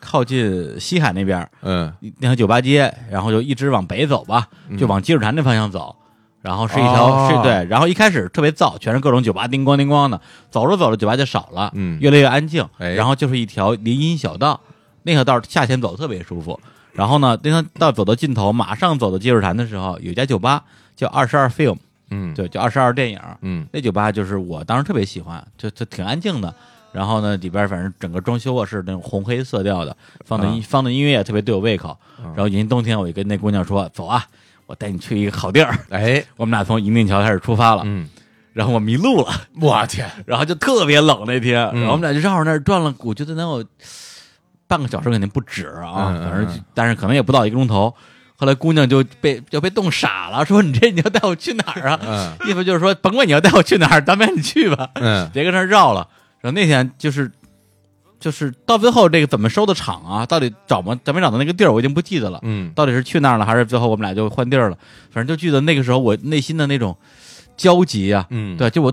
S1: 靠近西海那边儿
S2: 嗯，
S1: 那条酒吧街，然后就一直往北走吧，就往积水潭那方向走。然后是一
S2: 哦
S1: 条是对，然后一开始特别燥，全是各种酒吧叮咣叮咣的，走着走着酒吧就少了，
S2: 嗯
S1: 越来越安静。
S2: 哎
S1: 然后就是一条林荫小道，那条道夏天走特别舒服。然后呢，那条道走到尽头，马上走到积水潭的时候，有一家酒吧叫二十二 film，
S2: 嗯
S1: 对，叫二十二电影。
S2: 嗯
S1: 那酒吧就是我当时特别喜欢，就它挺安静的。然后呢，里边反正整个装修啊是那种红黑色调的，放的音、放的音乐也特别对我胃口。然后迎冬天，我就跟那姑娘说：“走啊，我带你去一个好地儿。
S2: 哎，”
S1: 我们俩从银锭桥开始出发了，
S2: 嗯，
S1: 然后我迷路了，
S2: 我天，
S1: 然后就特别冷那天，
S2: 嗯
S1: 然后我们俩就绕着那儿转了，我觉得能有半个小时肯定不止啊，
S2: 嗯嗯
S1: 反正就但是可能也不到一个钟头。后来姑娘就被就被冻傻了，说：“你这你要带我去哪儿啊？”
S2: 嗯
S1: 意思就是说，甭管你要带我去哪儿，咱们你去吧，
S2: 嗯
S1: 别跟这儿绕了。然后那天就是就是到最后这个怎么收的场啊？到底找没找没找到那个地儿，我已经不记得了。
S2: 嗯
S1: 到底是去那儿了，还是最后我们俩就换地儿了？反正就记得那个时候我内心的那种焦急啊，
S2: 嗯，
S1: 对，就我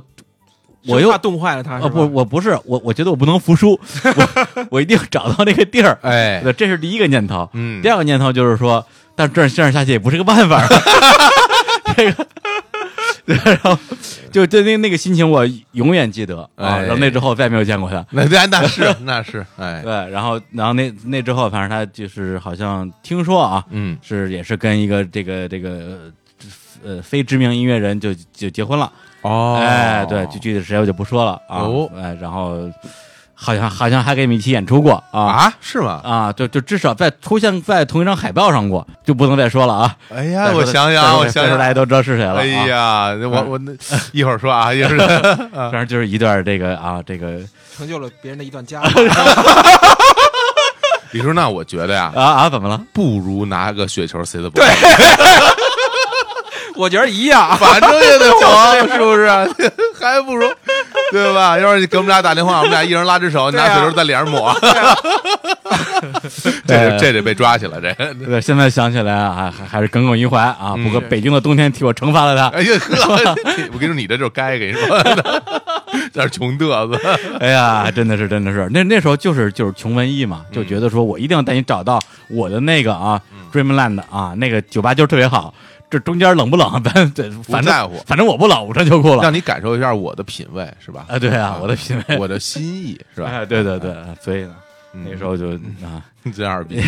S1: 我又
S4: 怕冻坏了他，
S1: 啊
S4: 是吧
S1: 不，我不是我，我觉得我不能服 输，我我一定要找到那个地儿。
S2: 哎，
S1: 对，这是第一个念头。
S2: 嗯
S1: 第，二个念头就是说，但这样这样下去也不是个办 法。这个，对，然后就就那那个心情，我永远记得啊。
S2: 哎
S1: 然后那之后再也没有见过他。
S2: 那那那是那是，哎，
S1: 对，然后然后那那之后，反正他就是好像听说啊，
S2: 嗯
S1: 是也是跟一个这个这个呃非知名音乐人就就结婚了。
S2: 哦
S1: 哎，对，具具体谁我就不说了啊。
S2: 哦
S1: 哎，然后好像好像还给你们一起演出过啊
S2: 啊，是吗？
S1: 啊，就就至少在出现在同一张海报上过，就不能再说了啊。
S2: 哎
S1: 再
S2: 呀，
S1: 说
S2: 我想
S1: 再
S2: 想，
S1: 说
S2: 我想
S1: 再说大
S2: 想，
S1: 家都知道是谁了。
S2: 哎
S1: 啊，
S2: 呀，我我那一会儿 说啊，一会儿
S1: 反正就是一段这个啊，这个
S4: 成就了别人的一段佳话。
S2: 李叔，那我觉得呀，
S1: 啊啊，怎么了？
S2: 不如拿个雪球塞的对，
S4: 我觉得一样，
S2: 反正也得 黄，啊是不是？ 还不如对吧？要是你给我们俩打电话， 我们俩一人拉只手，
S1: 啊
S2: 拿雪球在脸上抹， 这这得被抓起来，这
S1: 呃对，现在想起来啊，还还是耿耿于怀啊。不过
S2: 嗯
S1: 北京的冬天替我惩罚了他。
S2: 哎呀 呵，我跟你说，你这就是该跟你 说的，那是穷嘚瑟，
S1: 哎呀，真的是，真的是，那那时候就是就是穷文艺
S2: 嗯
S1: 嘛，就觉得说我一定要带你找到我的那个啊、Dreamland 啊，那个酒吧就是特别好。这中间冷不冷，咱对，反正
S2: 在乎
S1: 反正我不冷，我穿秋裤了。
S2: 让你感受一下我的品味，是吧？
S1: 啊，对啊，我的品味，
S2: 我的心意，是吧？
S1: 哎，对对对，所以呢，
S2: 嗯
S1: 那时候就啊，
S2: 真 二逼，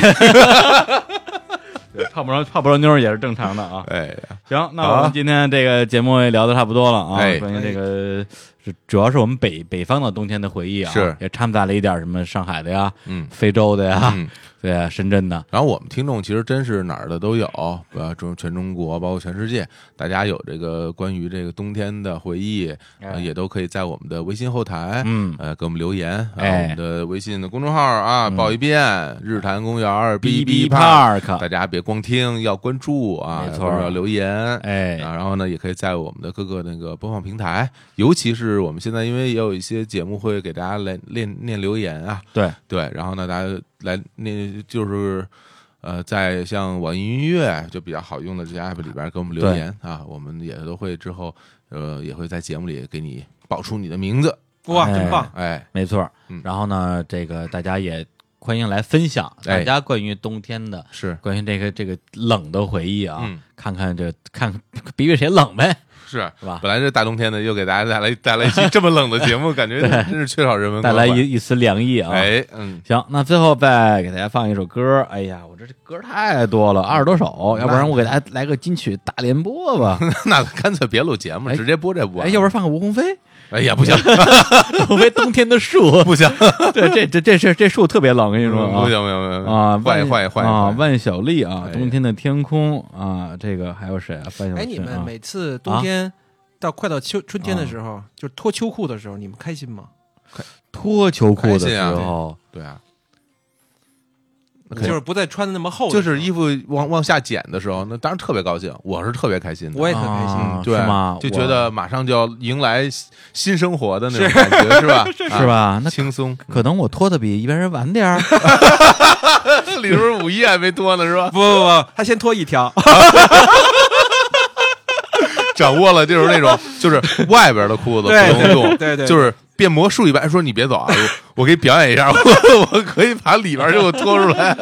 S1: 对泡不着泡不着妞儿也是正常的 啊。
S2: 哎呀，
S1: 行，那
S2: 好
S1: 我们今天这个节目也聊的差不多了啊，
S2: 哎
S1: 关于这个。是主要是我们北北方的冬天的回忆啊，
S2: 是
S1: 也掺杂了一点什么上海的呀、
S2: 嗯
S1: 非洲的呀，
S2: 嗯。
S1: 对啊，深圳的，
S2: 然后我们听众其实真是哪儿的都有，呃，中全中国包括全世界，大家有这个关于这个冬天的回忆，呃、
S1: 哎
S2: 也都可以在我们的微信后台，
S1: 嗯
S2: 呃，给我们留言，啊
S1: 哎嗯
S2: 我们的微信的公众号啊，报一遍，日坛公园 B
S1: BB
S2: B
S1: Park
S2: 大家别光听，要关注啊，
S1: 没错
S2: 或者要留 言，
S1: 哎
S2: 啊，然后呢，也可以在我们的各个那个播放平台，尤其是我们现在因为也有一些节目会给大家来念念留言啊，
S1: 对，
S2: 对，然后呢，大家来那就是。呃，在像网易云音乐就比较好用的这些 app 里边给我们留
S1: 对
S2: 言啊，我们也都会之后呃也会在节目里给你报出你的名字，
S4: 哇，真棒！
S2: 哎，
S1: 没错儿
S2: 嗯。
S1: 然后呢，这个大家也欢迎来分享
S2: 哎
S1: 大家关于冬天的、
S2: 是
S1: 关于这个这个冷的回忆啊，
S2: 嗯
S1: 看看这看看比比谁冷呗。
S2: 是
S1: 是吧
S2: 本来这大冬天的又给大家带来带来一期这么冷的节目，感觉真是缺少人文
S1: 带
S2: 关
S1: 来
S2: 怀
S1: 一一丝凉意啊。
S2: 哎，嗯，
S1: 行，那最后再给大家放一首歌。哎呀，我这歌太多了，二十多首，要不然我给大家来个金曲大联播吧。
S2: 那干脆别录节目，
S1: 哎
S2: 直接播这播。
S1: 哎，要不然放个吴鸿飞，
S2: 哎呀，不行
S1: 吴鸿飞《冬天的树》
S2: 不行，
S1: 对，这这这这这树特别冷，我跟你说啊。
S2: 不行，不行，不行
S1: 啊，
S2: 换一
S1: 万
S2: 换一换一
S1: 啊，
S2: 换一
S1: 万晓利啊，
S2: 哎
S1: 冬天的天空啊，这个还有谁啊？万晓利
S4: 哎，你们每次冬
S2: 啊
S4: 天到快到秋春天的时候，就是脱秋裤的时候，你们开心吗？
S1: 脱秋裤的
S2: 开心
S1: 时
S2: 啊
S1: 候，
S2: 对啊，
S4: 就是不再穿的那么厚的时
S2: 就
S4: 候，
S2: 是衣服往往下减的时候，那当然特别高兴，我是特别开心的。
S4: 我也特哎开心。
S1: 啊，
S2: 嗯对
S1: 是吗？
S2: 就
S1: 我
S2: 觉得马上就要迎来新新生活的那种感觉，是吧？啊
S1: 是吧？那
S2: 轻松，
S1: 可能我脱的比一般人晚点儿，
S2: 里边儿五一还没多呢，是吧？
S4: 不不不，他先脱一条，
S2: 掌握了就是那种，就是外边的裤子不
S4: 对
S2: 能动，
S4: 对对对
S2: 就是变魔术一般，说你别走啊，我我给你表演一下， 我我可以把里边儿就给我脱出来。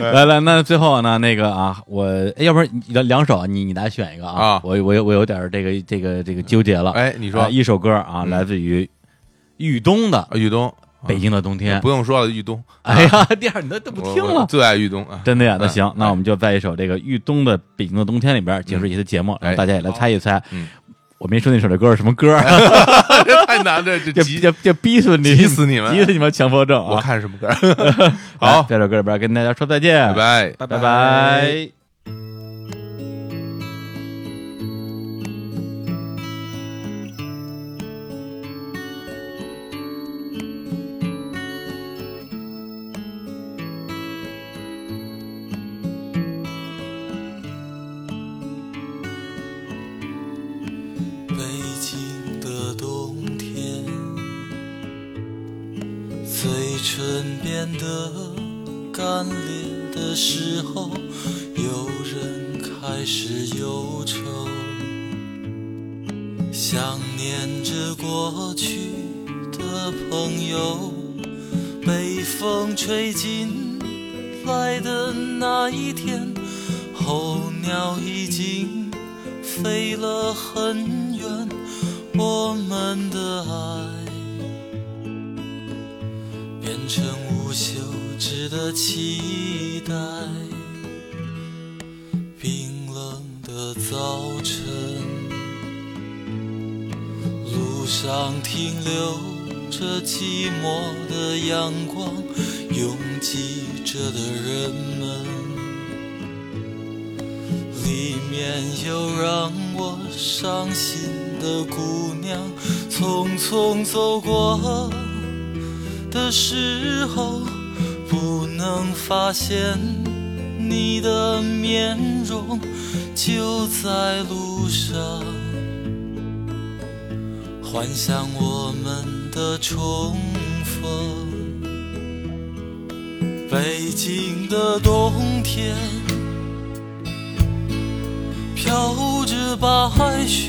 S1: 来来，那最后呢，那个啊，我哎要不然你两首啊，你你来选一个
S2: 啊
S1: 我我有我有点儿这个这个这个纠结了。
S2: 哎，你说
S1: 啊一首歌啊，来自于玉东的
S2: 啊，宇东，
S1: 《北京的冬天。
S2: 不用说了，玉东，
S1: 哎呀，第二你都都不听
S2: 我我
S1: 了。
S2: 最爱玉东啊。
S1: 真的呀，那
S2: 嗯
S1: 行，那我们就在一首这个玉东的《北京的冬天》里边结束这期的节目，
S2: 哎
S1: 让大家也来猜一猜
S2: 嗯，
S1: 我没说那首的歌是什么歌，
S2: 这 太难了，这
S1: 就
S2: 急。
S1: 就就逼死你，
S2: 急死你们
S1: 急死你们强迫症
S2: 我
S1: 啊！
S2: 看什么歌？
S1: 来
S2: 好，
S1: 在这首歌里边跟大家说再见，
S2: 拜拜。
S1: 拜拜。
S5: 北京的冬天，嘴唇变得干裂的时候，有人开始忧愁，想念着过去的朋友。被风吹进来的那一天，候鸟已经飞了很远，我们的爱变成无休止的期待。冰冷的早晨，路上停留着寂寞的阳光，拥挤着的人们。里面有让我伤心的姑娘，匆匆走过的时候，不能发现你的面容就在路上，幻想我们的重逢。北京的冬天。飘着白雪，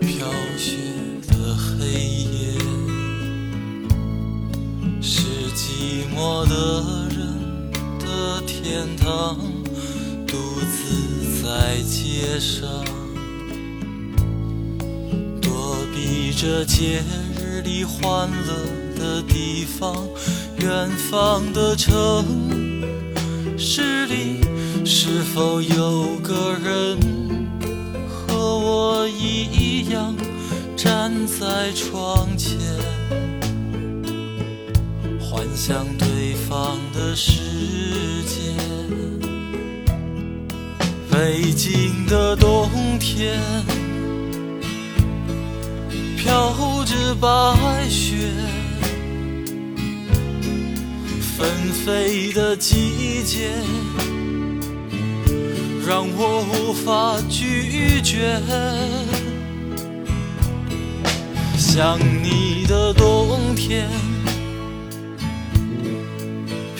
S5: 飘雪的黑夜。是寂寞的人的天堂，独自在街上，躲避着节日里欢乐的地方，远方的城市里是否有个人和我一样站在窗前？幻想对方的世界。北京的冬天，飘着白雪，纷飞的季节，让我无法拒绝。想你的冬天。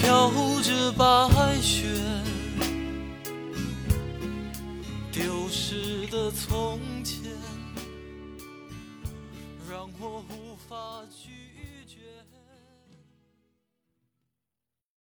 S5: 飘着白雪，丢失的从前，让我无法拒。